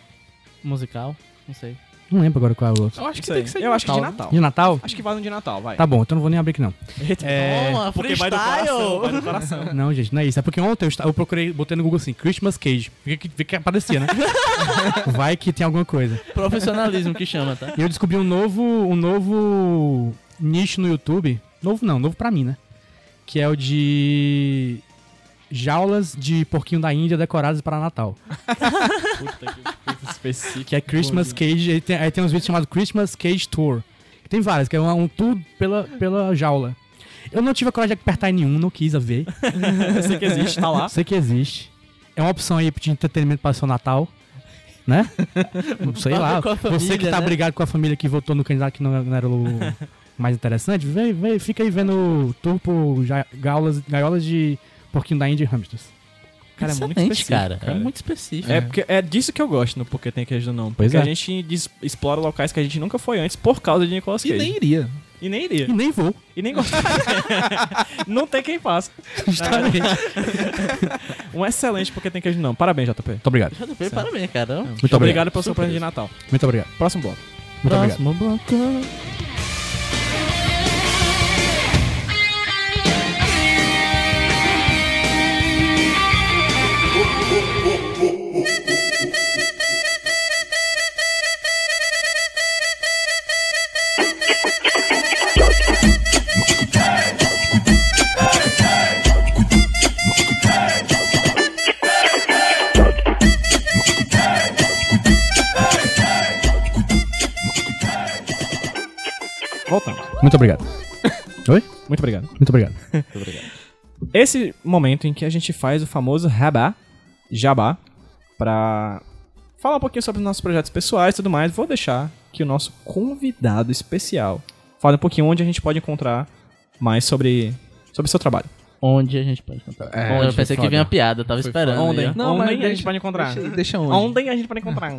Speaker 4: Musical, não sei.
Speaker 5: Não lembro agora qual era o outro.
Speaker 3: Eu acho que tem que ser Eu acho que de Natal.
Speaker 5: De Natal?
Speaker 3: Acho que vale um de Natal, vai.
Speaker 5: Tá bom, então não vou nem abrir aqui não.
Speaker 4: É, Toma,
Speaker 3: Porque vai do coração, vai
Speaker 4: freestyle!
Speaker 3: do coração.
Speaker 5: Não, gente, não é isso. É porque ontem eu, esta- eu procurei, botei no Google assim, Christmas Cage. Vi que, vi que aparecia, né? Vai que tem alguma coisa.
Speaker 4: Profissionalismo que chama, tá?
Speaker 5: E eu descobri um novo, um novo nicho no YouTube. Novo não, novo pra mim, né? Que é o de jaulas de porquinho da Índia decoradas para Natal.
Speaker 3: Puta que coisa específica.
Speaker 5: Que é Christmas Cage. Aí tem, aí tem uns vídeos chamados Christmas Cage Tour. Que tem várias, que é um, um tour pela, pela jaula. Eu não tive a coragem de apertar em nenhum, não quis a ver.
Speaker 3: Eu sei que existe, tá lá.
Speaker 5: Sei que existe. É uma opção aí de entretenimento para seu Natal. Né? Sei lá.
Speaker 4: com a
Speaker 5: Você que
Speaker 4: família,
Speaker 5: tá
Speaker 4: né?
Speaker 5: brigado com a família que votou no candidato que não, não era o mais interessante, vem, vem, fica aí vendo turpo ja- gaulas, gaiolas de porquinho da Índia e hamsters.
Speaker 3: Cara, é muito
Speaker 4: Excelente,
Speaker 3: específico,
Speaker 4: cara.
Speaker 3: cara.
Speaker 4: É muito específico.
Speaker 3: É, porque é disso que eu gosto no Porque Tem Queijo Não.
Speaker 5: Pois
Speaker 3: Porque
Speaker 5: é.
Speaker 3: a gente des- explora locais que a gente nunca foi antes por causa de Nicolas
Speaker 6: E
Speaker 3: Cage.
Speaker 6: nem iria.
Speaker 3: E nem iria.
Speaker 5: E nem vou.
Speaker 3: E nem gosta. não tem quem faça.
Speaker 6: tá,
Speaker 5: Justamente. Muito
Speaker 3: Um excelente Porque Tem Queijo Não. Parabéns, JP. Muito
Speaker 5: obrigado.
Speaker 4: JP, parabéns, cara.
Speaker 6: É.
Speaker 5: Muito obrigado.
Speaker 3: obrigado pelo seu presente de Natal.
Speaker 5: Muito obrigado.
Speaker 3: Próximo bloco.
Speaker 5: Muito obrigado.
Speaker 4: Próximo bloco.
Speaker 3: Voltamos.
Speaker 5: Muito obrigado. Oi?
Speaker 3: Muito obrigado.
Speaker 5: Muito obrigado.
Speaker 3: Esse momento em que a gente faz o famoso rabá, jabá, pra falar um pouquinho sobre os nossos projetos pessoais e tudo mais, vou deixar que o nosso convidado especial fale um pouquinho onde a gente pode encontrar mais sobre sobre o seu trabalho.
Speaker 4: Onde a gente pode encontrar?
Speaker 6: É,
Speaker 4: Bom,
Speaker 6: onde
Speaker 4: eu pensei
Speaker 6: foi
Speaker 4: que vinha uma
Speaker 6: foda.
Speaker 4: piada, eu tava
Speaker 6: Foi
Speaker 4: esperando.
Speaker 6: foda.
Speaker 4: aí, ó.
Speaker 3: Onde?
Speaker 6: Não, mas
Speaker 3: Onde a
Speaker 6: deixa-
Speaker 3: gente pode encontrar?
Speaker 6: Deixa, deixa onde?
Speaker 3: Onde a gente pode encontrar?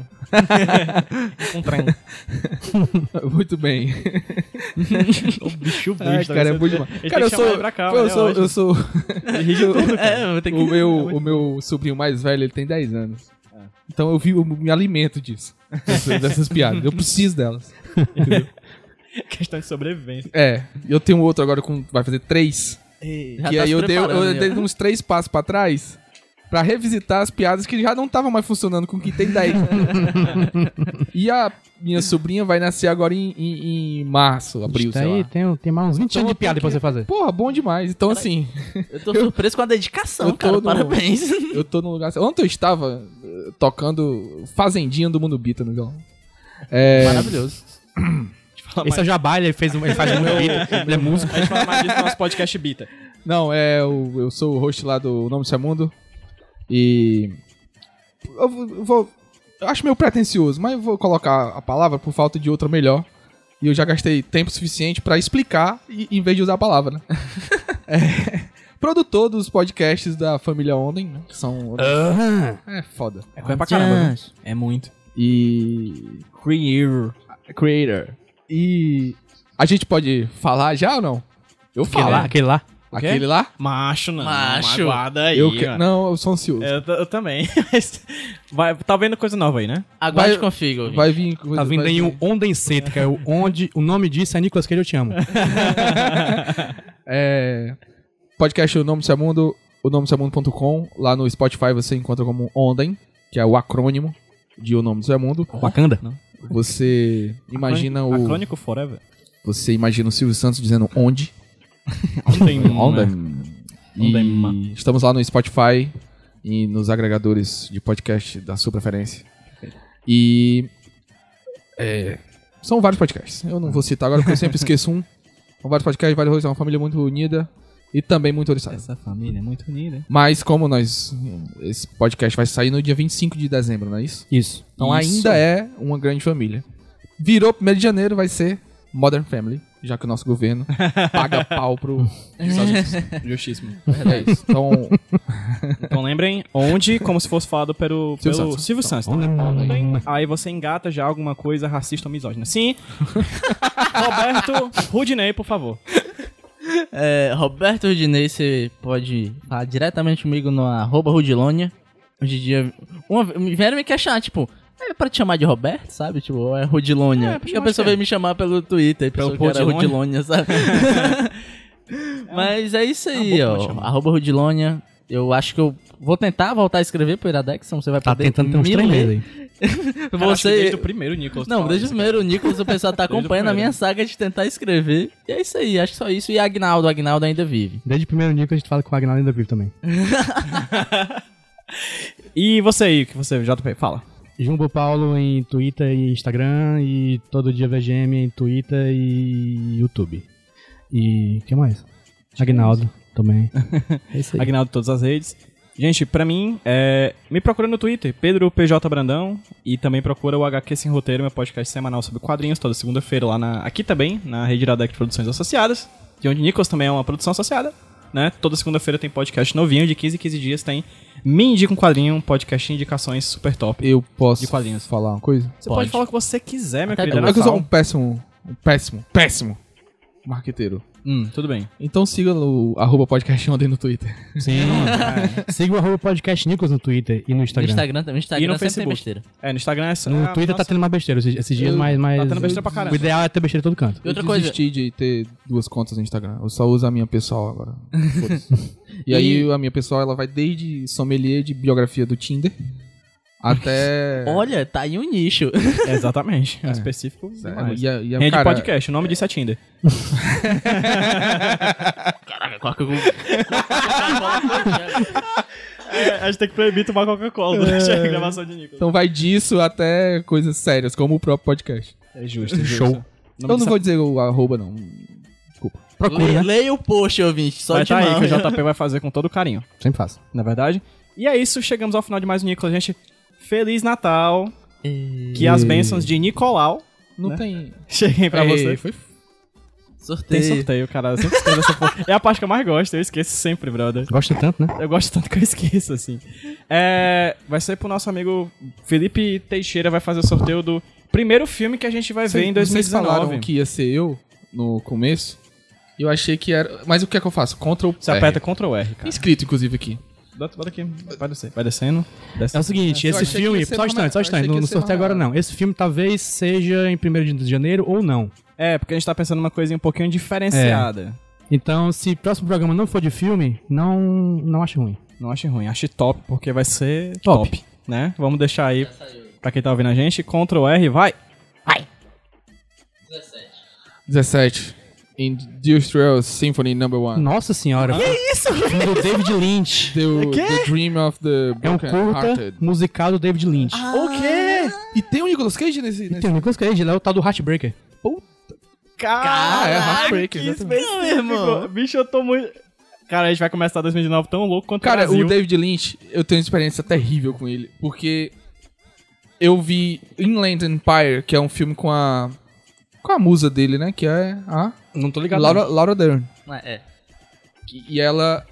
Speaker 3: encontrar.
Speaker 6: Muito
Speaker 4: É,
Speaker 6: bem.
Speaker 4: então
Speaker 3: O bicho
Speaker 6: Ai, cara, é muito demais. Cara, eu sou.
Speaker 4: né?
Speaker 6: eu sou. Eu sou.
Speaker 4: É, eu vou ter que...
Speaker 6: o, meu, o meu sobrinho mais velho, ele tem 10 anos.
Speaker 4: É.
Speaker 6: Então eu, vi, eu me alimento disso. Dessas, dessas piadas. Eu preciso delas.
Speaker 3: Questão de sobrevivência.
Speaker 6: É. e Eu tenho outro agora com. Vai fazer 3.
Speaker 4: Já
Speaker 6: e
Speaker 4: tá
Speaker 6: aí
Speaker 4: se
Speaker 6: eu dei,
Speaker 4: preparando,
Speaker 6: eu
Speaker 4: né?
Speaker 6: dei uns três passos pra trás pra revisitar as piadas que já não estavam mais funcionando com o que tem daí. e a minha sobrinha vai nascer agora em, em- em março, abril,
Speaker 5: Tá
Speaker 6: sei
Speaker 5: aí,
Speaker 6: lá.
Speaker 5: tem, tem mais uns 20
Speaker 6: Então eu
Speaker 5: anos
Speaker 4: um
Speaker 5: de piada
Speaker 6: tenho
Speaker 5: pra
Speaker 6: que-
Speaker 5: você fazer.
Speaker 6: Porra, bom demais. Então, assim,
Speaker 4: Eu tô surpreso com a dedicação,
Speaker 6: Eu tô
Speaker 4: cara.
Speaker 6: no-
Speaker 4: Parabéns.
Speaker 6: eu tô num lugar. Ontem eu estava eh, tocando Fazendinha do Mundo Bita no violão. É,
Speaker 4: Maravilhoso.
Speaker 5: Esse é o Jabá, ele, fez um, ele faz um beat, ele é músico.
Speaker 3: A gente fala mais disso no nosso podcast Bita.
Speaker 6: Não, é. Eu, eu sou o host lá do Nome do Mundo. E. Eu vou- eu vou. Eu acho meio pretencioso, mas eu vou colocar a palavra por falta de outra melhor. E eu já gastei tempo suficiente pra explicar e- em vez de usar a palavra, né? É, Produtor dos podcasts da família Onden, né? Que são. É foda.
Speaker 3: É coisa pra caramba, né? É muito.
Speaker 6: E.
Speaker 3: Creator.
Speaker 6: Creator. E. A gente pode falar já ou não? Eu falo.
Speaker 5: Aquele lá, aquele lá.
Speaker 3: O quê?
Speaker 6: Aquele lá?
Speaker 3: Macho, não.
Speaker 4: Macho.
Speaker 3: Aguarda aí,
Speaker 6: Ah, eu que...
Speaker 3: ó.
Speaker 6: Não, eu sou ansioso.
Speaker 5: É,
Speaker 3: Eu, t- eu também. Mas vai, tá vendo coisa nova aí, né?
Speaker 4: Aguarde
Speaker 6: Vai-
Speaker 4: configo. ouvinte.
Speaker 6: Vai vir. coisa-
Speaker 5: Tá vindo
Speaker 6: vai
Speaker 5: aí
Speaker 6: vir-
Speaker 5: um Onden Center, que é o onde o nome disso é Nicolas Cage, eu te amo.
Speaker 6: É, podcast O Nome do Seu Mundo, o nome do seu mundo.com. Lá no Spotify você encontra como Ondem, que é o acrônimo de O Nome do Seu Mundo.
Speaker 5: Wakanda.
Speaker 6: Você imagina
Speaker 3: Acrônico-
Speaker 6: o.
Speaker 3: Acrônico Forever.
Speaker 6: Você imagina o Silvio Santos dizendo onde.
Speaker 3: Ontem.
Speaker 6: Hum, é. E estamos lá no Spotify e nos agregadores de podcast da sua preferência. E. é, são vários podcasts. Eu não vou citar agora porque eu sempre esqueço um. São vários podcasts, vários é uma família muito unida. E também muito oriçada.
Speaker 3: Essa família é muito unida.
Speaker 6: Mas como nós. Esse podcast vai sair no dia 25 de dezembro, não é isso?
Speaker 5: Isso.
Speaker 6: Então ainda é uma grande família. Virou 1 de janeiro, vai ser Modern Family, já que o nosso governo paga pau pro.
Speaker 1: Justíssimo.
Speaker 6: É isso. Então,
Speaker 3: Então lembrem onde, como se fosse falado pelo,
Speaker 6: Silvio
Speaker 3: pelo
Speaker 6: Santos. Tá
Speaker 3: Silvio Santos. né? Aí você engata já alguma coisa racista ou misógina. Sim. Roberto Rudinei, por favor.
Speaker 4: É, Roberto Rudinei, você pode falar diretamente comigo no arroba Rudilonia. Hoje em dia. Uma, me- vieram me queixar, tipo, é pra te chamar de Roberto, sabe? Tipo, ou é Rudilonia. Porque a pessoa veio me chamar pelo Twitter,
Speaker 3: Pelo
Speaker 4: pelo que era
Speaker 3: Podilônia.
Speaker 4: Rudilonia, sabe? Mas é isso aí,
Speaker 3: boa forma de
Speaker 4: ó.
Speaker 3: chamar.
Speaker 4: Arroba Rudilonia. Eu acho que eu vou tentar voltar a escrever pro Iradex, então você vai
Speaker 5: Tá
Speaker 4: poder.
Speaker 5: tentando ter uns
Speaker 4: me
Speaker 5: três
Speaker 4: ler.
Speaker 5: meses aí.
Speaker 3: Cara, acho que
Speaker 4: Você.
Speaker 3: desde o primeiro, Nicolas.
Speaker 4: Não,
Speaker 3: fala
Speaker 4: desde o
Speaker 3: isso.
Speaker 4: primeiro, o Nicolas, o pessoal tá
Speaker 3: Desde o
Speaker 4: acompanhando a minha
Speaker 3: primeiro.
Speaker 4: saga de tentar escrever. E é isso aí, acho que só isso. E Agnaldo, Agnaldo ainda vive.
Speaker 5: Desde o primeiro dia que a gente fala que o Agnaldo ainda vive também.
Speaker 3: E você aí, que você, JP, fala.
Speaker 5: Jumbo Paulo em Twitter e Instagram e todo dia VGM em Twitter e YouTube. E que é mais? Agnaldo também. É isso aí.
Speaker 3: Agnaldo de todas as redes. Gente, pra mim, é, me procura no Twitter, Pedro PJ Brandão, e também procura o HQ Sem Roteiro, meu podcast semanal sobre quadrinhos, toda segunda-feira lá na, aqui também, na Rede Iradex Produções Associadas, de onde Nicolas também é uma produção associada, né? Toda segunda-feira tem podcast novinho, de 15 em 15 dias tem Me Indica um Quadrinho, um podcast de indicações super top.
Speaker 6: eu posso
Speaker 3: De quadrinhos.
Speaker 6: falar uma coisa?
Speaker 3: Você pode. falar o que você quiser, meu
Speaker 4: Até
Speaker 3: querido.
Speaker 6: É que eu sou um
Speaker 3: Natal.
Speaker 6: péssimo, um péssimo, péssimo marqueteiro.
Speaker 3: Hum, tudo bem.
Speaker 6: Então siga o arroba podcast ontem no Twitter.
Speaker 5: Sim. Siga o arroba podcast Nicolas no Twitter e no
Speaker 4: No
Speaker 5: Instagram.
Speaker 4: Instagram também, Instagram
Speaker 3: E no
Speaker 4: sempre
Speaker 3: Facebook.
Speaker 4: tem besteira.
Speaker 3: É, no Instagram é essa.
Speaker 5: No
Speaker 3: Ah,
Speaker 5: Twitter tá
Speaker 3: nossa.
Speaker 5: tendo mais besteira esses, esses dias, mas, mas
Speaker 3: tá tendo besteira pra caramba.
Speaker 5: o ideal é ter besteira em todo canto.
Speaker 4: E outra
Speaker 6: eu
Speaker 4: coisa,
Speaker 6: desisti de ter duas contas no Instagram. Eu só uso a minha pessoal agora. Foda-se. e aí a minha pessoal ela vai desde sommelier de biografia do Tinder até...
Speaker 4: olha, tá aí um nicho.
Speaker 3: Exatamente. É. Específico.
Speaker 6: É,
Speaker 3: demais.
Speaker 6: e a, e a,
Speaker 3: Rende
Speaker 6: cara,
Speaker 3: podcast, o nome disso é Tinder.
Speaker 4: Caraca, qual que eu...
Speaker 3: É, a gente tem que proibir tomar Coca-Cola durante a gravação de Nicolas.
Speaker 6: Então vai disso até coisas sérias, como o próprio podcast.
Speaker 3: É justo, é
Speaker 5: Show.
Speaker 3: justo.
Speaker 6: eu não vou dizer o arroba, não.
Speaker 5: Procura,
Speaker 4: Le,
Speaker 5: né?
Speaker 4: leia o post, ouvinte, só
Speaker 3: Vai
Speaker 4: de
Speaker 3: tá aí
Speaker 4: mão.
Speaker 3: que o JP vai fazer com todo carinho,
Speaker 5: Sempre faço.
Speaker 3: na verdade. E é isso, chegamos ao final de mais um Nicolas, gente. Feliz Natal. Que as bênçãos de Nicolau
Speaker 6: Não
Speaker 3: Né?
Speaker 6: tem...
Speaker 3: cheguem
Speaker 5: É,
Speaker 3: pra
Speaker 6: Ei,
Speaker 3: você.
Speaker 6: Foi
Speaker 3: Tem
Speaker 4: Sorteio.
Speaker 3: sorteio, cara. Eu sempre esqueço essa porra. É a parte que eu mais gosto, eu esqueço sempre, brother.
Speaker 5: Gosta tanto, né?
Speaker 3: Eu gosto tanto que eu esqueço, assim. É, vai ser pro nosso amigo Felipe Teixeira, vai fazer o sorteio do primeiro filme que a gente vai ver em
Speaker 6: Vocês falaram
Speaker 3: 2019.
Speaker 6: que ia ser eu no começo. Eu achei que era. Mas o que é que eu faço? Ctrl.
Speaker 3: Você aperta Ctrl R,
Speaker 6: Tem
Speaker 3: cara.
Speaker 6: escrito, inclusive, aqui.
Speaker 3: Bota, bota aqui, vai descer. Vai descendo. Desce.
Speaker 5: É o seguinte,
Speaker 6: Eu
Speaker 5: esse
Speaker 6: achei que ia
Speaker 5: filme.
Speaker 6: ser
Speaker 5: Só um instante, só
Speaker 6: maneiro, eu achei
Speaker 5: um instante.
Speaker 6: que ia
Speaker 5: Não, não
Speaker 6: ser
Speaker 5: sorteio agora,
Speaker 6: maneiro.
Speaker 5: não. Esse filme talvez seja em 1 de janeiro ou não.
Speaker 3: É, porque a gente tá pensando numa coisinha um pouquinho diferenciada.
Speaker 5: Então, se o próximo programa não for de filme, não, não acho ruim.
Speaker 3: Não ache ruim, ache top, porque vai ser top,
Speaker 5: Top.
Speaker 3: né? Vamos deixar aí pra quem tá ouvindo a gente. Ctrl R, vai!
Speaker 6: 17. Industrial Symphony Number
Speaker 3: Hum.
Speaker 6: 1.
Speaker 5: Nossa senhora. Que isso? Do David Lynch.
Speaker 6: The, the Dream of the
Speaker 5: É um
Speaker 6: Broken
Speaker 5: curta
Speaker 6: Hearted.
Speaker 5: musical do David Lynch.
Speaker 4: Ah.
Speaker 6: O quê? E tem o Nicolas Cage nesse.
Speaker 5: E
Speaker 6: nesse...
Speaker 5: tem o Nicolas Cage, ele é o tal do Heartbreaker.
Speaker 6: Ah, é Heartbreaker. exatamente.
Speaker 4: Não, meu irmão.
Speaker 3: Bicho, eu tô muito. Cara, a gente vai começar 2019 tão louco quanto o
Speaker 6: Cara,
Speaker 3: Brasil.
Speaker 6: o David Lynch, eu tenho uma experiência terrível com ele. Porque eu vi Inland Empire, que é um filme com a. Com a musa dele, né? Que é a.
Speaker 5: Não tô
Speaker 6: Laura, Laura Dern.
Speaker 4: É, é.
Speaker 6: E e ela.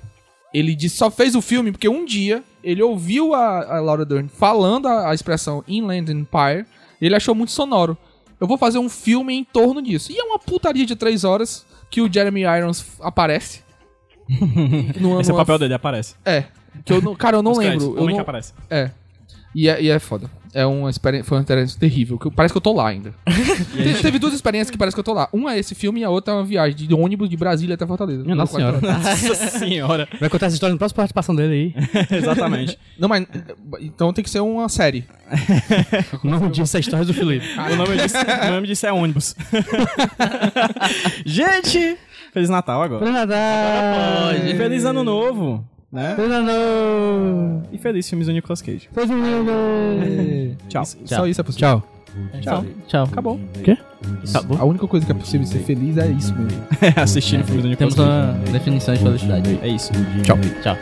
Speaker 6: Ele disse, só fez o filme porque um dia ele ouviu a, a Laura Dern falando a, a expressão Inland Empire e ele achou muito sonoro. Eu vou fazer um filme em torno disso. E é uma putaria de três horas que o Jeremy Irons f- aparece. Numa-
Speaker 3: Esse é o
Speaker 6: numa-
Speaker 3: papel dele, aparece.
Speaker 6: É. Que eu não, cara, eu não
Speaker 3: Os créditos,
Speaker 6: lembro.
Speaker 3: Como é que
Speaker 6: eu não,
Speaker 3: aparece?
Speaker 6: é. E é, e é foda. É uma experiência, foi uma experiência terrível. que eu- parece que eu tô lá ainda. Te- teve duas experiências que parece que eu tô lá. Uma é esse filme e a outra é uma viagem de ônibus de Brasília até Fortaleza.
Speaker 5: Minha Nossa Senhora.
Speaker 3: Nossa senhora.
Speaker 5: Vai contar essa história no próximo participação dele aí.
Speaker 3: Exatamente.
Speaker 6: Não, mas. Então tem que ser uma série.
Speaker 5: Não diz essa história do Felipe.
Speaker 3: o, nome disso, o nome disso é ônibus. gente! Feliz Natal agora.
Speaker 5: Feliz Natal!
Speaker 3: Feliz Ano Novo, né?
Speaker 5: Feliz Natal!
Speaker 3: E feliz filmes do Nicolas Cage.
Speaker 5: Feliz Natal!
Speaker 3: Tchau.
Speaker 6: Só isso é possível.
Speaker 5: Tchau.
Speaker 4: Então, tchau.
Speaker 3: Acabou.
Speaker 4: Acabou.
Speaker 6: A única coisa que é possível ser feliz é isso mesmo.
Speaker 3: Assistindo filmes do Nicolas
Speaker 4: Temos
Speaker 3: Cage.
Speaker 4: uma definição de felicidade.
Speaker 3: É isso.
Speaker 6: Tchau.
Speaker 4: Tchau.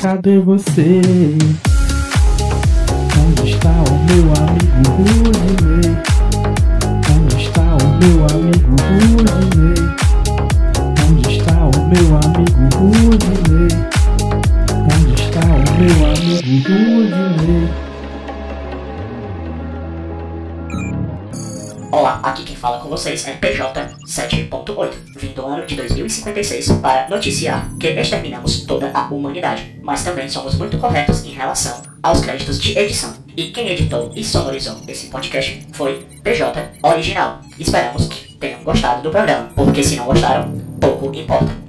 Speaker 10: Cadê você? Onde está o meu amigo Rudinei? Onde está o meu amigo Rudinei? Onde está o meu amigo Rudinei? Onde está o meu amigo Rudinei?
Speaker 11: Olá, aqui quem fala com vocês é PJ7.8, vindo do ano de 2056 para noticiar que exterminamos toda a humanidade, mas também somos muito corretos em relação aos créditos de edição. E quem editou e sonorizou esse podcast foi PJ Original. Esperamos que tenham gostado do programa, porque se não gostaram, pouco importa.